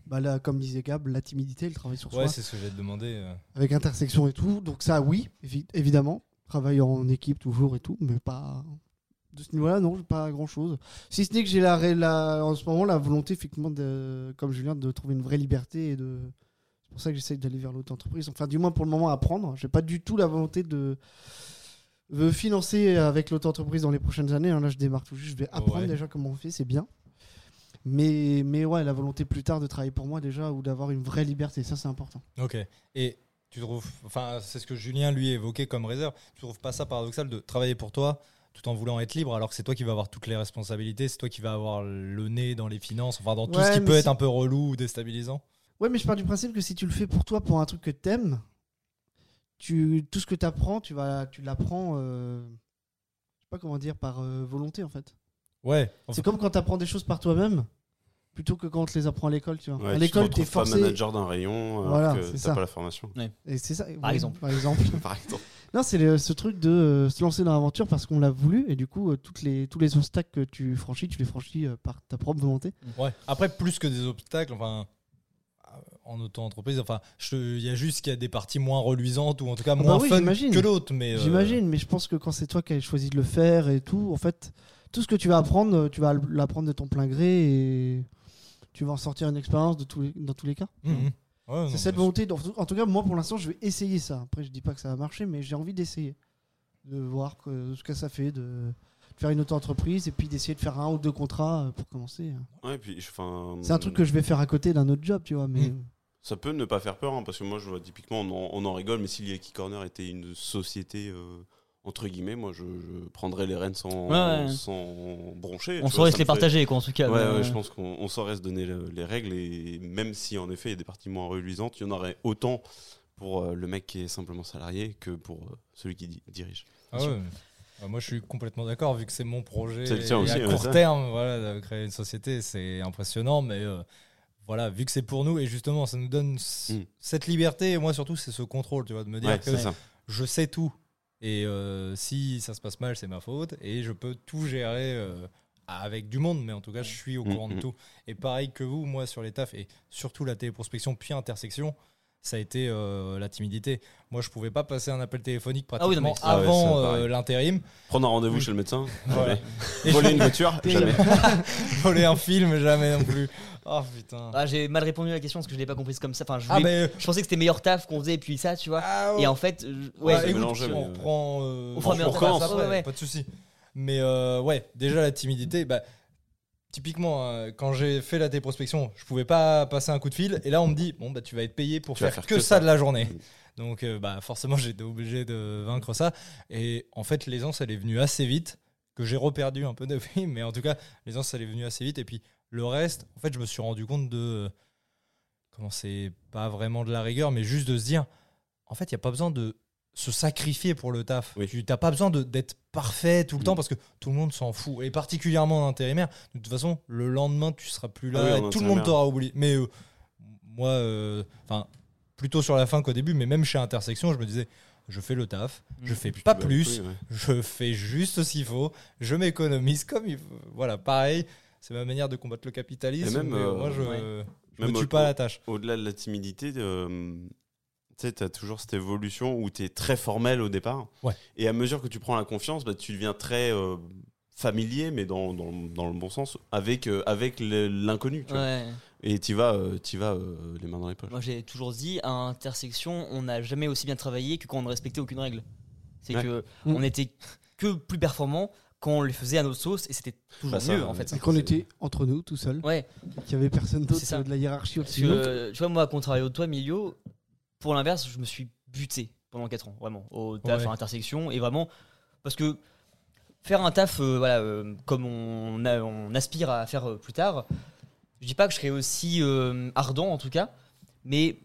Bah là, comme disait Gab, la timidité, le travail sur Ouais, soi, c'est ce que j'ai demandé. euh. avec intersection et tout. Donc, ça, oui, évi- évidemment. Travail en équipe toujours et tout, mais pas. De ce niveau-là, non, j'ai pas grand-chose. Si ce n'est que j'ai la, ré- la- en ce moment la volonté, effectivement, de, comme Julien, de trouver une vraie liberté et de se pour ça que j'essaye d'aller vers l'auto-entreprise. Enfin, du moins pour le moment, apprendre. J'ai pas du tout la volonté de de financer avec l'auto-entreprise dans les prochaines années. hein. Là, je démarre tout juste. Je vais apprendre Ouais. déjà comment on fait, c'est bien. Mais, mais ouais, la volonté plus tard de travailler pour moi déjà ou d'avoir une vraie liberté, ça c'est important. Ok. Et tu trouves, enfin, c'est ce que Julien lui évoquait comme réserve. Tu trouves pas ça paradoxal de travailler pour toi tout en voulant être libre, alors que c'est toi qui vas avoir toutes les responsabilités, c'est toi qui vas avoir le nez dans les finances, enfin dans tout Ouais, ce qui mais peut si- être un peu relou ou déstabilisant. Ouais, mais je pars du principe que si tu le fais pour toi, pour un truc que t'aimes, tu tout ce que t'apprends, tu vas, tu l'apprends, euh, je sais pas comment dire, par euh, volonté en fait. Ouais. C'est comme quand t'apprends des choses par toi-même, plutôt que quand on te les apprend à l'école, tu vois. Ouais, à tu te l'école, t'es retrouves pas forcé. manager d'un rayon, alors Voilà, c'est que ça. t'as pas la formation. Et c'est ça. Par exemple. Par exemple. Par exemple. Non, c'est le- ce truc de euh, se lancer dans l'aventure parce qu'on l'a voulu et du coup, euh, toutes les, tous les obstacles que tu franchis, tu les franchis euh, par ta propre volonté. Ouais. Après, plus que des obstacles, enfin, euh, en auto-entreprise, enfin, je- il y a juste qu'il y a des parties moins reluisantes ou en tout cas bah moins oui, fun j'imagine. que l'autre. Mais euh, J'imagine, mais je pense que quand c'est toi qui as choisi de le faire et tout, en fait, tout ce que tu vas apprendre, euh, tu vas l'apprendre de ton plein gré et tu vas en sortir une expérience de tous les- dans tous les cas. Mhm. Ouais, non, C'est mais cette volonté. d'en- En tout cas, moi, pour l'instant, je vais essayer ça. Après, je dis pas que ça va marcher, mais j'ai envie d'essayer. De voir que- ce que ça fait, de, de faire une auto-entreprise et puis d'essayer de faire un ou deux contrats euh, pour commencer. Ouais, puis, je- 'fin, C'est un truc que je vais faire à côté d'un autre job, tu vois. Mais Mhm. Mm. Ça peut ne pas faire peur, hein, parce que moi, je vois typiquement, on en, on en rigole, mais si l'IAKI Corner était une société, euh, entre guillemets, moi, je, je prendrais les rênes sans, Ouais, ouais. sans broncher. On tu vois, saurait ça se les me fait- partager, quoi, en tout cas. Ouais, mais, ouais, euh, je pense qu'on on saurait se donner le- les règles, et même si, en effet, il y a des parties moins reluisantes, il y en aurait autant pour euh, le mec qui est simplement salarié que pour euh, celui qui di- dirige. Ah ouais. Bah, moi, je suis complètement d'accord, vu que c'est mon projet. C'est le tien et aussi, à ouais, court ça. terme, voilà, de créer une société, c'est impressionnant, mais euh, voilà, vu que c'est pour nous, et justement, ça nous donne c- Mm. cette liberté, et moi surtout, c'est ce contrôle, tu vois, de me dire Ouais, que c'est ça. je sais tout, et euh, si ça se passe mal, c'est ma faute, et je peux tout gérer euh, avec du monde, mais en tout cas, je suis au Mm, courant de mm. tout. Et pareil que vous, moi, sur les tafs, et surtout la téléprospection, puis intersection, ça a été euh, la timidité. Moi, je pouvais pas passer un appel téléphonique Ah oui, non, mais pratiquement ça- Ah ouais, ça, avant pareil. euh, l'intérim. Prendre un rendez-vous Oui. chez le médecin, Voilà. jamais. Et voler une voiture, jamais. voler un film, jamais non plus. Oh putain. Ah, j'ai mal répondu à la question parce que je l'ai pas comprise comme ça. Enfin, je, Ah, voulais- mais. je pensais que c'était meilleur taf qu'on faisait et puis ça, tu vois. Ah, Et en fait, euh, ouais, ouais, c'est écoute, mélangé, on mais- reprend. euh, On fera on bien recommence après, après, ouais, ouais. pas de souci. Mais euh, ouais, déjà la timidité, bah, typiquement, euh, quand j'ai fait la déprospection, je pouvais pas passer un coup de fil. Et là, on me dit, bon, bah, tu vas être payé pour Tu vas faire, que, ça, de la journée. Mm. Donc, euh, bah, forcément, j'étais obligé de vaincre ça. Et en fait, l'aisance, elle est venue assez vite, que j'ai reperdu un peu depuis. Mais en tout cas, l'aisance, elle est venue assez vite. Et puis, le reste, en fait, je me suis rendu compte de. euh, comment c'est pas vraiment de la rigueur, mais juste de se dire, en fait, il n'y a pas besoin de se sacrifier pour le taf. Oui. Tu n'as pas besoin de- d'être parfait tout le Mm. temps parce que tout le monde s'en fout. Et particulièrement en intérimaire, de toute façon, le lendemain, tu seras plus là Ah oui, en et tout le intérimaire. monde t'aura oublié. Mais euh, moi, euh, enfin, plutôt sur la fin qu'au début, mais même chez Intersection, je me disais, je fais le taf, je fais pas Bah, plus, oui, ouais. je fais juste ce qu'il faut, je m'économise comme il faut. Voilà, pareil, c'est ma manière de combattre le capitalisme. Et même, mais, euh, moi, euh, je, ouais. je me Même tue au- pas à la tâche. au-delà de la timidité, euh, tu sais, t'as toujours cette évolution où tu es très formel au départ. Ouais. Et à mesure que tu prends la confiance, bah, tu deviens très euh, familier, mais dans, dans- dans le bon sens, avec, euh, avec le- l'inconnu. tu vois. ouais. Et tu vas, euh, t'y vas euh, les mains dans les poches. Moi, j'ai toujours dit, à Intersection, on n'a jamais aussi bien travaillé que quand on ne respectait aucune règle. C'est Ouais. que Mm. on était que plus performant quand on les faisait à notre sauce et c'était toujours Bah, ça, mieux, ouais. en fait. c'est qu'on était entre nous, tout seul, Ouais, qu'il n'y avait personne C'est d'autre ça. euh, de la hiérarchie parce au-dessus. que, de nous. euh, tu vois, moi, à contrario de toi, Milio, pour l'inverse, je me suis buté pendant 4 ans, vraiment, au taf, Ouais. à Intersection, et vraiment, parce que faire un taf, euh, voilà, euh, comme on, a- on aspire à faire euh, plus tard, je dis pas que je serai aussi euh, ardent en tout cas, mais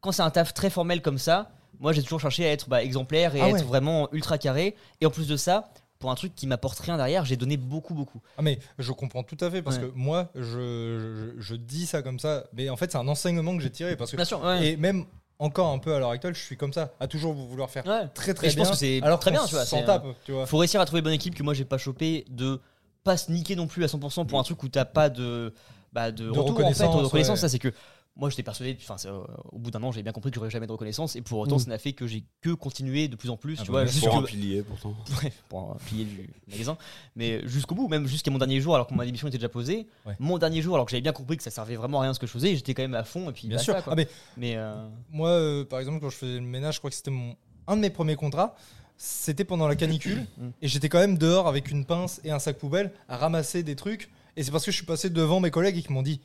quand c'est un taf très formel comme ça, moi j'ai toujours cherché à être bah, exemplaire et Ah à être ouais. vraiment ultra carré. Et en plus de ça, pour un truc qui m'apporte rien derrière, j'ai donné beaucoup, beaucoup. Ah mais je comprends tout à fait parce Ouais. que moi je, je- je dis ça comme ça mais en fait c'est un enseignement que j'ai tiré parce que Bien sûr, ouais. et même encore un peu à l'heure actuelle je suis comme ça à toujours vouloir faire Ouais. très très Et je bien pense que c'est alors très qu'on bien, tu vois, s'en c'est, tape tu vois. Faut réussir à trouver une bonne équipe que moi j'ai pas chopé de pas se niquer non plus à 100% pour un truc où t'as pas de bah, de, retour, en fait, reconnaissance, ou de reconnaissance. ouais. Ça c'est que Moi, j'étais persuadé, enfin, c'est, euh, au bout d'un an, j'avais bien compris que j'aurais jamais de reconnaissance, et pour autant, Mm. ça n'a fait que j'ai que continué de plus en plus, Ah tu bah, vois, bien sûr. jusque- Pour un pilier, pourtant. ouais, pour un pilier du magasin, mais jusqu'au bout, même jusqu'à mon dernier jour, alors que mon émission était déjà posée, Ouais. mon dernier jour, alors que j'avais bien compris que ça servait vraiment à rien ce que je faisais, j'étais quand même à fond, et puis Bien basta, sûr. quoi. Ah, mais mais euh, Moi, euh, par exemple, quand je faisais le ménage, je crois que c'était mon... un de mes premiers contrats. C'était pendant la canicule Mm. et j'étais quand même dehors avec une pince et un sac poubelle à ramasser des trucs. Et c'est parce que je suis passé devant mes collègues et qui m'ont dit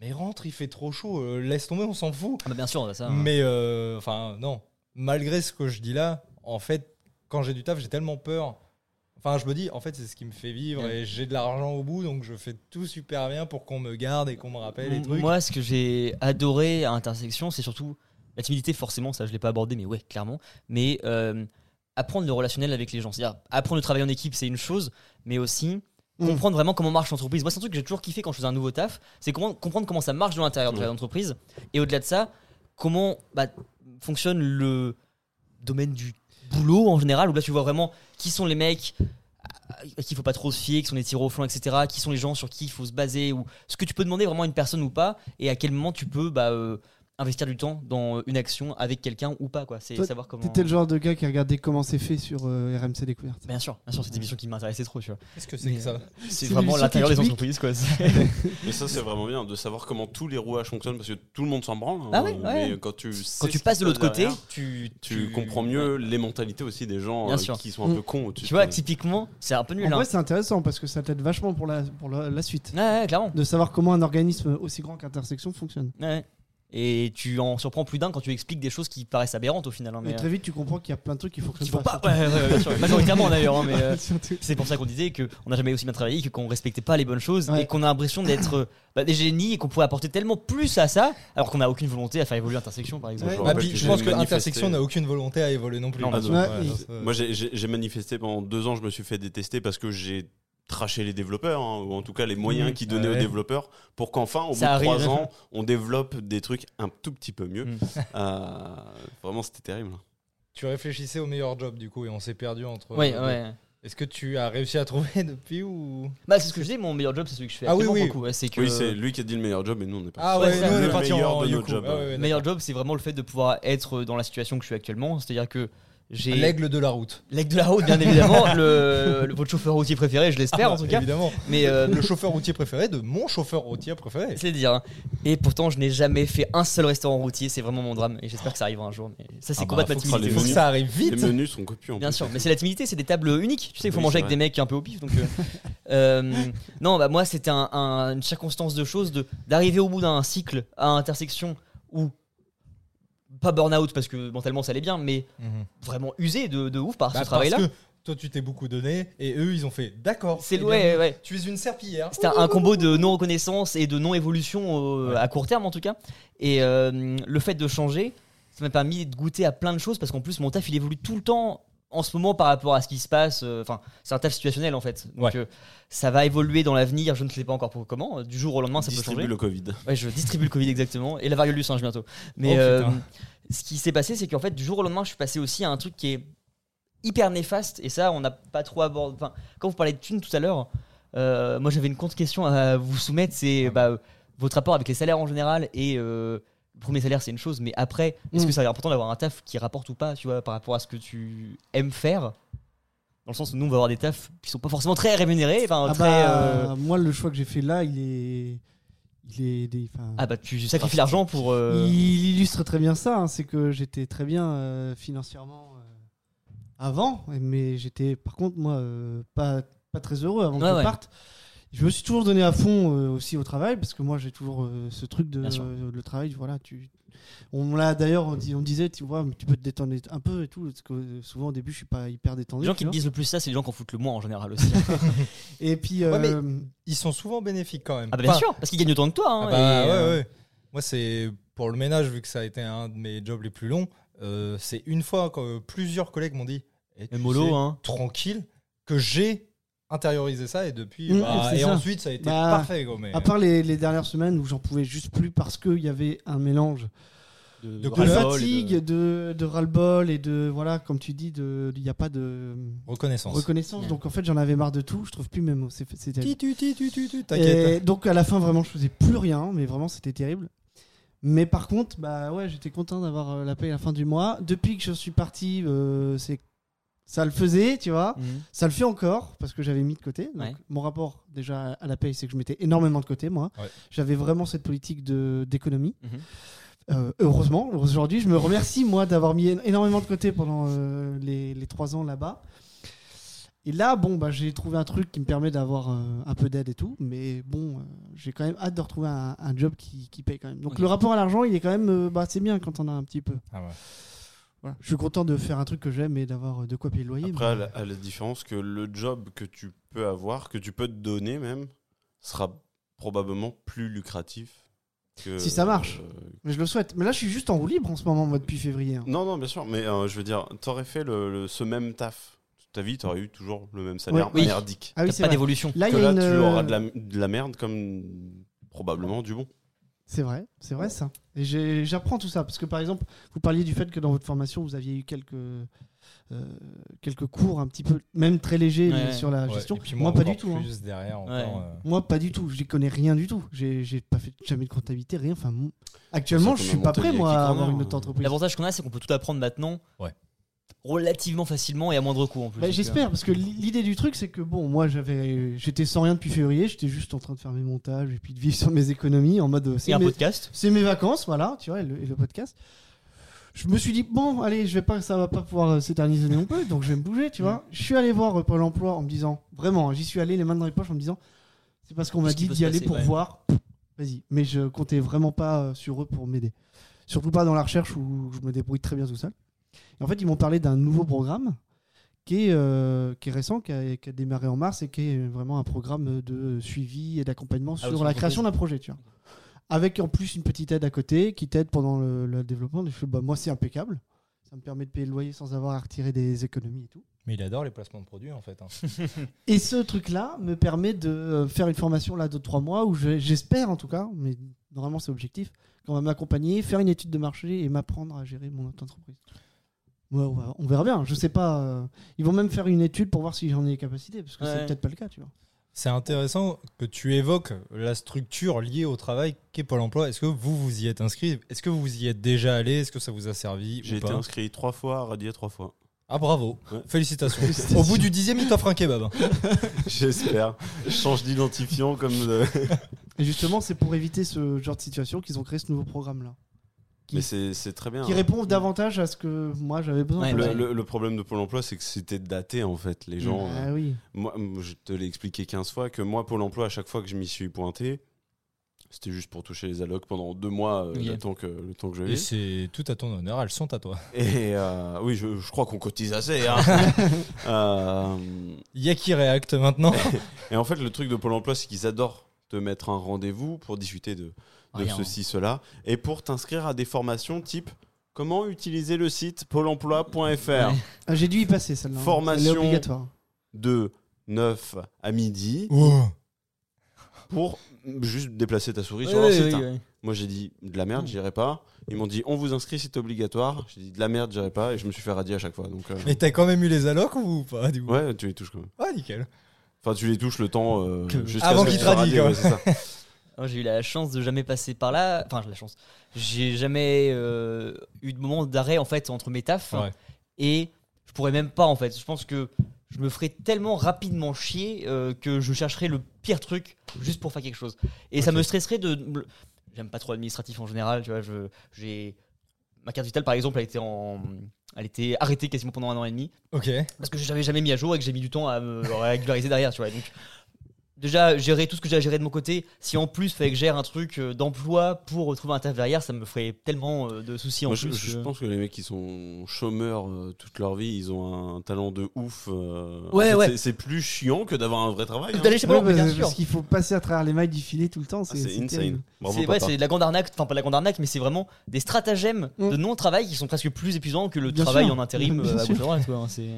Mais rentre, il fait trop chaud, euh, laisse tomber, on s'en fout. ah bah, bien sûr, ça. Mais euh, enfin, non, malgré ce que je dis là, en fait, quand j'ai du taf, j'ai tellement peur. Enfin, je me dis, en fait, c'est ce qui me fait vivre Ouais. et j'ai de l'argent au bout, donc je fais tout super bien pour qu'on me garde et qu'on me rappelle les M- trucs. Moi, ce que j'ai adoré à Intersection, c'est surtout la timidité, forcément, ça je l'ai pas abordé, mais ouais, clairement. Mais euh, apprendre le relationnel avec les gens. C'est-à-dire, apprendre le travail en équipe, c'est une chose, mais aussi Mm. comprendre vraiment comment marche l'entreprise. Moi, c'est un truc que j'ai toujours kiffé quand je faisais un nouveau taf, c'est comment- comprendre comment ça marche de l'intérieur de Mm. Ouais. l'entreprise. Et au-delà de ça, comment bah, fonctionne le domaine du boulot en général, où là tu vois vraiment qui sont les mecs à qui il faut pas trop se fier, qui sont les tirs au flanc, etc. Qui sont les gens sur qui il faut se baser, ou ce que tu peux demander vraiment à une personne ou pas, et à quel moment tu peux bah, euh, investir du temps dans euh, une action avec quelqu'un ou pas. quoi. C'est Toi, savoir comment. T'étais le genre de gars qui regardait comment c'est fait sur euh, RMC Découverte. Bien sûr, bien sûr, c'est une émission qui m'intéressait trop, tu vois. Qu'est-ce que c'est que ça Ah, C'est une vraiment émission l'intérieur qui des explique. entreprises, quoi. Mais ça, c'est vraiment bien de savoir comment tous les rouages fonctionnent parce que tout le monde s'en branle. hein, Ah ouais, ouais. Mais quand tu, sais Quand ce tu qui passes de se l'autre passe côté, derrière, tu, tu comprends mieux les mentalités aussi des gens Bien euh, sûr. qui sont un Mm. peu cons au-dessus. Tu vois, de- typiquement, c'est un peu nul. En hein. vrai, c'est intéressant parce que ça t'aide vachement pour la, pour la, la suite. Ouais, ouais, clairement. De savoir comment un organisme aussi grand qu'Intersection fonctionne. Ouais. Et tu en surprends plus d'un quand tu expliques des choses qui paraissent aberrantes au final. hein, mais Et très vite, tu comprends qu'il y a plein de trucs qui euh, qui fonctionnent font pas. Ouais, ouais, ouais, bien sûr. Majoritairement d'ailleurs. hein, mais, euh, Surtout. c'est pour ça qu'on disait qu'on n'a jamais aussi bien travaillé, que qu'on respectait pas les bonnes choses Ouais. et qu'on a l'impression d'être euh, bah, des génies et qu'on pourrait apporter tellement plus à ça alors qu'on n'a aucune volonté à faire évoluer Intersection par exemple. Ouais. Bah, rappelle puis, que je j'ai pense que manifesté. Intersection n'a aucune volonté à évoluer non plus. Non, Ah, non. Ouais, Ouais, non, il- ça- Moi, j'ai- j'ai j'ai manifesté pendant deux ans, je me suis fait détester parce que j'ai traché les développeurs, hein, ou en tout cas les moyens Mm. qu'ils donnaient Ouais. aux développeurs, pour qu'enfin, au bout Ça de arrive. trois ans, on développe des trucs un tout petit peu mieux. Mm. Euh, vraiment, c'était terrible. hein. tu réfléchissais au meilleur job du coup et on s'est perdu entre. Ouais, euh, ouais. Est-ce que tu as réussi à trouver depuis ou Bah, c'est ce que je dis, mon meilleur job c'est celui que je fais Ah oui, actuellement oui. pour le coup, ouais, c'est que Oui, c'est lui qui a dit le meilleur job, mais nous, on n'est pas. Ah ouais, ouais, ça, nous, on le est parti meilleur en de Yoku. nos jobs. Ah ouais, ouais, le meilleur job c'est vraiment le fait de pouvoir être euh, dans la situation que je suis actuellement, c'est-à-dire que j'ai L'aigle de la route. L'aigle de la route bien évidemment, le, le- votre chauffeur routier préféré, je l'espère Ah, en tout cas, Évidemment. mais euh, Le chauffeur routier préféré de mon chauffeur routier préféré. C'est dire. hein. Et pourtant, je n'ai jamais fait un seul restaurant routier. C'est vraiment mon drame. Et j'espère que ça arrivera un jour. Mais ça, c'est Ah bah, combattre ma faut que ce soit Il les faut que timidité. menus. ça arrive Les vite. menus sont copieux. en Bien plus. sûr, mais c'est la timidité, c'est des tables uniques. Tu sais, il faut Oui, manger c'est avec des mecs un peu au pif. Donc, euh, euh, non, bah moi, c'était un- un- une circonstance de choses de d'arriver au bout d'un cycle à intersection où pas burn-out parce que mentalement ça allait bien, mais Mhm. vraiment usé de, de ouf par Bah, Ah, ce travail-là. Parce que toi, tu t'es beaucoup donné et eux, ils ont fait d'accord. C'est eh bien, ouais, ouais. Tu es une serpillière. C'était un, un combo de non-reconnaissance et de non-évolution euh, Ouais. à court terme en tout cas. Et euh, le fait de changer, ça m'a permis de goûter à plein de choses parce qu'en plus mon taf il évolue tout le temps en ce moment par rapport à ce qui se passe. Euh, Enfin, c'est un taf situationnel en fait. Donc Ouais. euh, ça va évoluer dans l'avenir, je ne sais pas encore pour comment. Du jour au lendemain ça peut Distribue changer. le Covid. Ouais, je distribue le Covid exactement et la variole du singe bientôt. Mais Oh, euh, putain. ce qui s'est passé, c'est qu'en fait, du jour au lendemain, je suis passé aussi à un truc qui est hyper néfaste. Et ça, on n'a pas trop abordé. Enfin, quand vous parlez de thunes tout à l'heure, euh, moi j'avais une contre-question à vous soumettre c'est bah, euh, votre rapport avec les salaires en général et. euh, le premier salaire, c'est une chose, mais après, est-ce que Mm. ça est important d'avoir un taf qui rapporte ou pas, tu vois, par rapport à ce que tu aimes faire Dans le sens où nous, on va avoir des tafs qui sont pas forcément très rémunérés, enfin, Ah très. euh, bah, Moi, le choix que j'ai fait là, il est. Il est. des- enfin, Ah bah, tu sacrifies l'argent pour. euh, Il illustre très bien ça. hein, c'est que j'étais très bien euh, financièrement euh, avant, mais j'étais par contre moi euh, pas pas très heureux avant Ouais, que ouais. je parte. Je me suis toujours donné à fond euh, aussi au travail parce que moi j'ai toujours euh, ce truc de Bien sûr. euh, le travail. Voilà, tu. On me l'a d'ailleurs on, dit- on me disait tu vois mais tu peux te détendre un peu et tout parce que euh, souvent au début je suis pas hyper détendu. Les gens tu qui te vois. disent le plus ça, c'est les gens qui en foutent le moins en général aussi. Et puis Ouais, mais- euh, Ils sont souvent bénéfiques quand même. Ah bah bien Enfin, sûr, parce qu'ils gagnent autant que toi. hein, Ah bah, et, ouais, euh, ouais. Moi, c'est pour le ménage, vu que ça a été un de mes jobs les plus longs. euh, c'est une fois que euh, plusieurs collègues m'ont dit eh, tu et mollo, sais, hein. tranquille, que j'ai intériorisé ça et depuis. Mmh, bah, c'est et ça. ensuite, ça a été Bah, parfait. Quoi, mais... à part les, les dernières semaines où j'en pouvais juste plus parce qu'il y avait un mélange de de ras-le-bol fatigue, de, de ras-le-bol et de, voilà, comme tu dis, de- il n'y a pas de Reconnaissance. reconnaissance. Ouais. Donc en fait, j'en avais marre de tout. Je trouve plus mes mots. C'est, c'est terrible. Ti, tu, ti, tu, tu, tu, Et donc à la fin, vraiment, je faisais plus rien, mais vraiment, c'était terrible. Mais par contre, bah ouais, j'étais content d'avoir euh, la paye à la fin du mois. Depuis que je suis parti, euh, c'est ça le faisait, tu vois. Mhm. Ça le fait encore parce que j'avais mis de côté. Donc, Ouais. Mon rapport déjà à la paye, c'est que je mettais énormément de côté, moi. Ouais. J'avais vraiment cette politique de- d'économie. Mhm. Euh, heureusement, aujourd'hui, je me remercie, moi, d'avoir mis é- énormément de côté pendant euh, les, les trois ans là-bas. Et là, bon, bah, j'ai trouvé un truc qui me permet d'avoir euh, un peu d'aide et tout. Mais bon, euh, j'ai quand même hâte de retrouver un, un job qui, qui paye quand même. Donc Ok. le rapport à l'argent, il est quand même, euh, bah, c'est bien quand on a un petit peu. Ah ouais. Voilà. Je suis content de faire un truc que j'aime et d'avoir euh, de quoi payer le loyer. Après, à mais- la, à la différence que le job que tu peux avoir, que tu peux te donner même, sera probablement plus lucratif. Que, Si ça marche. euh, Mais je le souhaite. Mais là, je suis juste en roue libre en ce moment, moi, depuis février. hein. non, non, bien sûr, mais euh, je veux dire, t'aurais fait le, le- ce même taf toute ta vie, t'aurais eu toujours le même salaire Oui. merdique. Ah T'as oui, c'est pas vrai. d'évolution. Là, il que y a là, une. tu euh, auras de la, de la merde comme probablement du bon. C'est vrai, c'est vrai ça. Et j'ai- j'apprends tout ça parce que par exemple, vous parliez du fait que dans votre formation, vous aviez eu quelques euh, quelques cours un petit peu, même très légers, Ouais, mais ouais. sur la Ouais, gestion. et puis moi, pas encore du tout. hein. Plus derrière, encore, Ouais. euh, Moi, pas du tout. J'y connais rien du tout. J'ai j'ai pas fait jamais de comptabilité, rien. Enfin, mon- actuellement, C'est je comme suis un pas prêt Montpellier moi qui à commande, avoir une hein. autre entreprise. L'avantage qu'on a, c'est qu'on peut tout apprendre maintenant. Ouais. Relativement facilement et à moindre coût en plus. Bah, Donc, J'espère parce que li- l'idée du truc, c'est que bon, moi, j'avais, j'étais sans rien depuis février. J'étais juste en train de faire mes montages et puis de vivre sur mes économies en mode. euh, euh, c'est Et un mes- podcast. c'est mes vacances, voilà, tu vois, et le, et le podcast. Je me suis dit bon, allez, je vais pas, ça va pas pouvoir euh, s'éterniser non plus, donc je vais me bouger, tu vois. Je suis allé voir euh, Pôle Emploi en me disant vraiment, j'y suis allé les mains dans les poches en me disant c'est parce qu'on m'a Ce qui dit peut d'y se aller passer, pour ouais. voir. Vas-y, mais je comptais vraiment pas euh, sur eux pour m'aider, surtout pas dans la recherche où je me débrouille très bien tout seul. Et en fait, ils m'ont parlé d'un nouveau programme qui est, euh, qui est récent, qui a, qui a démarré en mars et qui est vraiment un programme de suivi et d'accompagnement Ah, sur sur la l'entreprise. création d'un projet, tu vois. Avec en plus une petite aide à côté qui t'aide pendant le, le développement. Je fais, bah, moi, c'est impeccable. Ça me permet de payer le loyer sans avoir à retirer des économies et tout. Mais il adore les placements de produits en fait. hein. Et ce truc-là me permet de euh, faire une formation là de trois mois où je- j'espère en tout cas, mais normalement c'est objectif, qu'on va m'accompagner, faire une étude de marché et m'apprendre à gérer mon entreprise. Ouais, on, va- on verra bien. Je sais pas. euh, ils vont même faire une étude pour voir si j'en ai les capacités, parce que Ouais. c'est peut-être pas le cas, tu vois. C'est intéressant que tu évoques la structure liée au travail qu'est Pôle emploi. Est-ce que vous vous y êtes inscrit Est-ce que vous y êtes déjà allé Est-ce que ça vous a servi J'ai ou été pas inscrit trois fois, radié trois fois. Ah bravo Ouais. Félicitations Au bout du dixième, il t'offre un kebab. J'espère. Je change d'identifiant comme. de- Et justement, c'est pour éviter ce genre de situation qu'ils ont créé ce nouveau programme-là, Qui- Mais c'est c'est très bien. qui répond davantage à ce que moi j'avais besoin. Ouais, Parce Le, que- le- le problème de Pôle emploi, c'est que c'était daté en fait. Les gens. euh, Ah oui. Moi, m- je te l'ai expliqué 15 fois que moi, Pôle emploi, à chaque fois que je m'y suis pointé, c'était juste pour toucher les allocs pendant deux mois, euh, Ok. le, temps que, le temps que je Et vis. c'est tout à ton honneur, elles sont à toi. Et euh, oui, je, je crois qu'on cotise assez. hein. Euh, Il y a qui réacte maintenant et en fait, le truc de Pôle emploi, c'est qu'ils adorent te mettre un rendez-vous pour discuter de, de Rien. ceci, cela, et pour t'inscrire à des formations type comment utiliser le site pôle emploi.fr. Ouais. Ah, J'ai dû y passer celle-là. hein. Formation. Elle est obligatoire. de 9 à midi Ouh. pour juste déplacer ta souris Ouais, sur leur ouais, site. ouais, hein. ouais. Moi j'ai dit de la Hmm. merde, j'irai pas. Ils m'ont dit on vous inscrit, c'est obligatoire. J'ai dit de la merde, j'irai pas et je me suis fait radier à chaque fois. Donc euh, Mais t'as quand même eu les allocs ou pas du coup ouais, tu les touches quand même. Ah nickel Enfin, tu les touches le temps euh, Que- jusqu'à Avant ce que qu'ils tu te radient, radies, quand ouais, c'est ça. Moi, Hein, J'ai eu la chance de jamais passer par là. Enfin, j'ai la chance. J'ai jamais euh, eu de moment d'arrêt en fait entre mes tafs. Ouais. Et je pourrais même pas en fait. Je pense que je me ferais tellement rapidement chier euh, que je chercherais le pire truc juste pour faire quelque chose. Et ça Ok. me stresserait de. J'aime pas trop l'administratif en général. Tu vois, je- j'ai ma carte vitale par exemple, elle était en, elle était arrêtée quasiment pendant un an et demi Ok. parce que je l'avais jamais mis à jour et que j'ai mis du temps à me régulariser derrière, tu vois. Donc, déjà, gérer tout ce que j'ai à gérer de mon côté, si en plus, fallait que je gère un truc euh, d'emploi pour retrouver un taf derrière, ça me ferait tellement euh, de soucis en Moi, je, plus. je que- pense que les mecs qui sont chômeurs euh, toute leur vie, ils ont un talent de ouf. euh, en Ouais, fait, ouais. c'est- C'est plus chiant que d'avoir un vrai travail. hein. D'aller chez Pôle Ouais, bah, emploi, bien parce, sûr. parce qu'il faut passer à travers les mailles du filet tout le temps. Ah, C'est C'est c'est insane. terrible. Bravo, C'est ouais, papa. c'est de la grande arnaque, enfin pas de la grande arnaque, mais c'est vraiment des stratagèmes Mm. de non-travail qui sont presque plus épuisants que le Bien travail sûr. en intérim Bien euh, à sûr. gauche à droite, quoi, hein, c'est-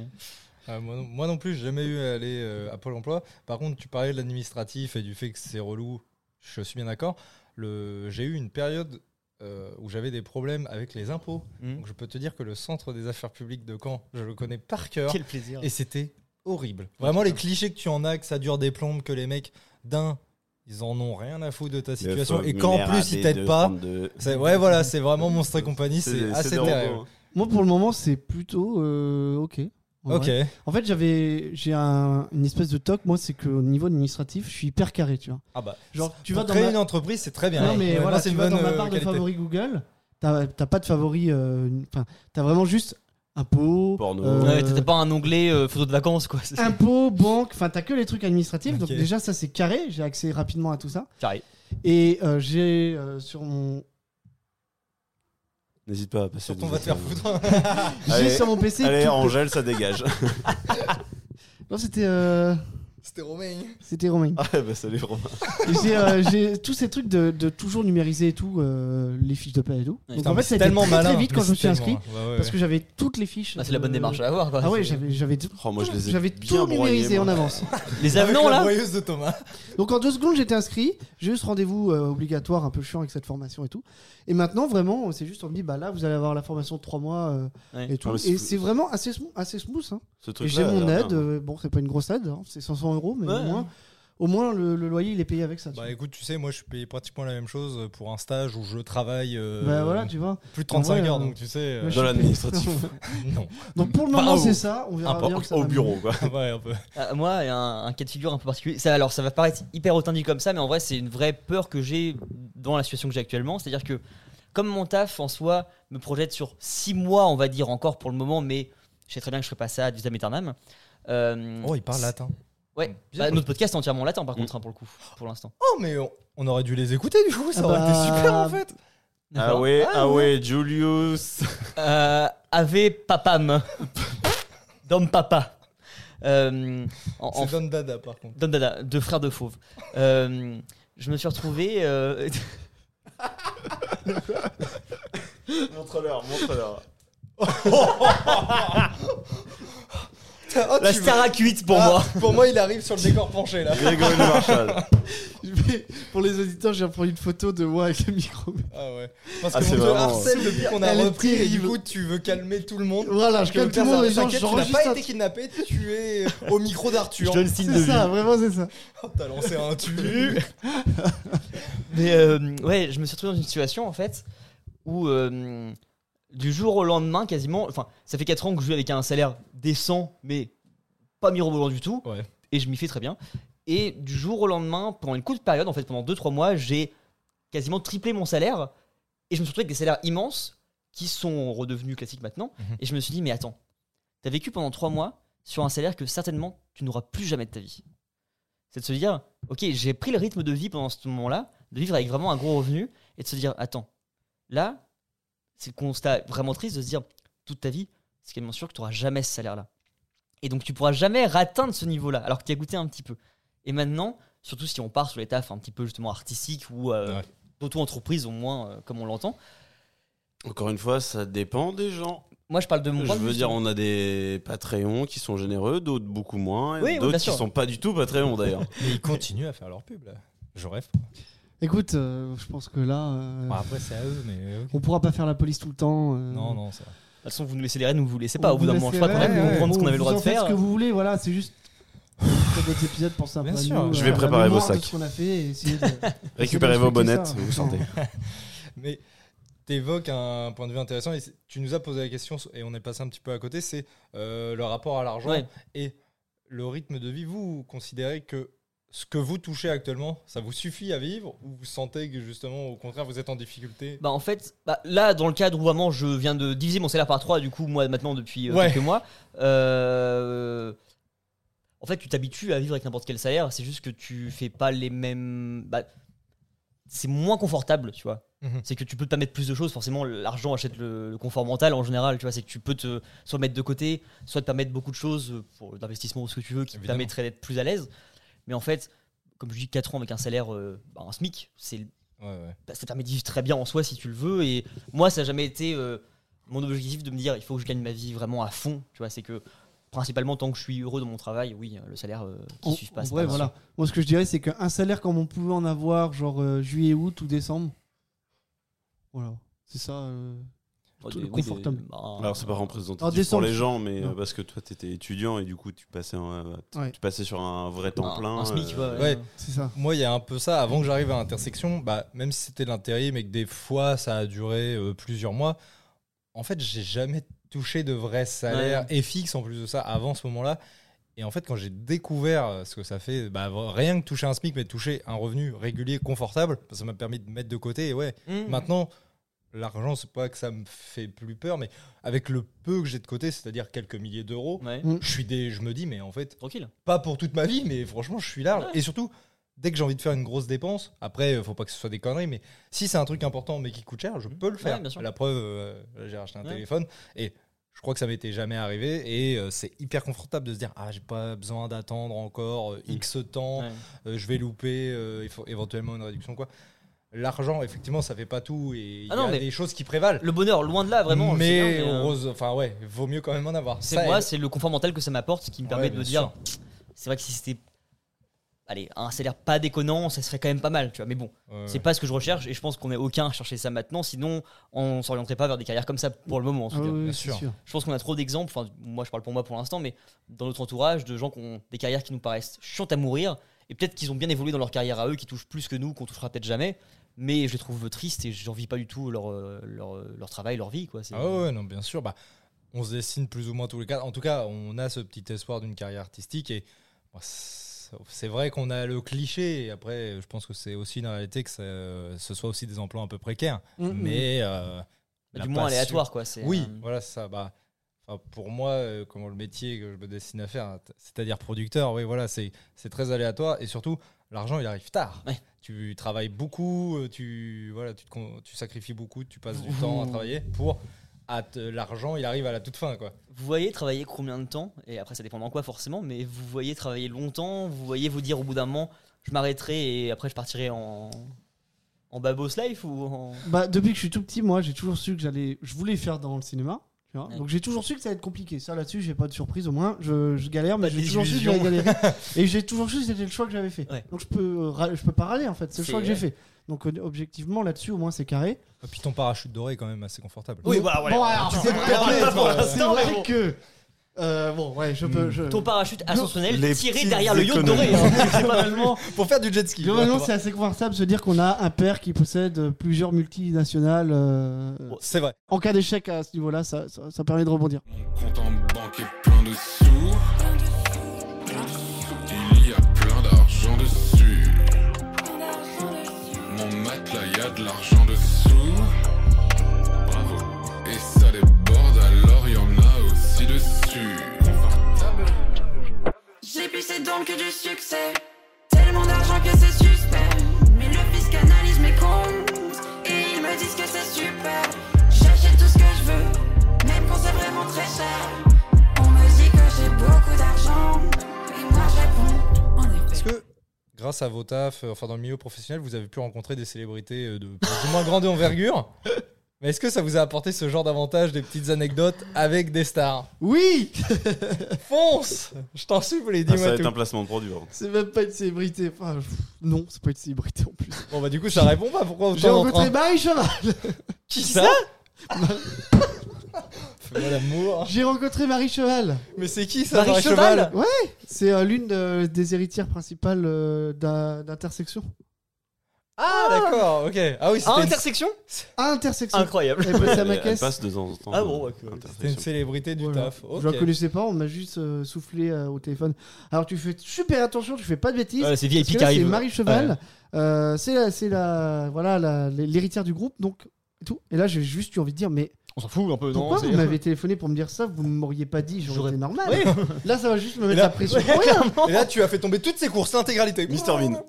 Ah, moi, non, moi non plus, j'ai jamais eu à aller euh, à Pôle emploi. Par contre, tu parlais de l'administratif et du fait que c'est relou. Je suis bien d'accord. Le- J'ai eu une période euh, où j'avais des problèmes avec les impôts. Mm. Donc, je peux te dire que le centre des affaires publiques de Caen, je le connais par cœur. Quel plaisir. Et c'était horrible. Vraiment, les clichés que tu en as, que ça dure des plombes, que les mecs, d'un, Ils en ont rien à foutre de ta Le situation. Et formulaire qu'en plus, ils AB2 t'aident pas. 32. c'est- Ouais, voilà, c'est vraiment Monstre et compagnie, c'est assez des terrible. robots, Moi, pour le moment, c'est plutôt euh, OK. en Ok. vrai. En fait, j'avais, j'ai un- une espèce de toc. Moi, c'est qu'au niveau administratif, je suis hyper carré, tu vois. Ah bah, Genre, tu pour vas dans créer ma- une entreprise, c'est très bien. Non, mais Ouais, voilà, non, c'est tu une vas bonne dans ma euh, barre de qualité. favoris Google, t'as t'as pas de favoris. euh, une- Enfin, t'as vraiment juste impôts, Porno. euh, Ah. Ouais, t'as pas un onglet euh, photo de vacances, quoi. C'est- impôts, banque. Enfin, t'as que les trucs administratifs. Donc Ok. déjà, ça c'est carré. J'ai accès rapidement à tout ça. Carré. Et euh, j'ai euh, sur mon, hein. N'hésite pas à passer. Surtout, des on va te faire examens. foutre. j'ai Allez, sur mon PC. Allez, tout- Angèle, ça dégage. Non, c'était euh, C'était Romain. c'était Romain. ah, bah, salut Romain. Et j'ai, euh, j'ai tous ces trucs de, de toujours numériser et tout, euh, les fiches de paie et tout. Donc Ouais, putain, en fait, mais ça a c'est été tellement très, très malin. vite quand Mais je me suis c'est inscrit. tellement- ouais, ouais, Parce ouais. que j'avais toutes les fiches. Ah, c'est la bonne euh, démarche à avoir, quoi. Ah ouais, C'est- j'avais, j'avais tout- Oh, moi, je les ai j'avais bien tout broyés, numérisé moi. en avance. Les Avec avenants, la là broyeuse de Thomas. Donc en deux secondes, j'étais inscrit. J'ai eu ce rendez-vous euh, obligatoire, un peu chiant avec cette formation et tout. Et maintenant, vraiment, c'est juste, on me dit, bah là, vous allez avoir la formation de trois mois euh, Ouais. et tout. Ah, mais c'est et fou. c'est vraiment assez, smooth- assez smooth. hein. Ce Et truc j'ai mon aide. hein. euh, bon, c'est pas une grosse aide, hein, c'est 500 euros, mais Ouais. au moins, au moins le, le loyer, il est payé avec ça. tu Bah vois. écoute, tu sais, moi je suis payé pratiquement la même chose euh, pour un stage où je travaille euh, Bah, voilà, tu vois. plus de en vrai, 35 heures, euh, donc tu sais. euh, moi, Dans l'administratif. Non. Donc pour le Bah, moment, au- c'est ça. On verra Ah, bah, bien que ça Au va bureau, quoi. Ouais, un peu. Euh, moi, il y a un, un cas de figure un peu particulier. Ça, alors, ça va paraître hyper autant dit comme ça, mais en vrai, c'est une vraie peur que j'ai dans la situation que j'ai actuellement. C'est-à-dire que, comme mon taf en soi me projette sur 6 mois, on va dire encore pour le moment, mais je sais très bien que je ferai pas ça à vitam aeternam. Euh, Oh, il parle latin. Ouais. Bah, notre podcast est entièrement latin, Mm. par contre, hein, pour le coup, pour l'instant. Oh, mais on, on aurait dû les écouter du coup, ça Ah aurait été bah. super en fait. Ah D'accord. ouais, ah ouais, Julius. Euh, Ave papam. Dom papa. Euh, en- en C'est Don Dada par contre. Don Dada, deux frères de fauves. Euh, je me suis retrouvé. euh, Montre-leur, montre-leur. Oh, la Starac 8 Ah, pour moi. Pour moi, il arrive sur le décor penché là. Grégory Marshall. Mais pour les auditeurs, j'ai repris une photo de moi avec le micro. Ah ouais. Parce Ah, qu'on c'est te vraiment- harcèle depuis qu'on a Elle est repris et du terrible. coup, tu veux calmer tout le monde. Voilà, je Tu veux calme tout le faire monde. ça. Les gens, T'inquiète, tu n'as j'enregistre pas un- été kidnappé, tu es au micro d'Arthur. signe C'est ça, vraiment, c'est ça. Oh, T'as lancé un tu. Mais euh, ouais, je me suis retrouvé dans une situation en fait où euh, du jour au lendemain, quasiment, enfin, ça fait 4 ans que je vis avec un salaire décent, mais pas mirobolant du tout, Ouais. et je m'y fais très bien. Et du jour au lendemain, pendant une courte période, en fait, pendant 2-3 mois, j'ai quasiment triplé mon salaire, et je me suis retrouvé avec des salaires immenses qui sont redevenus classiques maintenant, Mhm. et je me suis dit, mais attends, t'as vécu pendant 3 mois sur un salaire que certainement tu n'auras plus jamais de ta vie. C'est de se dire, ok, j'ai pris le rythme de vie pendant ce moment-là, de vivre avec vraiment un gros revenu, et de se dire, attends, là, c'est le constat vraiment triste de se dire, toute ta vie, c'est quasiment sûr que tu n'auras jamais ce salaire-là. Et donc, tu pourras jamais atteindre ce niveau-là, alors que tu as goûté un petit peu. Et maintenant, surtout si on part sur les tafs un petit peu justement artistiques ou euh, Ouais. d'auto-entreprise, au moins, euh, comme on l'entend. Encore une fois, ça dépend des gens. Moi, je parle de mon Je point de veux vue, dire, on a des Patreons qui sont généreux, d'autres beaucoup moins, et Oui, oui, bien d'autres qui sûr. sont pas du tout Patreons d'ailleurs. Mais ils continuent à faire leur pub là. Je rêve. Écoute, euh, je pense que là, euh, Bon, après, c'est à eux, mais. ok. on pourra pas faire la police tout le temps. euh. Non, non, ça. De toute façon, vous nous laissez les rênes ou vous ne laissez On pas. Au vous bout d'un moment, je laisse crois qu'on a les pu rênes, comprendre ce on qu'on avait le vous droit de en faites faire. ce que vous voulez, voilà, c'est juste. Faites D'autres épisodes, pensez un Bien peu à sûr. nous, Je euh, vais à la préparer vos mémoire de sacs. ce qu'on a fait et essayer de- Récupérez vos respecter bonnettes, ça. vous sentez. Mais t'évoques un point de vue intéressant. Et c'est- tu nous as posé la question et on est passé un petit peu à côté. C'est euh, le rapport à l'argent Ouais. et le rythme de vie. Vous, vous considérez que ce que vous touchez actuellement, ça vous suffit à vivre ou vous sentez que justement, au contraire, vous êtes en difficulté Bah en fait, bah, là dans le cadre où vraiment je viens de diviser mon salaire par 3 du coup moi maintenant depuis euh, Ouais. quelques mois, euh, en fait tu t'habitues à vivre avec n'importe quel salaire, c'est juste que tu fais pas les mêmes... bah, c'est moins confortable tu vois. Mhm. C'est que tu peux te permettre plus de choses, forcément l'argent achète le, le confort mental en général, tu vois, c'est que tu peux te soit mettre de côté, soit te permettre beaucoup de choses euh, pour l'investissement ou ce que tu veux qui te Évidemment. permettrait d'être plus à l'aise. Mais en fait, comme je dis 4 ans avec un salaire, euh, bah, un SMIC, c'est Ouais, ouais. bah, ça te permet de vivre très bien en soi si tu le veux. Et moi, ça n'a jamais été euh, mon objectif de me dire il faut que je gagne ma vie vraiment à fond. Tu vois, c'est que principalement tant que je suis heureux dans mon travail, oui, euh, le salaire euh, Oh, qui En- suit pas. en c'est vrai, pas voilà. Moi, ce que je dirais, c'est qu'un salaire comme on pouvait en avoir, genre euh, juillet, août ou décembre, voilà, c'est ça. euh, Oh, Tout des- le oui, des- confortable. bah, Alors c'est pas représentatif En pour décembre. les gens, mais Non. euh, parce que toi t'étais étudiant et du coup tu passais, en- euh, tu- Ouais. tu passais sur un vrai temps un- plein. Un SMIC, euh, ouais, ouais. ouais. C'est ça. Moi, il y a un peu ça. Avant que j'arrive à l'intersection, bah, même si c'était de l'intérim et que des fois ça a duré euh, plusieurs mois, en fait, j'ai jamais touché de vrai salaire et fixe en plus de ça avant ce moment-là. Et en fait, quand j'ai découvert euh, ce que ça fait, bah, v- rien que toucher un SMIC, mais toucher un revenu régulier, confortable, bah, ça m'a permis de mettre de côté. Et ouais, Mm. maintenant, l'argent, c'est pas que ça me fait plus peur, mais avec le peu que j'ai de côté, c'est-à-dire quelques milliers d'euros, Ouais. Mm. je suis des, je me dis, mais en fait, Tranquille. pas pour toute ma vie, mais franchement, je suis large. Et surtout, dès que j'ai envie de faire une grosse dépense, après, euh, faut pas que ce soit des conneries, mais si c'est un truc important mais qui coûte cher, je peux le faire. Mmh. Ouais, bien sûr. La preuve, euh, là, j'ai racheté un Ouais. téléphone et je crois que ça m'était jamais arrivé et euh, c'est hyper confortable de se dire ah j'ai pas besoin d'attendre encore euh, x temps, Mmh. Ouais. euh, je vais louper, euh, il faut éventuellement une réduction quoi. L'argent, effectivement, ça fait pas tout et il Ah y non, a mais- des choses qui prévalent. Le bonheur, loin de là, vraiment. je sais mais, bien, mais, euh, heureuse- enfin ouais, vaut mieux quand même en avoir. C'est Ça moi, aide. c'est le confort mental que ça m'apporte qui me permet Ouais, de bien me dire. C'est vrai que si c'était. Allez, un salaire pas déconnant, ça serait quand même pas mal, tu vois. Mais bon, Ouais, c'est pas ce que je recherche et je pense qu'on n'est aucun à chercher ça maintenant. Sinon, on s'orienterait pas vers des carrières comme ça pour le moment. en tout Ah cas. oui, bien c'est sûr. Je pense qu'on a trop d'exemples, enfin, moi je parle pour moi pour l'instant, mais dans notre entourage, de gens qui ont des carrières qui nous paraissent chiantes à mourir, et peut-être qu'ils ont bien évolué dans leur carrière à eux, qui touchent plus que nous, qu'on touchera peut-être jamais, mais je les trouve tristes et j'envie pas du tout leur, euh, leur, euh, leur travail, leur vie. Quoi. C'est- Ah ouais, ouais, non, bien sûr. Bah, on se dessine plus ou moins tous les cas. En tout cas, on a ce petit espoir d'une carrière artistique et bah, c'est c'est vrai qu'on a le cliché. Et après, je pense que c'est aussi une réalité que ça- ce soit aussi des emplois un peu précaires, Mm, mais euh, Bah, la Mm-hmm. du moins passion- aléatoire. Quoi. C'est, Oui, euh, voilà, c'est ça. Bah, enfin, pour moi, euh, comment le métier que je me destine à faire, t- c'est-à-dire producteur, oui, voilà, c'est c'est très aléatoire et surtout, l'argent, il arrive tard. Ouais. Tu travailles beaucoup, euh, tu voilà, tu, te con- tu sacrifies beaucoup, tu passes du temps à travailler pour à te- l'argent, il arrive à la toute fin, quoi. Vous voyez travailler combien de temps Et après, ça dépend dans quoi forcément, mais vous voyez travailler longtemps, vous voyez vous dire au bout d'un moment, je m'arrêterai et après je partirai en, en babos life ou en. Bah, depuis que je suis tout petit, moi, j'ai toujours su que j'allais. Je voulais faire dans le cinéma. tu vois. Ouais. Donc j'ai toujours su que ça allait être compliqué. Ça là-dessus, j'ai pas de surprise au moins. Je, je galère, mais Pas j'ai toujours su que d'illusion. j'allais galérer. Et j'ai toujours su que c'était le choix que j'avais fait. Ouais. Donc je peux, euh, ra- je peux pas râler en fait. C'est le C'est- choix que j'ai ouais. fait. Donc euh, objectivement, là-dessus, au moins, c'est carré. Et puis ton parachute doré est quand même assez confortable. Oui, bah, ouais. Bon, alors, Tu c'est peux vrai, te permettre, c'est vrai toi. que. euh, bon, ouais, je peux. Mm. je- Ton parachute ascensionnel Les tiré petites derrière le yacht doré. économies. hein. C'est pas mal. Globalement, Pour faire du jet ski. globalement, voilà. c'est assez confortable de se dire qu'on a un père qui possède plusieurs multinationales. euh, c'est vrai. En cas d'échec à ce niveau-là, ça- ça- ça permet de rebondir. Mon compte en banque est plein de sous. Il y a plein d'argent dessus. Mon matelas, y a de l'argent dessous. Et ça déborde, alors y en a aussi dessus. J'ai pissé donc que du succès. Tellement d'argent que c'est suspect. Mais le fisc analyse mes comptes. Et ils me disent que c'est super. J'achète tout ce que je veux. Même quand c'est vraiment très cher. On me dit que j'ai beaucoup d'argent. Et moi je réponds. En effet. Est-ce que grâce à vos tafs, euh, enfin dans le milieu professionnel, vous avez pu rencontrer des célébrités euh, de plus ou moins grande envergure Mais est-ce que ça vous a apporté ce genre d'avantage, des petites anecdotes avec des stars Oui Fonce Je t'en supplie, Ah, ça va dis-moi être tout. un placement de produit. hein. C'est même pas une célébrité. Enfin, pff, non, c'est pas une célébrité en plus. Bon bah du coup ça répond pas, pourquoi vous J'ai en rencontré train Marie Chaval Qui ça Fais-moi l'amour. J'ai rencontré Marie Cheval Mais c'est qui ça, Marie Cheval C'est euh, l'une de- des héritières principales euh, d'A- d'Intersection. Ah d'accord, ok. Ah oui, c'était Ah, une- intersection À Ah, Intersection Incroyable. Elle bossait à ma Elle, elle caisse. passe de temps en temps. Ah bon, ok. euh, intersection. c'était une, célébrité du Voilà. taf. Ok. Je la connaissais pas, on m'a juste euh, soufflé euh, au téléphone. Alors tu fais super attention, tu fais pas de bêtises. Ouais, c'est parce VIP que qui là, c'est arrive. Marie Cheval, euh, c'est la, c'est la, voilà, la- l'héritière du groupe, donc et tout. Et là, j'ai juste eu envie de dire, mais On s'en fout un peu, pourquoi c'est- vous m'avez téléphoné pour me dire ça Vous m'auriez pas dit, j'aurais J'aurais- été normal. Oui. Là, ça va juste me mettre là- la pression. hein. pour rien. Et là tu as fait tomber toutes ces courses, l'intégralité. Mr. Bean.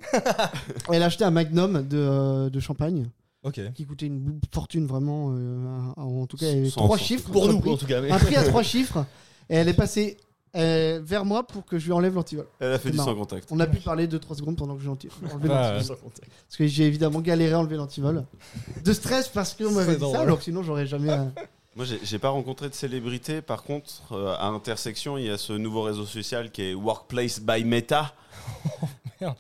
Elle a acheté un magnum de, euh, de champagne Ok. qui coûtait une bou- fortune vraiment, euh, un- en tout cas, euh, Sans- trois sans- chiffres. Pour un nous, prix- en tout cas. mais- Un prix à trois chiffres. Et elle est passée euh, vers moi pour que je lui enlève l'antivol. Elle a fait C'est du marrant. sans contact. On a pu parler 2-3 secondes pendant que j'ai anti- enlevé Ah, l'antivol. Parce que j'ai évidemment galéré à enlever l'antivol. De stress parce que on C'est m'avait dit drôle. ça, alors que sinon j'aurais jamais. euh, Moi, j'ai j'ai pas rencontré de célébrité. Par contre, euh, à Intersection, il y a ce nouveau réseau social qui est Workplace by Meta. Oh, merde.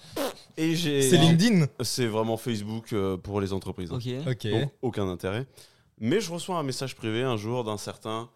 Et j'ai. C'est LinkedIn C'est vraiment Facebook euh, pour les euh, entreprises. hein. Ok. Ok. Donc, aucun intérêt. Mais je reçois un message privé un jour d'un certain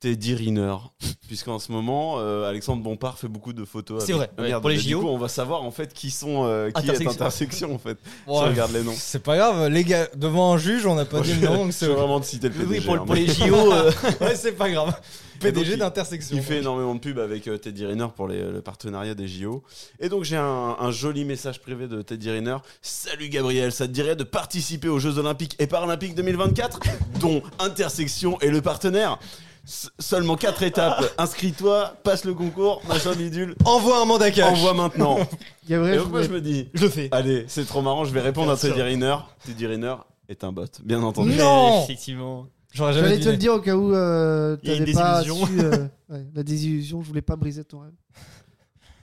Teddy Riner. Puisqu'en ce moment, euh, Alexandre Bompard fait beaucoup de photos. C'est avec- vrai, Ah, ouais, merde, pour les mais du JO. coup, on va savoir en fait qui sont euh, qui Intersection. est intersection en fait. Ouais. Si on regarde les noms. C'est pas grave, les gars, devant un juge, on n'a pas dit le nom, donc Je c'est veux vraiment de citer le Oui, PDG. oui, pour, hein, pour mais- les JO. euh, ouais, c'est pas grave. Et PDG donc, d'intersection. Il fait énormément de pub avec euh, Teddy Riner pour les- le partenariat des JO. Et donc j'ai un, un joli message privé de Teddy Riner. Salut Gabriel, ça te dirait de participer aux Jeux Olympiques et Paralympiques 2024 dont Intersection est le partenaire S- Seulement 4 étapes. Inscris-toi, passe le concours, machin bidule, Envoie un mandat cash. envoie maintenant. Et Gabriel, donc moi je me dis, Je le fais. allez, c'est trop marrant, je vais répondre à Bien sûr. Teddy Riner. Teddy Riner est un bot, bien entendu. Non Effectivement. J'aurais jamais J'allais te deviné. le dire au cas où euh, Il y a une t'avais pas su. désillusion. euh, ouais, la désillusion, je voulais pas briser ton rêve.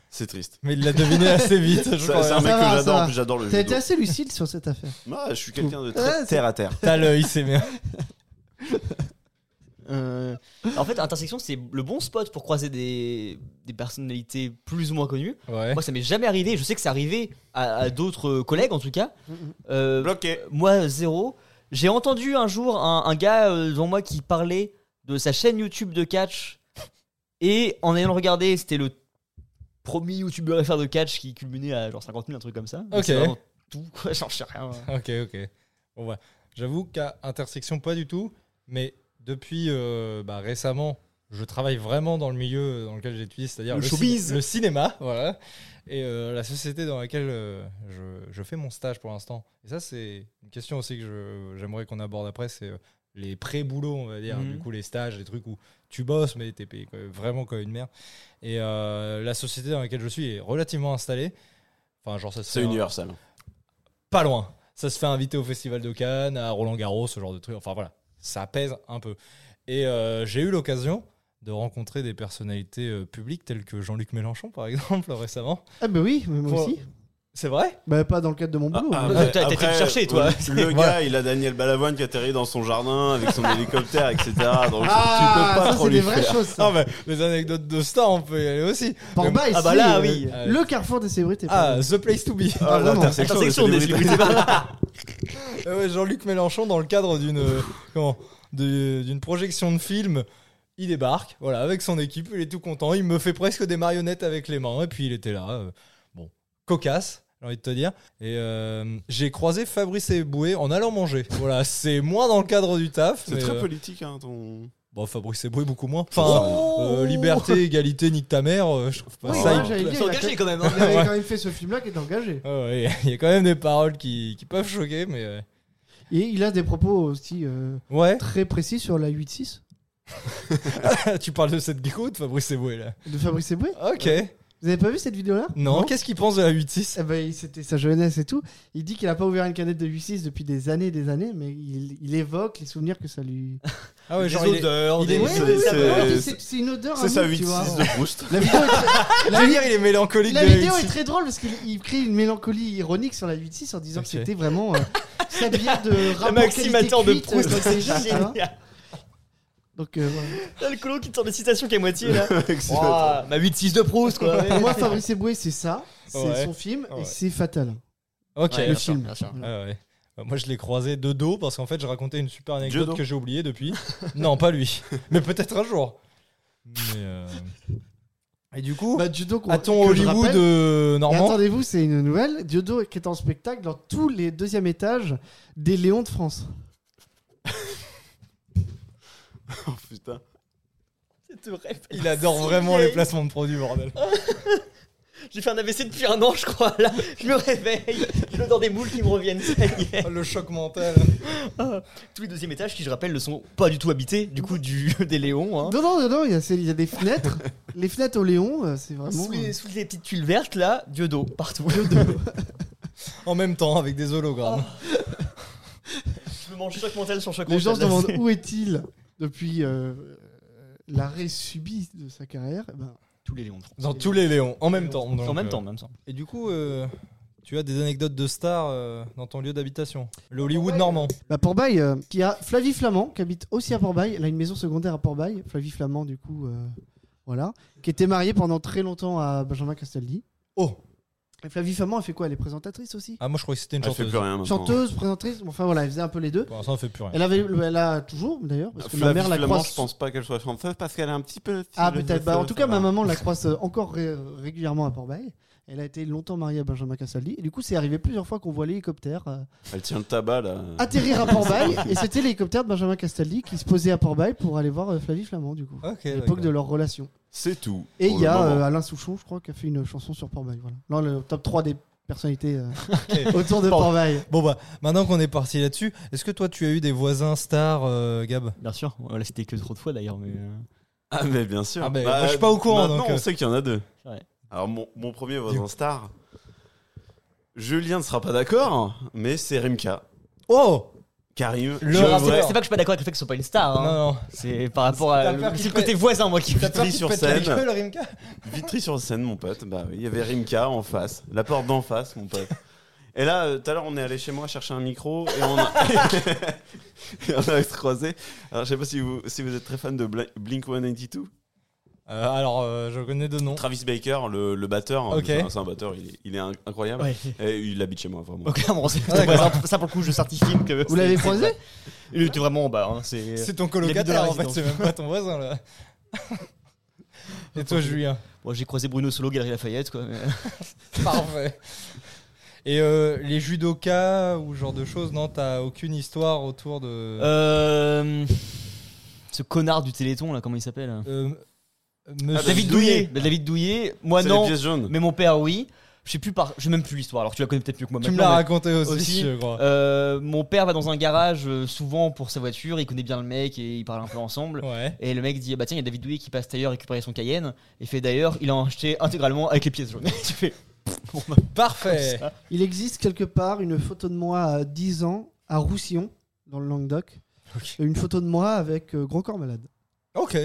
C'est triste. Mais il l'a deviné assez vite. je Ça- crois. C'est un Ça mec va, que ça j'adore, va. en plus, j'adore le T'as jeu. été assez lucide sur cette affaire. Moi, je suis quelqu'un de très Ouais, c'est- terre à terre. T'as l'œil, c'est bien. Euh, en fait, intersection, c'est le bon spot pour croiser des, des personnalités plus ou moins connues. Ouais. Moi, ça m'est jamais arrivé. Je sais que c'est arrivé à, à d'autres collègues, en tout cas. Euh, Bloqué. moi, zéro. J'ai entendu un jour un, un gars euh, devant moi qui parlait de sa chaîne YouTube de catch. Et en ayant regardé, c'était le premier YouTubeur FR de catch qui culminait à genre 50 000, un truc comme ça. Mais Ok. c'est vraiment Tout, quoi, j'en sais rien. hein. Ok, ok. Bon, bah, j'avoue qu'à intersection, pas du tout. Mais depuis euh, bah, récemment, je travaille vraiment dans le milieu dans lequel j'étudie, c'est-à-dire Le cin- showbiz. le cinéma, voilà. Et euh, la société dans laquelle euh, je, je fais mon stage pour l'instant. Et ça, c'est une question aussi que je- j'aimerais qu'on aborde après, c'est euh, les pré-boulots, on va dire. Mhm. Du coup, les stages, les trucs où tu bosses, mais t'es payé quoi, vraiment comme une merde. Et euh, la société dans laquelle je suis est relativement installée. Enfin, genre, ça se C'est fait un- Universal. pas loin. Ça se fait inviter au Festival de Cannes, à Roland Garros, ce genre de truc. Enfin voilà, ça pèse un peu. Et euh, j'ai eu l'occasion de rencontrer des personnalités euh, publiques telles que Jean-Luc Mélenchon, par exemple, récemment. Ah bah oui, mais moi Faut- aussi. C'est vrai Bah pas dans le cadre de mon boulot. Ah, mais- t'as- t'as été après, le chercher, toi. Le, le Voilà. gars, il a Daniel Balavoine qui atterrit dans son jardin avec son hélicoptère, etc. Donc tu peux pas Ah, ça trop c'est lui des vraies faire. choses. ça. Ah bah, les anecdotes de stars, on peut y aller aussi. Porba Ah ici, bah là, euh, oui. Euh, Le carrefour des célébrités. Ah, pardon. The Place to Be. Ah, vraiment. l'intersection Intersection des célébrités. Euh, ouais, Jean-Luc Mélenchon, dans le cadre d'une euh, comment, de- d'une projection de film, il débarque, voilà, avec son équipe, il est tout content, il me fait presque des marionnettes avec les mains, et puis il était là, euh, bon, cocasse, j'ai envie de te dire. Et euh, j'ai croisé Fabrice Eboué en allant manger. Voilà, c'est moins dans le cadre du taf. C'est mais, très euh, politique, hein, ton. Bon, Fabrice Eboué, beaucoup moins. Enfin, euh, liberté, égalité, nique ta mère, euh, je trouve pas Oh Oui, ça ouais, hyper- j'allais dire, Ils il sont a engagés quand- quand même. hein. Il avait Ouais. quand même fait ce film-là qui est engagé. Ah ouais, il y a quand même des paroles qui, qui peuvent choquer, mais... euh, Et il a des propos aussi euh, Ouais, très précis sur la 8-6 tu parles de cette gecko ou de Fabrice Eboué, là de Fabrice Eboué. Ok. Vous avez pas vu cette vidéo-là Non, qu'est-ce qu'il pense de la 8-6 Eh ben, il- c'était sa jeunesse et tout. Il dit qu'il a pas ouvert une canette de 8-6 depuis des années et des années, mais il, il évoque les souvenirs que ça lui. Ah ouais, Des genre, il est- odeurs, il des- est- Ouais, c'est- ouais, ouais, c'est- ouais, c'est- c'est c'est une odeur. C'est un sa goût, tu vois. 8-6 de Proust. La vidéo est très- la Je veux vi- dire, il est mélancolique La de la vidéo 8-6. est très drôle parce qu'il il crée une mélancolie ironique sur la 8-6 en disant Ok. que c'était vraiment euh, sa bière de rapport maximateur de qualité-cuite, Proust, euh, quand c'est t'es jeune, tu vois. génial. Donc, euh, voilà. T'as le colo qui te sort des citations qu'à moitié là. Excellent. Ouah, ma 8-6 de Proust quoi. Pour moi, Fabrice Eboué, c'est ça, c'est Ouais. son film Ouais. et c'est fatal. hein, Ok. Ouais, le bien sûr, film. bien sûr. Voilà. Ah ouais. Bah, Moi, je l'ai croisé de dos parce qu'en fait, je racontais une super anecdote Diodo. que j'ai oubliée depuis. non, pas lui. Mais peut-être un jour. Mais, euh, Et du coup, Bah, Judo, qu'on- a-t-on que je Hollywood rappelle, euh, Et normand Attendez-vous, c'est une nouvelle. Diodo qui est en spectacle dans tous les deuxièmes étages des Léons de France. Oh, putain. Cette rêve. Il adore vraiment les placements de produits, bordel. J'ai fait un AVC depuis un an, je crois. Là, je me réveille. J'ai l'odeur des moules qui me reviennent. Ça y est. Oh, Le choc mental. Tous les deuxièmes étages, qui je rappelle, ne sont pas du tout habités. Du coup, du des Léons. hein. Non, non, non, non, il y, a ces- il y a des fenêtres. les fenêtres au Léon, euh, c'est vraiment. Sous les, sous les petites tuiles vertes, là, Dieu d'eau, partout. En même temps, avec des hologrammes. je me mange choc mental sur choc Les mental. gens se là, demandent c'est- où est-il depuis euh, l'arrêt subi de sa carrière. Eh ben, Tous les Léons de France. Dans tous les Léons. En même temps. En donc, même euh, temps, en même temps. Et du coup, euh, tu as des anecdotes de stars euh, dans ton lieu d'habitation. Le Hollywood normand. Bah, Portbail, euh, qui a Flavie Flamand, qui habite aussi à Portbail. Elle a une maison secondaire à Portbail. Flavie Flamand, du coup, euh, voilà. Qui était mariée pendant très longtemps à Benjamin Castaldi. Oh Et Flavie Flamand, elle fait quoi Elle est présentatrice aussi Ah, moi, je croyais que c'était une Elle fait chanteuse. plus rien maintenant. Chanteuse, présentatrice, bon, enfin voilà, elle faisait un peu les deux. Pour l'instant, elle fait plus rien. Elle, avait, elle a toujours, d'ailleurs, parce que ma Flavie mère la Flamand, croise. je pense pas qu'elle soit chanteuse parce qu'elle a un petit peu. Ah, peut-être. Bah, en tout cas, ma maman maman la croise euh, encore ré- régulièrement à Port-Bail. Elle a été longtemps mariée à Benjamin Castaldi. Et du coup, c'est arrivé plusieurs fois qu'on voit l'hélicoptère euh, Elle tient le tabac là. atterrir à Port-Bail. et c'était l'hélicoptère de Benjamin Castaldi qui se posait à Port-Bail pour aller voir euh, Flavie Flamand, du coup. Ok, à d'accord. Oh l'époque de leur relation. C'est tout. Et pour il le y a moment. euh, Alain Souchon, je crois, qui a fait une chanson sur Port-Bail. Voilà. Dans le top 3 des personnalités euh, Ok. autour de Bon. Port-Bail. Bon, bah, maintenant qu'on est parti là-dessus, est-ce que toi, tu as eu des voisins stars, euh, Gab Bien sûr, là c'était que trop de fois d'ailleurs, mais. Ah, mais bien sûr. Ah, mais moi, je suis pas au courant, maintenant, donc, euh. on sait qu'il y en a deux. Ouais. Alors, mon, mon premier Dis-moi. voisin star, Julien ne sera pas d'accord, mais c'est Rimka Oh qui arrive. Le Je rappeur. vrai- C'est pas que je suis pas d'accord avec le fait que ce soit pas une star, hein. Non, non. c'est par rapport à. T'as le- peur qu'il C'est le pète- côté voisin, moi, qui. T'as peur qu'il sur pète la scène. gueule, Rimka Vitry sur scène, mon pote. Bah oui, il y avait Rimka en face. La porte d'en face, mon pote. Et là, euh, tout à l'heure, on est allé chez moi chercher un micro et on a, et on a croisé. Alors, je sais pas si vous, si vous êtes très fan de Bla- Blink 182. Euh, Alors, euh, je connais deux noms. Travis Baker, le, le batteur. hein, Ok. C'est un- c'est un batteur, il est, il est inc- incroyable. Ouais. Et il habite chez moi, vraiment. Donc là, on sait Ah, d'accord. ça, ça, pour le coup, je certifie que. Vous l'avez c'est- croisé Il était vraiment en bas, hein, c'est. C'est ton Il habite dans la colocataire, en fait, résidence. c'est même pas ton voisin, là. Et toi, Julien Bon, j'ai croisé Bruno Solo, Galerie Lafayette, quoi. mais- Parfait. Et euh, les judokas ou ce genre de choses, non, t'as aucune histoire autour de. Euh, Ce connard du Téléthon, là, comment il s'appelle hein Euh, Ah, monsieur- David David Douillet. Bah, David Douillet, moi C'est non, les pièces jaunes. mais mon père oui. Je sais plus par, je sais même plus l'histoire. Alors tu la connais peut-être mieux que moi. Tu me maintenant, l'as mais- raconté aussi, aussi, je crois. Euh, mon père va dans un garage euh, souvent pour sa voiture, il connaît bien le mec et ils parlent un peu ensemble. Ouais. Et le mec dit ah bah tiens il y a David Douillet qui passe d'ailleurs récupérer son Cayenne et fait d'ailleurs il a acheté intégralement avec les pièces jaunes. tu fais Parfait. Il existe quelque part une photo de moi à 10 ans à Roussillon, dans le Languedoc. Ok. Et une photo de moi avec euh, Gros Corps Malade. Ok.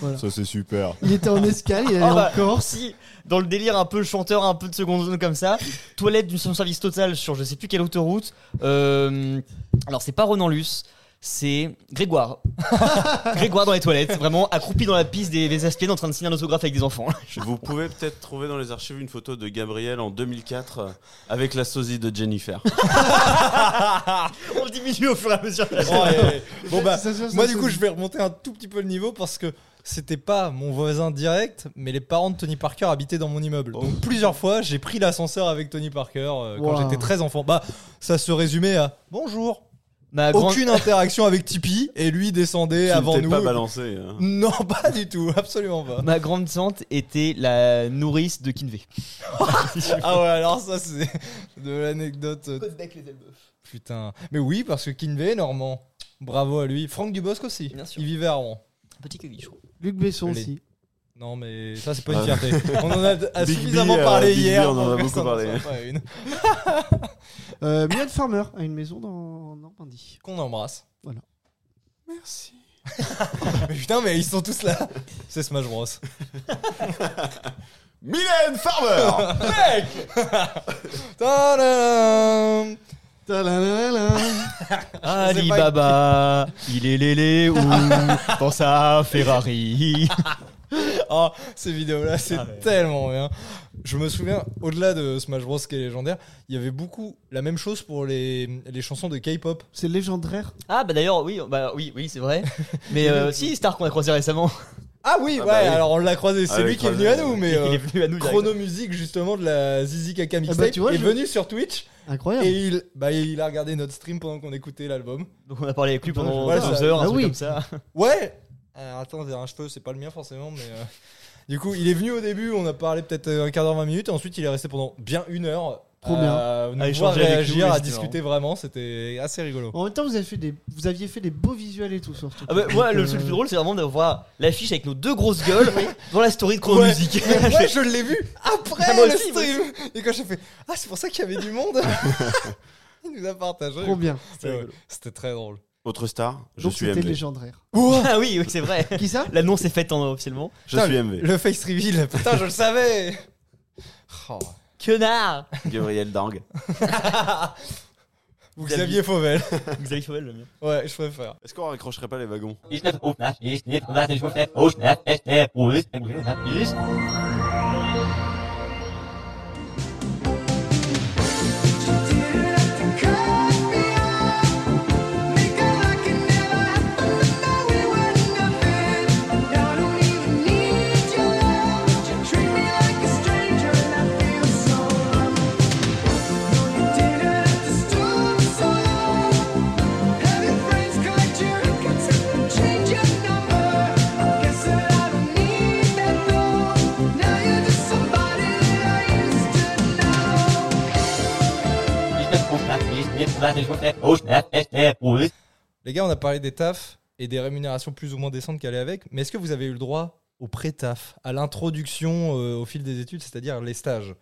Voilà. Ça, c'est super. Il était en escale, il allait Ah bah, en Corse. si dans le délire un peu chanteur un peu de seconde zone comme ça, toilette d'une station service totale sur je sais plus quelle autoroute. Euh, alors c'est pas Ronan Luce. C'est Grégoire. Grégoire dans les toilettes, vraiment accroupi dans la piste des Vésaspiennes en train de signer un autographe avec des enfants. Vous pouvez peut-être trouver dans les archives une photo de Gabriel en 2004 euh, avec la sosie de Jennifer. On le diminue au fur et à mesure. Oh, ouais. Bon bah, Ça, ça, ça, moi ça, du ça. coup, je vais remonter un tout petit peu le niveau parce que c'était pas mon voisin direct, mais les parents de Tony Parker habitaient dans mon immeuble. Oh. Donc plusieurs fois, j'ai pris l'ascenseur avec Tony Parker euh, quand Wow. j'étais très enfant. Bah, ça se résumait à bonjour. Ma grande- Aucune interaction avec Tipeee et lui descendait Tu ne avant t'es nous. pas balancé. hein. Non, pas du tout, absolument pas. Ma grande tante était la nourrice de Kinvey. Ah ouais, alors ça c'est de l'anecdote. euh, Putain. Mais oui, parce que Kinvey est normand. Bravo à lui. Franck Dubosc aussi. Bien sûr. Il vivait à Rouen. Petit Kevin, je crois. Luc Besson Allez. aussi. Non, mais ça c'est pas une fierté. On en a, a Ah. Big B, suffisamment euh, parlé Big B, hier. on en pour a que beaucoup ça n'en parlé. soit pas une. Euh, Mireille Farmer a une maison dans Normandie. Qu'on embrasse. Voilà. Merci. mais putain, mais ils sont tous là. C'est Smash Bros. Mylène Farmer Tadam Ta-la-la-la. sais Ali pas- Baba, Ah, il est lélé ou dans sa Ferrari. Oh, ces vidéos-là, c'est tellement bien. Je me souviens, au-delà de Smash Bros qui est légendaire, il y avait beaucoup la même chose pour les, les chansons de K-pop. C'est légendaire. Ah bah d'ailleurs oui, bah oui, oui c'est vrai. Mais euh, si Star qu'on a croisé récemment, Ah oui, Ah ouais, bah oui. alors on l'a croisé, Ah c'est oui, lui qui est venu croisé, à ouais. nous, mais il est euh, venu à nous. direct. Chrono Music justement de la Zizi Kaka mixtape bah, tu vois, est je- venu sur Twitch Incroyable. et il, bah, il a regardé notre stream pendant qu'on écoutait l'album. Donc on a parlé avec lui pendant Voilà, 12 ça- heures, un bah truc oui. comme ça. Ouais Alors Euh, attends, j'ai un cheveu, c'est pas le mien forcément, mais. euh, Du coup, il est venu au début, on a parlé peut-être euh, un quart d'heure, 20 minutes, et ensuite il est resté pendant bien une heure. Trop à nous À voir échanger avec réagir, nous, à c'était discuter vraiment, c'était assez rigolo. En même temps, vous avez fait des, vous aviez fait des beaux visuels et tout surtout. Ah bah, moi Donc, le euh, truc le plus drôle c'est vraiment de voir l'affiche avec nos deux grosses gueules dans la story de Chrono Ouais. Music. Ouais, je l'ai vu après Ah, moi le aussi, moi stream. Et quand j'ai fait Ah, c'est pour ça qu'il y avait du monde. Il nous a partagé. Trop bien. C'était ouais, c'était très drôle. Autre star, je Donc suis c'était MV. légendaire. ah oui, oui c'est vrai. Qui ça L'annonce est faite en- officiellement. Je Putain, suis MV. Le face reveal, putain, je le savais. Oh. Quenard Gabriel Dang. Ou Xavier Fauvel. Xavier Fauvel le mien. Ouais, je préfère. Est-ce qu'on raccrocherait pas les wagons Bah, Les gars, on a parlé des tafs et des rémunérations plus ou moins décentes qui allaient avec, mais est-ce que vous avez eu le droit au pré-taf, à l'introduction euh, au fil des études, c'est-à-dire les stages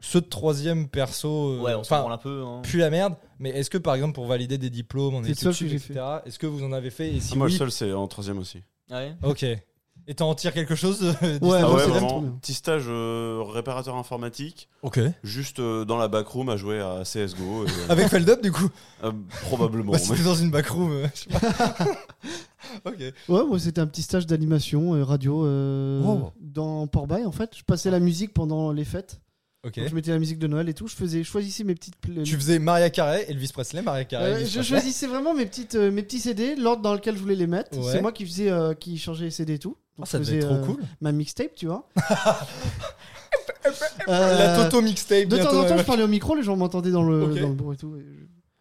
Ceux de troisième perso, euh, Ouais, on s'en enfin, branle un peu. hein. puis la merde, mais est-ce que par exemple pour valider des diplômes en C'est le études seul sup, que j'ai etc., est-ce que vous en avez fait et si Ah, moi, oui, le seul, c'est en troisième aussi. Ah Ouais. Ok. Et t'en tires quelque chose euh, du Ouais, stage Ah moi, au ouais, c'est CDM trop vraiment. bien. Petit stage euh, réparateur informatique, bah, Ok. juste euh, dans la backroom à jouer à CSGO. et, euh, Avec Feldup du coup euh, probablement. Bah, mais- C'était dans une backroom. euh, je sais pas. ok. Ouais, moi c'était un petit stage d'animation euh, radio euh, Wow. dans Port-Bail en fait. Je passais la musique pendant les fêtes. Ok. Donc, je mettais la musique de Noël et tout. Je faisais, je choisissais mes petites. pla- Tu faisais Maria Carré, Elvis Presley, Maria Carré. Euh, Elvis je Presley. choisissais vraiment mes petites, euh, mes petits CD, l'ordre dans lequel je voulais les mettre. Ouais. C'est moi qui faisais, euh, qui changeais les CD et tout. Ah, Donc, ça je devait être faisais, trop euh, cool. Ma mixtape, tu vois. La Euh, Toto mixtape. De temps bientôt, en temps, ouais. je parlais au micro, les gens m'entendaient dans le, Ok. dans le bourg et tout. et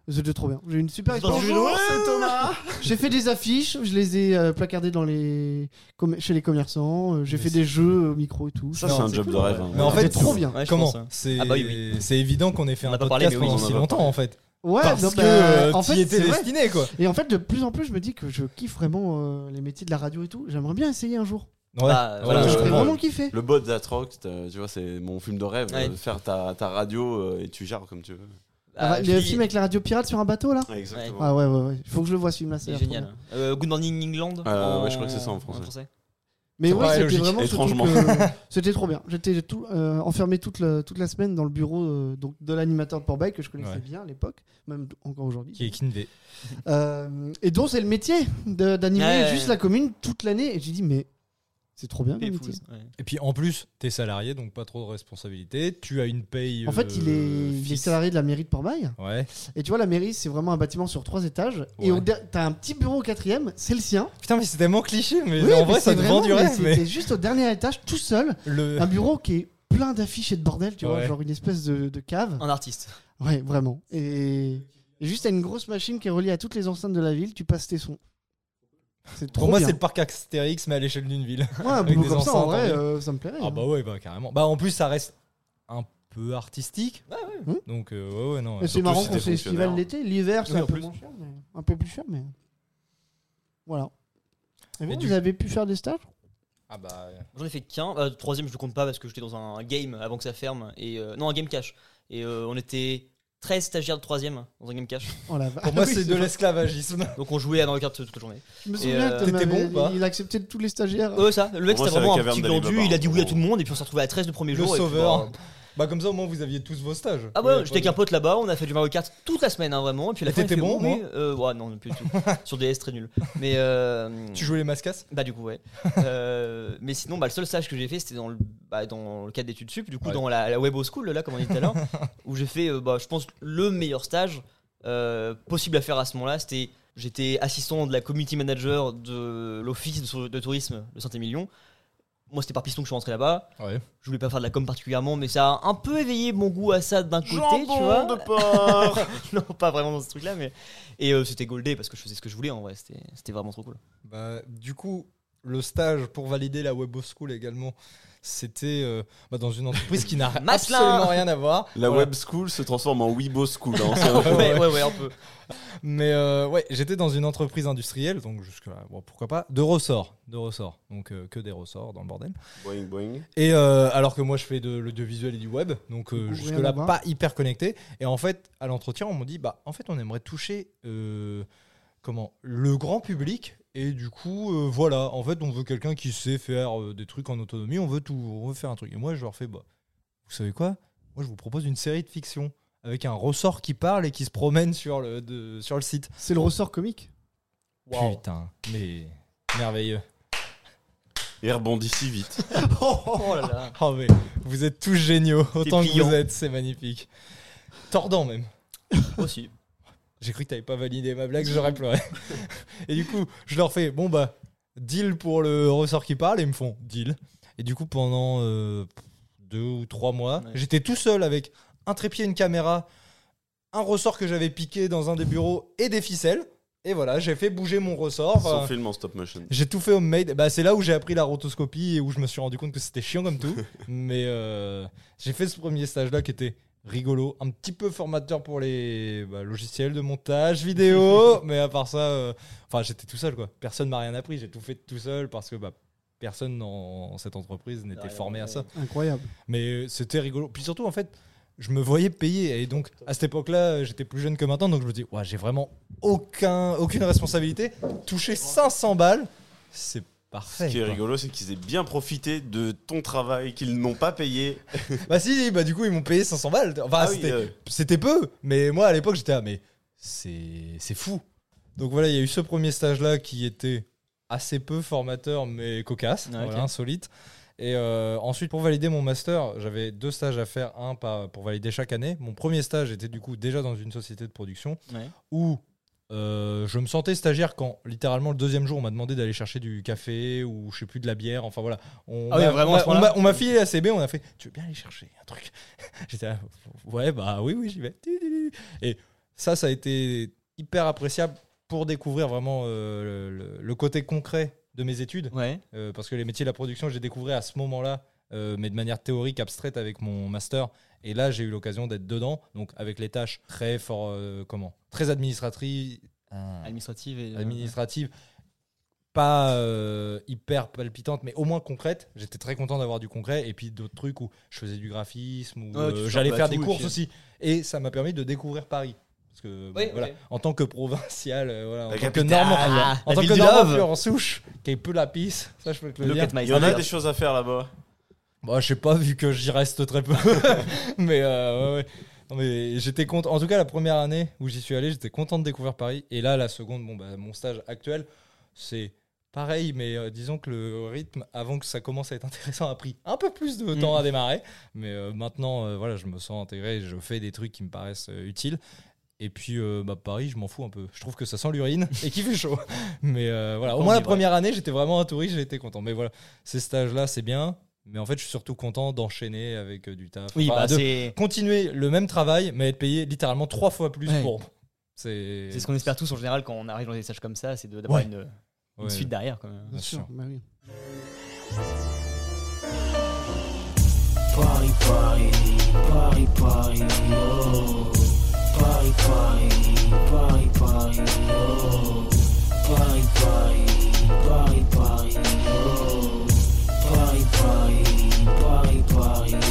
je- C'était trop bien. J'ai eu une super Bonjour, expérience. c'est Thomas. J'ai fait des affiches, je les ai euh, placardées dans les com- chez les commerçants. euh, J'ai Mais fait c'est- des jeux au micro et tout. Ça, Non, c'est un c'est job cool, de en rêve. vrai. hein. Mais en fait, C'est trop bien. Ouais, je Comment pense, ouais. C'est Ah bah oui, oui. c'est évident qu'on ait fait On un n'a pas podcast parlé, mais pendant oui, on en a si pas longtemps en fait. Ouais, Parce non, que bah, euh, en t'y fait, étais c'est vrai. destiné quoi. Et en fait, de plus en plus, je me dis que je kiffe vraiment euh, les métiers de la radio et tout. J'aimerais bien essayer un jour. Ouais. Bah, Ouais, voilà, je J'ai comprends. vraiment kiffé. Le bot That Rock, t'as- tu vois, c'est mon film de rêve. Ouais. euh, Faire ta, ta radio euh, et tu gères comme tu veux. Ah, le je lis- film avec la radio pirate sur un bateau là. exactement. Ah ouais, ouais, ouais. Il faut que je le vois ce film là. c'est génial. Euh, Good Morning England. Euh, en- ouais, je crois que c'est ça en français. Mais Ça ouais, paraît c'était logique, vraiment ce étrangement. truc, euh, c'était trop bien. J'étais tout, euh, enfermé toute la, toute la semaine dans le bureau euh, donc de l'animateur de Port-Bail que je connaissais Ouais. bien à l'époque, même encore aujourd'hui. Qui est Kinvé. Euh, et donc c'est le métier de- d'animer Ouais, ouais, juste ouais. la commune toute l'année. Et j'ai dit mais c'est trop bien le métier. Et puis en plus, t'es salarié donc pas trop de responsabilité. Tu as une paye. En fait, il est, euh, il est fixe. salarié de la mairie de Port-Bail. Ouais. Et tu vois, la mairie, c'est vraiment un bâtiment sur trois étages. Et Ouais. au der- t'as un petit bureau au quatrième, c'est le sien. Putain, mais c'est tellement cliché, mais Oui, en mais vrai, c'est ça te vraiment- vend du mais rêve. c'est- Mais t'es juste au dernier étage, tout seul. le... un bureau qui est plein d'affiches et de bordel, tu vois, Ouais. genre une espèce de, de cave. Un artiste. Ouais, vraiment. Et et juste à une grosse machine qui est reliée à toutes les enceintes de la ville, tu passes tes sons. C'est trop Pour moi, bien. c'est le parc Astérix, mais à l'échelle d'une ville. Ouais, un avec boulot des comme ça, en enceintes, vrai, en euh, ça me plairait. Ah hein. bah ouais, bah carrément. Bah en plus, ça reste un peu artistique. Bah ouais. Donc euh, ouais, ouais, non. Mais ouais. c'est surtout marrant si qu'on t'es fait festival fonctionnaire. l'été. L'hiver, c'est Oui, un en peu plus. moins cher, mais un peu plus cher, mais voilà. Et vous, du- vous avez pu faire des stages Ah bah. euh, J'en ai fait qu'un. Euh, troisième, je le compte pas parce que j'étais dans un game avant que ça ferme. Et euh, non, un game cash. Et euh, on était 13 stagiaires de troisième dans un game cash. Oh la vache. Pour moi, Oui, c'est de l'esclavagisme. Donc on jouait à Mario Kart toute la journée. Je me souviens euh, que t'étais m'avais- bon ou pas il acceptait tous les stagiaires. Euh, ça, le mec Oh. Pour c'était moi, c'est la vraiment un caverne petit d'Ali glandu. Baba, Il a dit oui à vraiment. tout le monde et puis on s'est retrouvé à 13 le premier Le jour. et puis, sauveur. bah, Bah comme ça, au moins, vous aviez tous vos stages. Ah ouais, j'étais avec un pote là-bas, on a fait du Mario Kart toute la semaine hein, vraiment. Et puis la Et fin, il t'étais fait, bon, oui, euh, ouais, non, plus du tout. Sur DS très nul. Mais euh, Tu jouais les mascasses Bah du coup ouais. Euh, mais sinon bah, le seul stage que j'ai fait c'était dans le bah, dans le cadre d'études sup du coup Ouais. dans la, la web school là comme on dit tout à l'heure où j'ai fait euh, bah, je pense le meilleur stage euh, possible à faire à ce moment-là c'était j'étais assistant de la community manager de l'office de, sou- de tourisme de Saint-Émilion. Moi c'était par piston que je suis rentré là-bas. Ouais. Je voulais pas faire de la com particulièrement mais ça a un peu éveillé mon goût à ça d'un côté tu vois. Jambon de porc non pas vraiment dans ce truc là mais et euh, c'était goldé parce que je faisais ce que je voulais en vrai c'était c'était vraiment trop cool. Bah, du coup, le stage pour valider la Web of School également, c'était euh, bah, dans une entreprise qui n'a Maslin absolument rien à voir. La Voilà. web school se transforme en Weibo school. hein, c'est vrai. ouais. ouais ouais ouais un peu. Mais euh, ouais, j'étais dans une entreprise industrielle, donc jusque-là, bon, pourquoi pas, de ressorts, de ressorts, donc euh, que des ressorts dans le bordel. boing, boing. Et euh, alors que moi, je fais de l'audiovisuel et du web, donc euh, Rien jusque-là, à voir. pas hyper connecté. Et en fait, à l'entretien, on m'a dit, bah, en fait, on aimerait toucher euh, comment le grand public. Et du coup, euh, voilà, en fait, on veut quelqu'un qui sait faire euh, des trucs en autonomie, on veut tout, on veut faire un truc. Et moi, je leur fais, bah, vous savez quoi Moi, je vous propose une série de fiction avec un ressort qui parle et qui se promène sur le, de- sur le site. C'est le ressort comique. Putain, mais merveilleux. Et rebondit si vite. Oh là là. Oh mais vous êtes tous géniaux, autant que brillant. vous êtes, c'est magnifique. Tordant même. Aussi. J'ai cru que t'avais pas validé ma blague, j'aurais pleuré. Et du coup, je leur fais bon bah deal pour le ressort qui parle et ils me font deal. Et du coup, pendant euh, deux ou trois mois, Ouais. j'étais tout seul avec un trépied, une caméra, un ressort que j'avais piqué dans un des bureaux et des ficelles. Et voilà, j'ai fait bouger mon ressort. Son Euh, film en stop motion. J'ai tout fait homemade. Bah, c'est là où j'ai appris la rotoscopie et où je me suis rendu compte que c'était chiant comme tout. Mais euh, j'ai fait ce premier stage-là qui était rigolo, un petit peu formateur pour les bah, logiciels de montage vidéo, mais à part ça, euh, enfin j'étais tout seul quoi. Personne m'a rien appris, j'ai tout fait tout seul parce que bah, personne dans cette entreprise n'était formé à ça. Incroyable. Mais euh, c'était rigolo. Puis surtout en fait, je me voyais payer et donc à cette époque-là, euh, j'étais plus jeune que maintenant, donc je me dis ouais j'ai vraiment aucun aucune responsabilité. Toucher 500 balles, c'est parfait. Ce qui est quoi. rigolo, c'est qu'ils aient bien profité de ton travail, qu'ils n'ont pas payé. Bah si, bah du coup ils m'ont payé 500 balles. Enfin, Ah oui, c'était, euh. c'était peu, mais moi à l'époque j'étais ah mais c'est, c'est fou. Donc voilà, il y a eu ce premier stage là qui était assez peu formateur mais cocasse, Ah, ok. voilà, insolite. Et euh, ensuite pour valider mon master, j'avais deux stages à faire, un pas pour valider chaque année. Mon premier stage était du coup déjà dans une société de production Ouais. où euh, je me sentais stagiaire quand littéralement le deuxième jour on m'a demandé d'aller chercher du café ou je sais plus de la bière enfin voilà on Ah oui, m'a- vraiment, on à m'a- ce on point-là m'a on m'a filé la CB on a fait tu veux bien aller chercher un truc j'étais là, ouais bah oui oui j'y vais et ça ça a été hyper appréciable pour découvrir vraiment euh, le- le- le côté concret de mes études Ouais. euh, parce que les métiers de la production, j'ai découvert à ce moment-là, euh, mais de manière théorique, abstraite avec mon master. Et là, j'ai eu l'occasion d'être dedans, donc avec les tâches très fort, euh, comment, très administratives, Ah. Administrative euh, et. administratives, pas euh, hyper palpitantes, mais au moins concrètes. J'étais très content d'avoir du concret, et puis d'autres trucs où je faisais du graphisme, où Ouais, euh, tu fais un j'allais peu à faire des tout, et courses puis- aussi, et ça m'a permis de découvrir Paris. Parce que bon, Oui, voilà, ok. en tant que provincial, euh, voilà, en La tant que capitale, normand, la en tant ville que de normand Love. pur en souche, qui est peu la pisse, ça je peux te le Look dire. at my Il y en a standards. des choses à faire là-bas. Bah, je sais pas, vu que j'y reste très peu. mais euh, ouais, ouais. Non, mais j'étais content. En tout cas, la première année où j'y suis allé, j'étais content de découvrir Paris. Et là, la seconde, bon, bah, mon stage actuel, c'est pareil, mais euh, disons que le rythme, avant que ça commence à être intéressant, a pris un peu plus de temps Mhm. à démarrer. Mais euh, maintenant, euh, voilà, je me sens intégré, je fais des trucs qui me paraissent euh, utiles. Et puis, euh, bah, Paris, je m'en fous un peu. Je trouve que ça sent l'urine et qu'il fait chaud. Mais euh, voilà, au On moins la vit, ouais. première année, j'étais vraiment un touriste, j'étais content. Mais voilà, ces stages-là, c'est bien. Mais en fait, je suis surtout content d'enchaîner avec euh, du taf. Oui, Enfin, bah, de c'est. continuer le même travail, mais être payé littéralement trois fois plus Ouais. pour. C'est C'est ce qu'on espère tous en général quand on arrive dans des stages comme ça, c'est de- d'avoir Ouais. une, une Ouais. suite derrière quand même. Bien sûr. bah oui.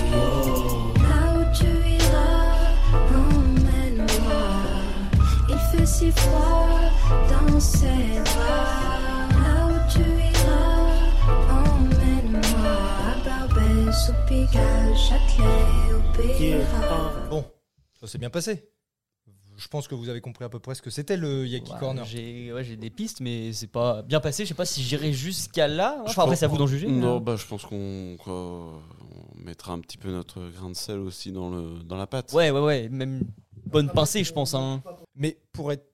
Là où tu iras, emmène-moi. Il fait si froid dans ses bras. Là où tu iras, emmène-moi. À Barbès ou Pigalle, Châtelet ou Pira. Bon, ça s'est bien passé. Je pense que vous avez compris à peu près ce que c'était le Yaki Ouais, Corner. J'ai ouais, j'ai des pistes, mais c'est pas bien passé. Je sais pas si j'irai jusqu'à là. Je Enfin, après, pense- c'est à vous d'en juger. Non, mais- bah, je pense qu'on qu'on- on mettra un petit peu notre grain de sel aussi dans, le, dans la pâte. euh, Ouais, ouais, ouais. Même une bonne pincée, je pense. Hein. Mais pour être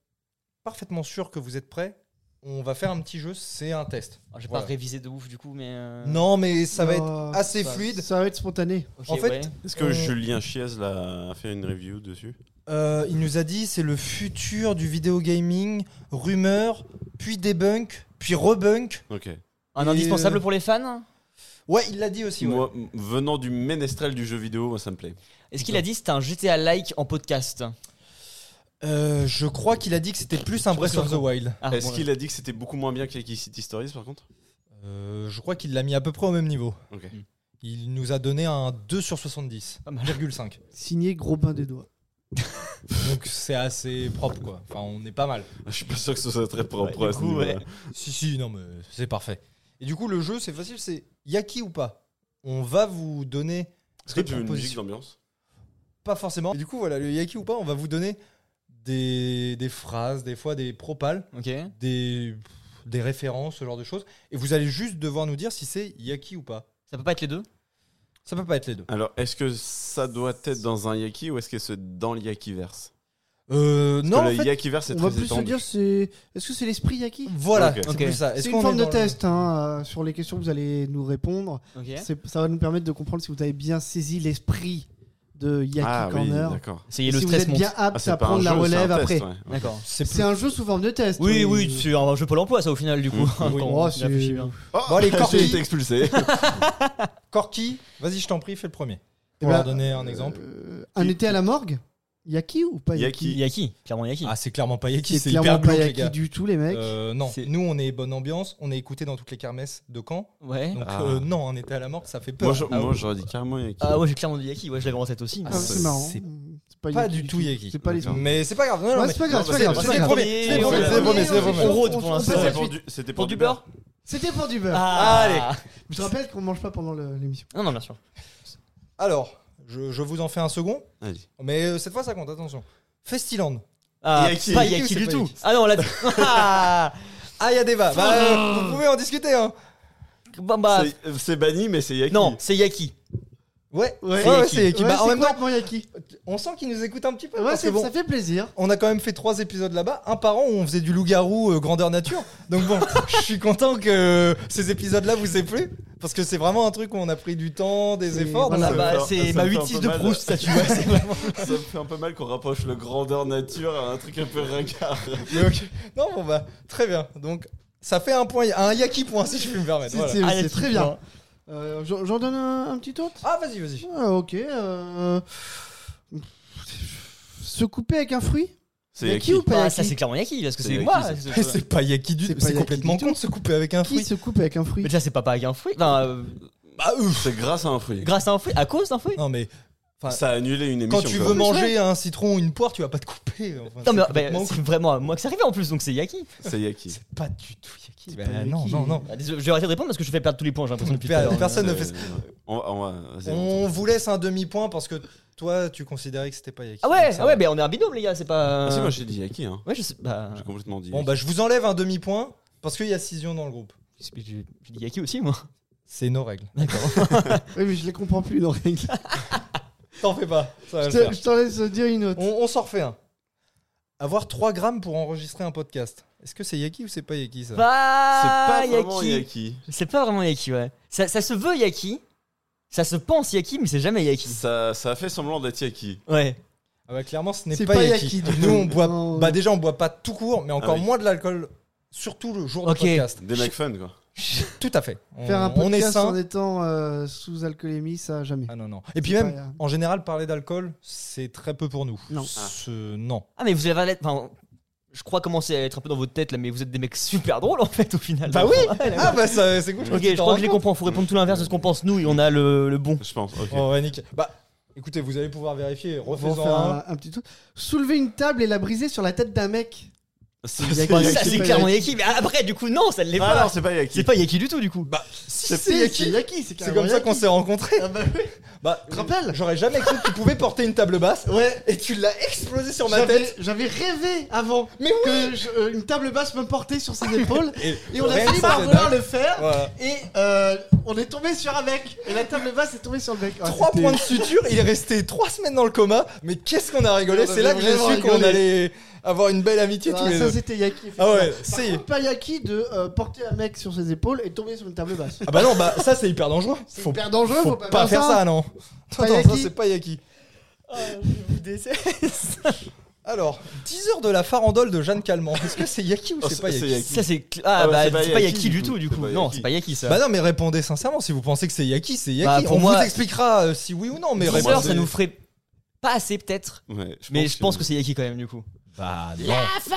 parfaitement sûr que vous êtes prêts, on va faire un petit jeu, c'est un test. Alors, Ah, J'ai Voilà. pas révisé de ouf du coup, mais. euh, Non, mais ça va être Oh, assez ça- fluide. Ça va être spontané. ok, en fait, ouais. Est-ce que on- Julien Chiez l'a- a fait une review dessus Euh, il nous a dit c'est le futur du vidéo gaming, rumeur, puis débunk, puis rebunk. Ok. un et, indispensable euh, pour les fans. Ouais, il l'a dit aussi. ouais. Moi, m- venant du ménestrel du jeu vidéo, moi ça me plaît. Est-ce qu'il a dit c'était un GTA like en podcast Euh, je crois qu'il a dit que c'était plus un Breath of the Wild. Ah, Est-ce bon, qu'il a dit que c'était beaucoup moins bien que City Stories par contre Euh, je crois qu'il l'a mis à peu près au même niveau. Ok. Il nous a donné un 2 sur 70, Hmm. Pas mal. 0,5. Signé gros bain des doigts. Donc c'est assez propre quoi. Enfin, on est pas mal. Je suis pas sûr que ce soit très propre. Ouais, du à ce coup, niveau-là. ouais. Si, si, non, mais c'est parfait. Et du coup, le jeu, c'est facile, c'est Yaki ou pas On va vous donner. Est-ce que des tu veux une musique propositions. d'ambiance Pas forcément. Et du coup, voilà, le Yaki ou pas, on va vous donner des, des phrases, des fois des propales, Ok. des, des références, ce genre de choses. Et vous allez juste devoir nous dire si c'est Yaki ou pas. Ça peut pas être les deux Ça peut pas être les deux. Alors, est-ce que ça doit être dans un yaki ou est-ce que c'est dans le yakiverse Euh, Parce non, que en le fait, yakiverse est On va très plus se étendu. dire, c'est. Est-ce que c'est l'esprit Yaki voilà, Ok. c'est Ok. plus ça. Est-ce C'est qu'on une est forme de dans le- test hein, euh, sur les questions que vous allez nous répondre. Ok. C'est- Ça va nous permettre de comprendre si vous avez bien saisi l'esprit de Yaki Ah oui, Corner. d'accord. Essayez Et le si vous stress êtes monte. bien Ah, apte c'est à pas un prendre la jeu, c'est un relève test, après. ouais. D'accord. C'est plus- C'est un jeu sous forme de test. Oui, oui, c'est un jeu Pôle emploi, ça, au final, du coup. Mm. quand Oui. on Oh, y c'est- réfléchit bien. Bon, allez, Oh, J'ai été Corky, expulsé. Corky vas-y, je t'en prie, fais le premier. Eh Pour leur ben, donner un exemple. Euh, Un été à la morgue Yaki ou pas Yaki Yaki. Yaki, clairement Yaki. Ah, c'est clairement pas Yaki, euh, Qui c'est est hyper clairement pas glauque, les gars. Yaki du tout, les mecs. Euh, non, C'est- nous on est bonne ambiance, on est écouté dans toutes les kermesses de Caen. ouais. Donc Ah. euh, non, on était à la mort, ça fait peur. Moi, je- Ah moi, ouais. j'aurais dit carrément Yaki. Ah ouais, j'ai clairement dit Yaki, ouais, je l'avais en tête aussi. Ah, mais- ouais. c'est c'est- marrant. c'est C'est pas, pas Yaki du tout Yaki. C'est pas les D'accord. Mais c'est pas grave. Non, non, Ouais, mais- c'est pas grave, non, c'est mais pas grave, c'est c'est- c'est pas les grave. premiers, c'est les On premiers, l'a c'est les premiers, dit, c'est les on- premiers. on- Ah, On rôde on- pour on- l'instant. on- C'était pour du- C'était pour Pour du du beurre beurre C'était pour du beurre. Ah, allez. Je te rappelle qu'on mange pas pendant le- l'émission. Non, non, bien sûr. Alors, je je vous en fais un second, Vas-y. mais euh, cette fois ça compte, attention. Festiland. Ah, Yaki. pas Yaki, Yaki c'est du pas tout. Yaki. Ah non, là. Ah, Ah, il y a des va. Bah, euh, vous pouvez en discuter, hein. bah, bah, C'est- euh, C'est banni, mais c'est Yaki. non, c'est Yaki. Ouais, Ouais. ouais, Yaki. c'est Yaki. Ouais, Bah, en c'est même temps, complètement Yaki. on sent qu'ils nous écoutent un petit peu. Ouais, parce que c'est- Ah, bon, ça fait plaisir. on a quand même fait trois épisodes là-bas, un par an où on faisait du loup-garou euh, grandeur nature. Donc bon, je suis content que ces épisodes-là vous aient plu. Parce que c'est vraiment un truc où on a pris du temps, des C'est- efforts. voilà, donc, euh, bah, fait un- c'est ça ma me fait un 8-6 peu de mal. Proust, ça, tu vois. c'est vraiment- Ça me fait un peu mal qu'on rapproche le grandeur nature à un truc un peu ringard. donc, non, bon bah, très bien. Donc ça fait un point, un yaki point si je puis me permettre. C'est voilà. c'est- Allez, c'est très tu bien. vois. Euh, J'en j'en donne un, un petit autre Ah, vas-y, vas-y. Ah, Ok. euh, Se couper avec un fruit C'est Yaki ou pas Ah, Bah, Yaki ça, c'est clairement Yaki, parce que C'est c'est Yaki, moi. ça. c'est- C'est pas yaki du C'est tout. pas C'est yaki complètement du tout. con de se couper avec un Qui fruit. se coupe avec un fruit Mais déjà, c'est pas pas avec un fruit. Enfin, euh, Bah, ouf. C'est grâce à un fruit. grâce à un fruit, à cause d'un fruit. Non mais Ça a annulé une émission. quand tu quoi. veux même. manger un citron ou une poire, tu vas pas te couper. Enfin, Non, mais c'est bah, complètement con. c'est vraiment à moi que ça arrivait en plus, donc c'est Yaki. C'est Yaki. C'est pas du tout yaki. pas Bah, non, yaki. non, non. Bah, désolé, Je vais arrêter de répondre parce que je fais perdre tous les points, j'ai l'impression. depuis tout à l'heure. Personne ne fait ça. Euh, On va. on va- vas-y, on On vous laisse un demi-point parce que toi, tu considérais que c'était pas Yaki. Ah ouais, Donc ça ah ouais, va. mais on est un binôme, les gars, c'est pas. Ah si, moi j'ai dit Yaki, hein. Ouais, je sais. Bah. J'ai complètement dit. Bon, bah, je vous enlève un demi-point parce qu'il y a scission dans le groupe. J'ai j'ai dit Yaki aussi, moi. C'est nos règles. Oui, mais je les comprends plus, nos règles. T'en fais pas. ça va Je le te- faire. je t'en laisse dire une autre. On, on s'en refait un. Avoir 3 grammes pour enregistrer un podcast. Est-ce que c'est Yaki ou c'est pas Yaki Bah, ça C'est Pas pas vraiment Yaki. Yaki. C'est pas vraiment Yaki, ouais. Ça, ça se veut Yaki, ça se pense Yaki, mais c'est jamais Yaki. Ça, ça a fait semblant d'être Yaki. Ouais. Ah bah, clairement, ce n'est C'est pas, pas Yaki. Yaki, du Nous, tout. on boit. Non, Ah ouais. Bah, déjà, on boit pas tout court, mais encore oui. moins de l'alcool. Surtout le jour Ok. du podcast. Des mecs fun, quoi. Tout à fait. On, Faire un on est podcast en sain. étant euh, sous alcoolémie, ça jamais. Ah non, non. Et puis C'est même, pas, euh, en général, parler d'alcool, c'est très peu pour nous. Non. Ce- Non. Ah, mais vous allez avoir l'être- Enfin, je crois commencer à être un peu dans votre tête là, mais vous êtes des mecs super drôles en fait au final. Bah Donc, oui ouais, là, Ah bah ça- c'est cool. Ok, je crois que je les comprends. Faut répondre tout l'inverse de ce qu'on pense nous. Et on a le, le bon. Je pense, ok. Oh ouais, nickel. Bah, écoutez, vous allez pouvoir vérifier. on va en Refaisons faire un. un, un petit truc. Soulever une table et la briser sur la tête d'un mec. C'est Yaki. pas ça c'est c'est pas clairement Yaki. Mais après, du coup, non, ça ne l'est Ah pas. non, c'est pas Yaki. C'est pas Yaki du tout, du coup. Bah, si Si, c'est Yaki, Yaki, c'est c'est carrément comme ça qu'on Yaki. s'est rencontrés. Ah bah oui. Bah, Tu te rappelles j'aurais jamais cru que tu pouvais porter une table basse. Ouais. Et tu l'as explosé sur ma J'avais- tête. J'avais rêvé avant Mais oui que je- euh, une table basse me portait sur ses épaules et on a rien que fini ça, par c'est vouloir dingue. le faire Voilà. et euh, on est tombé sur un mec et la table basse est tombée sur le mec. Ah, 3 c'était- points de suture, il est resté 3 semaines dans le coma, mais qu'est-ce qu'on a rigolé, On c'est là que j'ai avait su vraiment qu'on allait avoir une belle amitié tous Ah, les ça deux. c'était Yaki. Ah ouais, effectivement. Par c'est... contre, pas Yaki de euh, porter un mec sur ses épaules et tomber sur une table basse. Ah bah non, bah ça c'est hyper dangereux. C'est Faut, hyper dangereux, faut pas faire ça, non. Pas non, Yaki. ça c'est pas Yaki. Alors, 10 heures de la farandole de Jeanne Calment, est-ce que c'est Yaki ou Oh, c'est pas Yaki Ça c'est. cl- Ah, Ah ouais, bah c'est pas c'est pas Yaki, Yaki du tout, du c'est coup. pas Non, Yaki. c'est pas Yaki ça. Bah non, mais répondez sincèrement si vous pensez que c'est Yaki, c'est Yaki. Bah, pour On moi- vous expliquera euh, si oui ou non, mais 10 répondez. heures, ça nous ferait pas assez peut-être. Ouais, je Mais je pense que c'est Yaki quand même du coup. Bah non.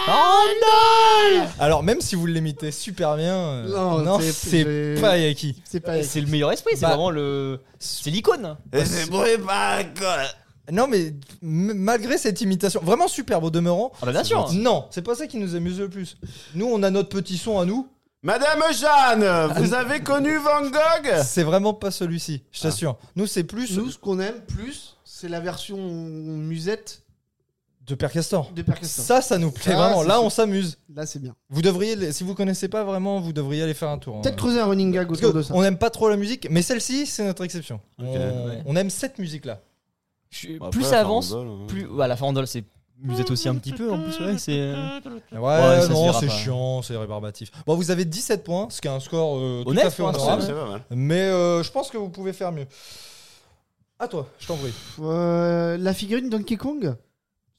Oh Alors même si vous l'imitez super bien, euh, Non, non, c'est- c'est j'ai- pas Yaki. C'est pas non Euh, C'est le meilleur esprit, c'est Bah. vraiment le. C'est l'icône. Et c'est bruit pas eh ben, quoi. Non mais m- malgré cette imitation, vraiment superbe au demeurant. Ah bah bien sûr. Non, c'est pas ça qui nous amuse le plus. Nous, on a notre petit son à nous. Madame Jeanne, vous avez connu Van Gogh C'est vraiment pas celui-ci, je t'assure. Nous, c'est plus Ah. Nous, ce qu'on aime plus, c'est la version musette de Père Castor. des Percastor. Ça, ça nous plaît Ah, vraiment. c'est Là, sûr. on s'amuse. Là, c'est bien. Vous devriez, si vous connaissez pas vraiment, vous devriez aller faire un tour. hein. Peut-être creuser un running gag Parce autour de que ça. on n'aime pas trop la musique, mais celle-ci, c'est notre exception. on, ouais. on aime cette musique-là. Je suis- Bah, Plus ça avance, hein. plus. Bah la farandole c'est. Vous êtes aussi un petit peu en plus, ouais, c'est. euh, Ouais, ça se non, verra c'est pas. chiant, c'est rébarbatif. Bon, vous avez 17 points, ce qui est un score euh, tout Honnête à fait hein, pour un honorable. C'est c'est pas mal. Mais euh, je pense que vous pouvez faire mieux. À toi, je t'en prie. Euh, la figurine Donkey Kong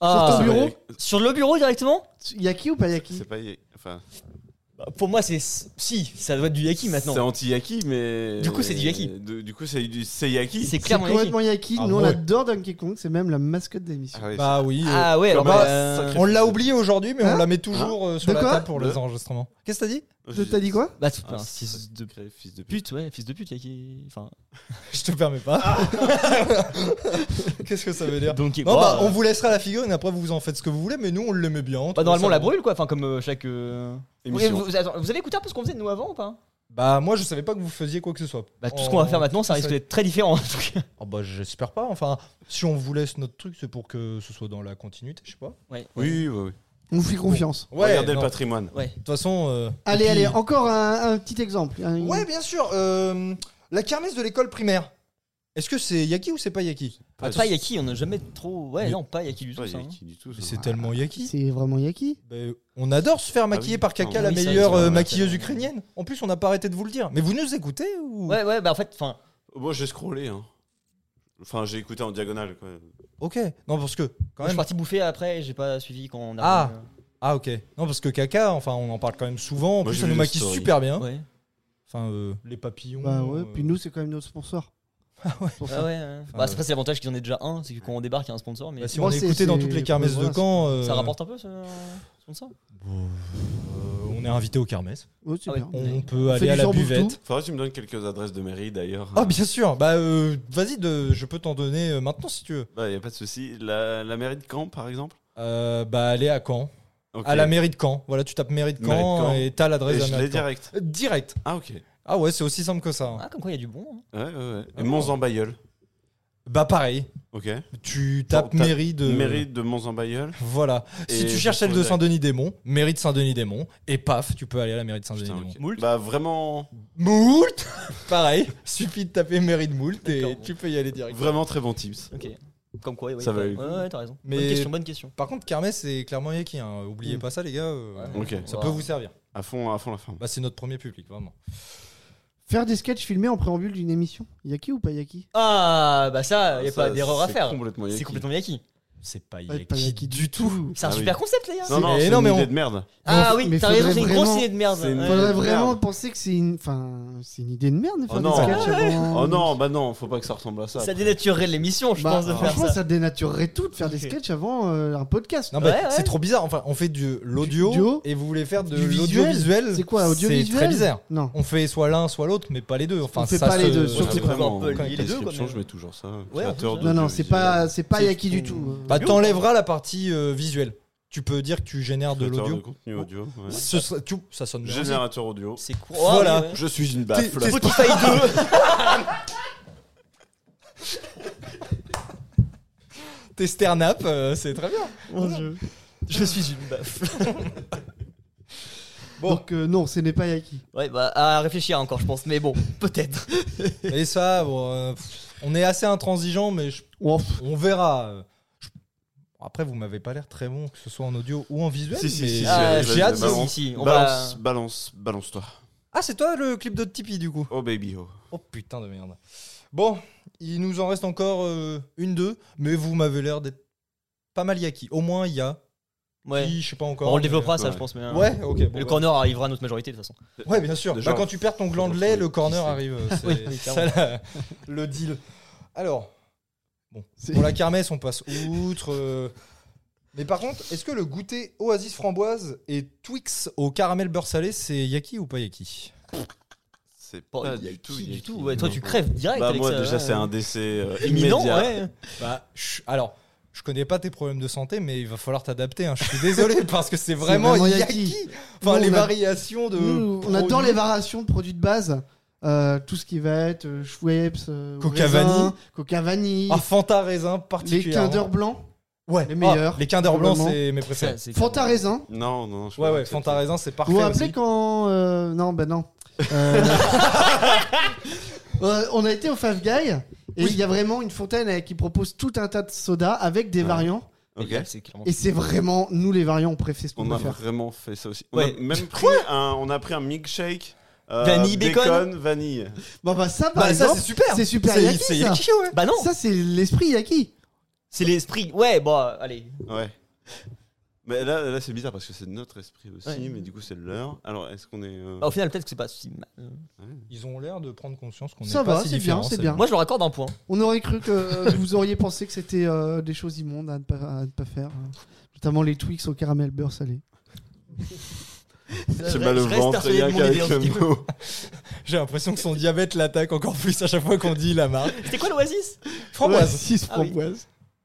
Ah. Sur ton bureau Sur le bureau directement Bah, Yaki ou pas Yaki C'est pas. Enfin. Pour moi, c'est. Si, ça doit être du yaki C'est maintenant. anti-yaki, mais. Du coup, c'est du yaki. De- Du coup, c'est du- c'est yaki. C'est C'est clairement yaki. complètement Yaki. Ah Nous, on ouais. adore Donkey Kong. C'est même la mascotte de l'émission. Ah oui, Bah oui. euh, Ah ouais, alors. Comment bah, ça euh, s'écrit on l'a oublié aujourd'hui, mais Hein on la met toujours euh, sur De la quoi table pour les Le- enregistrements. Qu'est-ce que t'as dit c'est- Je t'ai dit quoi bah, tout- Ah, enfin, fils de sacré fils de pute. pute, ouais, fils de pute, yaki. Enfin. Je te permets pas. Qu'est-ce que ça veut dire Donkey Non, bah, Bah, on vous laissera la figurine, après vous en faites ce que vous voulez, mais nous on l'aimait bien. on bah, trouvait normalement, on ça la bon. brûle, quoi. Enfin, comme euh, chaque. euh, Émission. vous, vous- attends, vous avez écouté un peu ce qu'on faisait nous avant ou pas Bah, moi je savais pas que vous faisiez quoi que ce soit. Bah, tout ce qu'on va faire maintenant, ça risque d'être très différent. en tout cas. Oh, bah, j'espère pas. Enfin, si on vous laisse notre truc, c'est pour que ce soit dans la continuité, je sais pas. Ouais. Oui, oui, oui. On vous fait confiance. Regardez non. le patrimoine. De toute façon. euh, Allez, et puis- allez, encore un, un petit exemple. Un- Ouais, bien sûr. euh, la kermesse de l'école primaire. Est-ce que c'est Yaki ou c'est pas Yaki Ah, pas yaki, on n'a jamais trop. Ouais, Mais- non, pas yaki du tout. Ouais, ça, hein. yaki du tout, ça. C'est tellement Yaki. C'est vraiment Yaki. Ben, on adore se faire maquiller Ah oui, par Kaka, non, la oui, ça, meilleure c'est vrai, euh, ouais, maquilleuse c'est- ukrainienne. En plus, on n'a pas arrêté de vous le dire. Mais vous nous écoutez ou Ouais, ouais, bah en fait, enfin. Moi, j'ai scrollé. Hein. Enfin, j'ai écouté en diagonale. Quoi. Ok. Non, parce que quand Moi, je suis même. parti bouffer après, j'ai pas suivi quand on a. euh, Ah. Ah, ok. Non, parce que Kaka, enfin, on en parle quand même souvent. En Moi, plus, j'ai ça vu nous les maquille stories. super bien. Ouais. Enfin, euh, les papillons. Bah ouais, euh, puis nous, c'est quand même notre sponsor. Pour ça. Ah ouais, ouais. Bah, c'est pas c'est l'avantage qu'ils en aient déjà un, c'est que quand on débarque, il y a un sponsor, mais bah, si Moi, on c'est- écoutait dans c'est- toutes les kermesses de voilà, Caen, euh, ça rapporte un peu ce ce sponsor. bon, euh, on est invité aux kermesses. Ouais, c'est Ah ouais. bien. On Ouais. peut fait aller à du la surbouffe buvette. tout. Faudrait que tu me donnes quelques adresses de mairie d'ailleurs. Ah bien sûr, bah euh, vas-y, de, je peux t'en donner euh, maintenant si tu veux. Bah, y a pas de souci. La, la mairie de Caen, par exemple Euh, bah allez à Caen, Ok. à Ah, la mairie de Caen. Voilà, tu tapes mairie de Caen, Mairie de Caen. et t'as l'adresse Et de la je mairie l'ai de Caen. direct. Euh, Direct. Ah, ok. Ouais, Ah ouais, c'est aussi simple que ça. hein. Ah, comme quoi, il y a du bon. hein. ouais, ouais. Ah Et Mons-en-Bailleul. Bah pareil, Ok. tu tapes t'as- mairie de. Mairie de Mons-en-Bailleul. Voilà. si Et tu je cherches celle de trouverai. Saint-Denis-des-Monts, mairie de Saint-Denis-des-Monts, et paf, tu peux aller à la mairie de Putain, Saint-Denis-des-Monts. ok. Bah, vraiment, Moult Pareil, suffit de taper mairie de Moult et D'accord. tu peux y aller direct. vraiment très bon tips. Ok. Comme quoi, ouais, Ça ouais, va ouais, ouais, t'as raison. Mais- Bonne question, bonne question. Par contre, Kermesse, c'est clairement Yaki, hein. oubliez Mm. pas ça les gars, euh, Ouais. Ok. ça Wow. peut vous servir. À fond, à fond la forme. Bah c'est notre premier public, vraiment. Faire des sketchs filmés en préambule d'une émission. Yaki ou pas Yaki Ah, bah ça, y a Ça, pas d'erreur à c'est faire. Complètement C'est yaki. complètement yaki. C'est pas Ouais, pas Yaki du tout. C'est un Ah oui. super concept, les gars. Non, non, Mais c'est non, une mais idée on- de merde. Ah oui, Mais t'as raison, faudrait c'est une vraiment- grosse idée de merde. c'est une- ouais. Faudrait merde. vraiment penser que c'est une, enfin, c'est une idée de merde de faire Oh des non. sketchs avant- Oh non, bah non, faut pas que ça ressemble à ça. Ah Ça après. dénaturerait l'émission, je Bah, pense, de faire franchement, ça. ça. dénaturerait tout de faire des Ok. sketchs avant euh, un podcast. Non, bah, Ouais, ouais. c'est trop bizarre. Enfin, on fait de Du- du haut. l'audio et vous voulez faire de Du visuel. l'audiovisuel. C'est quoi, audiovisuel C'est très bizarre. Non. On fait soit l'un, soit l'autre, mais pas les deux. Enfin, On fait ça pas les se- deux, Ouais, surtout c'est pas. vraiment, On peut en lier les deux, quoi, description, mais- je mets toujours ça. Ouais, Créateur en plus, de Non, non, c'est audiovisuel. pas, c'est pas C'est Yaki ton- du tout. hein. Bah, t'enlèveras la partie euh, visuelle. Tu peux dire que tu génères de Créateur l'audio. contenu audio. ouais. Ce sera- tu- Ça sonne bien. aussi. Générateur audio. C'est court. Voilà. ouais, ouais. Je suis une T'es- baffle. t'es- Spotify 2. T'es sternap, euh, c'est très bien. Je suis une baffe. Donc, euh, non, ce n'est pas Yaki. Ouais, bah à réfléchir encore, je pense. Mais bon, peut-être. Et ça, bon, euh, pff, on est assez intransigeant, mais je- on verra. Je- Après, vous m'avez pas l'air très bon, que ce soit en audio ou en visuel. Si, si, mais- si, Ah, si, j'ai hâte. vas-y, de- vas-y. si, si, on Balance, va- balance, balance-toi. Ah, c'est toi le clip de Tipeee du coup. Oh baby, oh. Oh putain de merde. Bon, il nous en reste encore euh, une, deux, mais vous m'avez l'air d'être pas mal yaki. Au moins, il y a. Ouais. Qui, je sais pas encore. on le mais- développera, ça, euh, ouais. je pense. Mais, euh, Ouais, ok. bon, Le bah. corner arrivera à notre majorité, de toute façon. Ouais, bien sûr. Déjà, Bah, quand tu perds ton gland de lait, le corner arrive. euh, C'est Oui, oui, ça la- le deal. Alors, C'est- pour la kermesse, on passe outre. euh, Mais par contre, est-ce que le goûter Oasis framboise et Twix au caramel beurre salé, c'est yaki ou pas yaki C'est pas Bon, il y a du tout. qui Ah, il y a du qui. tout. Ouais, toi, Non. tu crèves direct. Bah avec moi ça, déjà ouais. c'est un décès euh, immédiat. Imminent, ouais. Bah, je- alors, je connais pas tes problèmes de santé, mais il va falloir t'adapter. hein. Je suis désolé parce que c'est vraiment, vraiment yaki. yaki. Enfin, Nous, les on a- variations de. Nous, on adore produits. les variations de produits de base. Euh, tout ce qui va être euh, Schweppes, euh, Coca raisin, vanille. hein. Coca vanille, Ah, Fanta raisin les particulièrement. Kinder blancs, Ouais. les meilleurs, Ah, les Kinder blancs, probablement. c'est mes préférés. Ça, c'est- Fanta raisin. Non, non, je peux Ouais, pas ouais, accepter. Fanta raisin, c'est parfait. Vous vous rappelez aussi. quand euh, Non, bah non. Euh, euh, on a été au Five Guy et il y a vraiment une fontaine avec- qui propose tout un tas de sodas avec des Ouais. variants. Ok. Ouais, c'est clairement- Et c'est vraiment nous les variants on préfère ce qu'on On peut a faire. vraiment fait ça aussi. Ouais. On a même pris un, on a pris un milkshake. euh, Vanille, bacon. vanille. Bon bah ça par Bah, ça, exemple, c'est super. c'est super C'est yaki, c'est ça. yaki, ouais. Bah non, ça c'est l'esprit yaki. c'est l'esprit. Ouais, bon, allez. Ouais. Mais là, là c'est bizarre parce que c'est notre esprit aussi, Ouais. mais du coup, c'est leur. Alors, est-ce qu'on est. euh, Bah, au final, peut-être que c'est pas si mal. ouais. Ils ont l'air de prendre conscience qu'on est Ça pas va, si c'est bien, différents, c'est bien. Moi, je leur accorde un point. On aurait cru que euh, vous auriez pensé que c'était euh, des choses immondes à ne pas, à ne pas faire. euh, Notamment les Twix au caramel beurre salé. J'ai mal au ventre, rien qu'avec le mot. J'ai l'impression que son diabète l'attaque encore plus à chaque fois qu'on dit la marque. C'était quoi l'Oasis Framboise. Ouais, six Ah oui. framboises.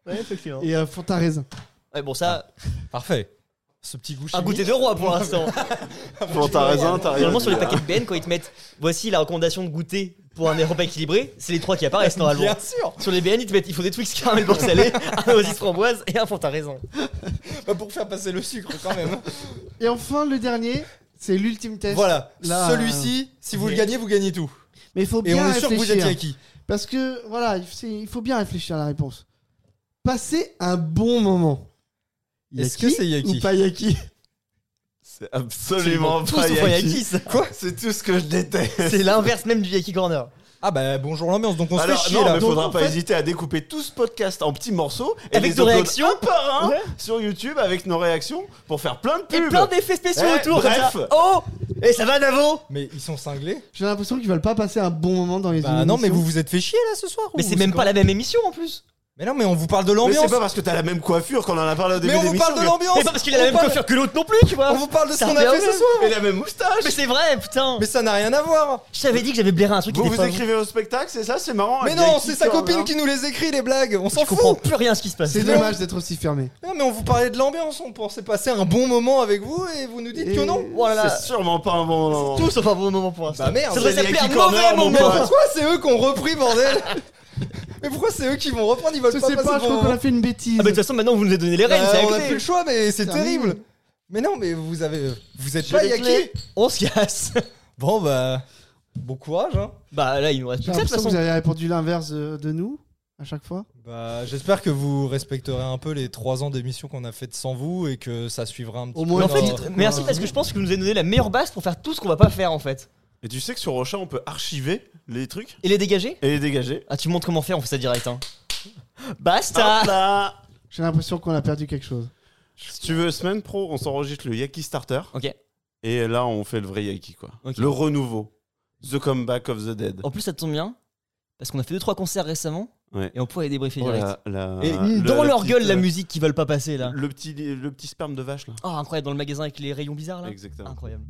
Ouais, effectivement. Et euh, Fanta raisin. Ouais, bon, ça, Parfait. Ce petit goût un chimique. goûter de roi pour l'instant. Bon, t'as raison, t'as raison. Normalement, sur les paquets de BN, quand ils te mettent voici la recommandation de goûter pour un repas équilibré, c'est les trois qui apparaissent normalement. Bien sûr. Sur les BN, ils te mettent il faut des Twix caramel beurre salé, un oasis framboise et un fond à raisin. Bah, pour faire passer le sucre quand même. Et enfin, le dernier, c'est l'ultime test. voilà. Là, Celui-ci, si vous le mais- gagnez, vous gagnez tout. Mais il faut Et bien on est sûr que réfléchir. vous étiez acquis. Parce que, voilà, il faut- c'est- il faut bien réfléchir à la réponse. Passer un bon moment. Est-ce Yaki que c'est Yaki Ou pas Yaki C'est absolument Tous pas sont pas Yaki. Yaki, ça. C'est tout ce que je déteste. C'est l'inverse même du Yaki Corner. Ah bah bonjour l'ambiance, donc on Alors, se fait chier non, là. mais Donc, faudra en pas fait, hésiter à découper tout ce podcast en petits morceaux et Avec les nos uploader réactions. un par un Ouais. sur YouTube avec nos réactions pour faire plein de Et pubs. plein d'effets spéciaux Eh, autour. comme bref. ça. Oh Et ça va, Navo Mais ils sont cinglés. J'ai l'impression qu'ils veulent pas passer un bon moment dans les Bah non, mais émissions. vous vous êtes fait chier là ce soir. Mais ou c'est même quoi pas la même émission en plus. Mais non, mais on vous parle de Mais c'est l'ambiance. pas parce que t'as la même coiffure qu'on en a parlé au début Mais on vous parle de l'émission l'ambiance. Mais pas parce qu'il a la On même parle- coiffure que l'autre non plus, tu vois. On vous parle de ce Ah, Ça qu'on a revient fait au ce même. soir. que- Et la même moustache. Mais c'est vrai, putain. Mais ça n'a rien à voir. Je t'avais dit que j'avais blairé un truc Vous qui était vous pas écrivez au spectacle, c'est ça C'est marrant. Mais un non, Yaki c'est sa qui hein. en Ah, a copine un. qui nous les écrit les blagues. On Je s'en comprends fout. plus rien à ce qui se passe. C'est C'est dommage d'être aussi fermé. Non, mais on vous parlait de l'ambiance. On pensait passer un bon moment avec vous et vous nous dites Et- que non. Oh là là. C'est sûrement pas un bon moment. Tous sauf un bon moment pour l'instant. Bah merde. Ça devrait c'est les s'appeler un Yaki Corner, mauvais mon Mais moment. pote. pourquoi c'est eux qui ont repris, bordel Mais pourquoi c'est eux qui vont reprendre Ils veulent Je pas sais passer pas, le je bon crois qu'on moment. a fait une bêtise. Ah bah de toute façon maintenant vous nous avez donné les rênes, Bah, c'est on à a plus le choix, mais C'est c'est terrible. horrible. Mais non, mais vous avez, vous êtes Je pas les Yaki. clés. On se casse. Bon bah, bon courage. Hein. Bah là il nous reste J'ai plus que ça de l'impression toute que vous façon. avez répondu l'inverse euh, de nous à chaque fois. Bah, j'espère que vous respecterez un peu les trois ans d'émission qu'on a faites sans vous et que ça suivra un petit Au peu. moins, Mais en Non, notre- non, fait, merci parce que je pense que vous nous avez donné la meilleure base pour faire tout ce qu'on va pas faire en fait. Et tu sais que sur Rocha, on peut archiver les trucs Et les dégager et les dégager. Ah tu montres comment faire, on fait ça direct hein. Basta Ah. Hop là J'ai l'impression qu'on a perdu quelque chose. Si tu veux, semaine pro, on s'enregistre le Yaki Starter. Ok. Et là, on fait le vrai Yaki, quoi. Ok. Oh, Le renouveau. The Comeback of the Dead. En plus ça te tombe bien, parce qu'on a fait 2-3 concerts récemment, Ouais. et on pourrait les débriefer Oh, direct. la- la- Et le- Dans la leur petite, gueule la euh, musique qu'ils veulent pas passer là. Le petit, le petit sperme de vache, là. Oh incroyable, dans le magasin avec les rayons bizarres là. Exactement. Incroyable.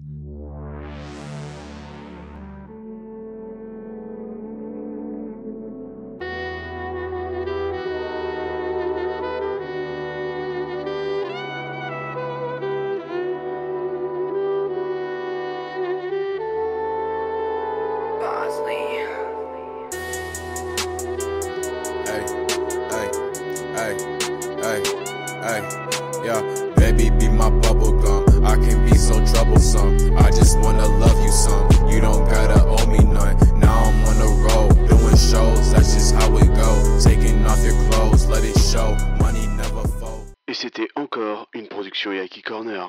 Ay, ay, ay, ay, ay, yeah. Baby, be my bubble gum. I can be so troublesome. I just wanna love you some. You don't gotta owe me none. Now I'm on the road, doing shows. That's just how it go. Taking off your clothes, let it show. Money never fold. Et c'était encore une production Yaki Corner.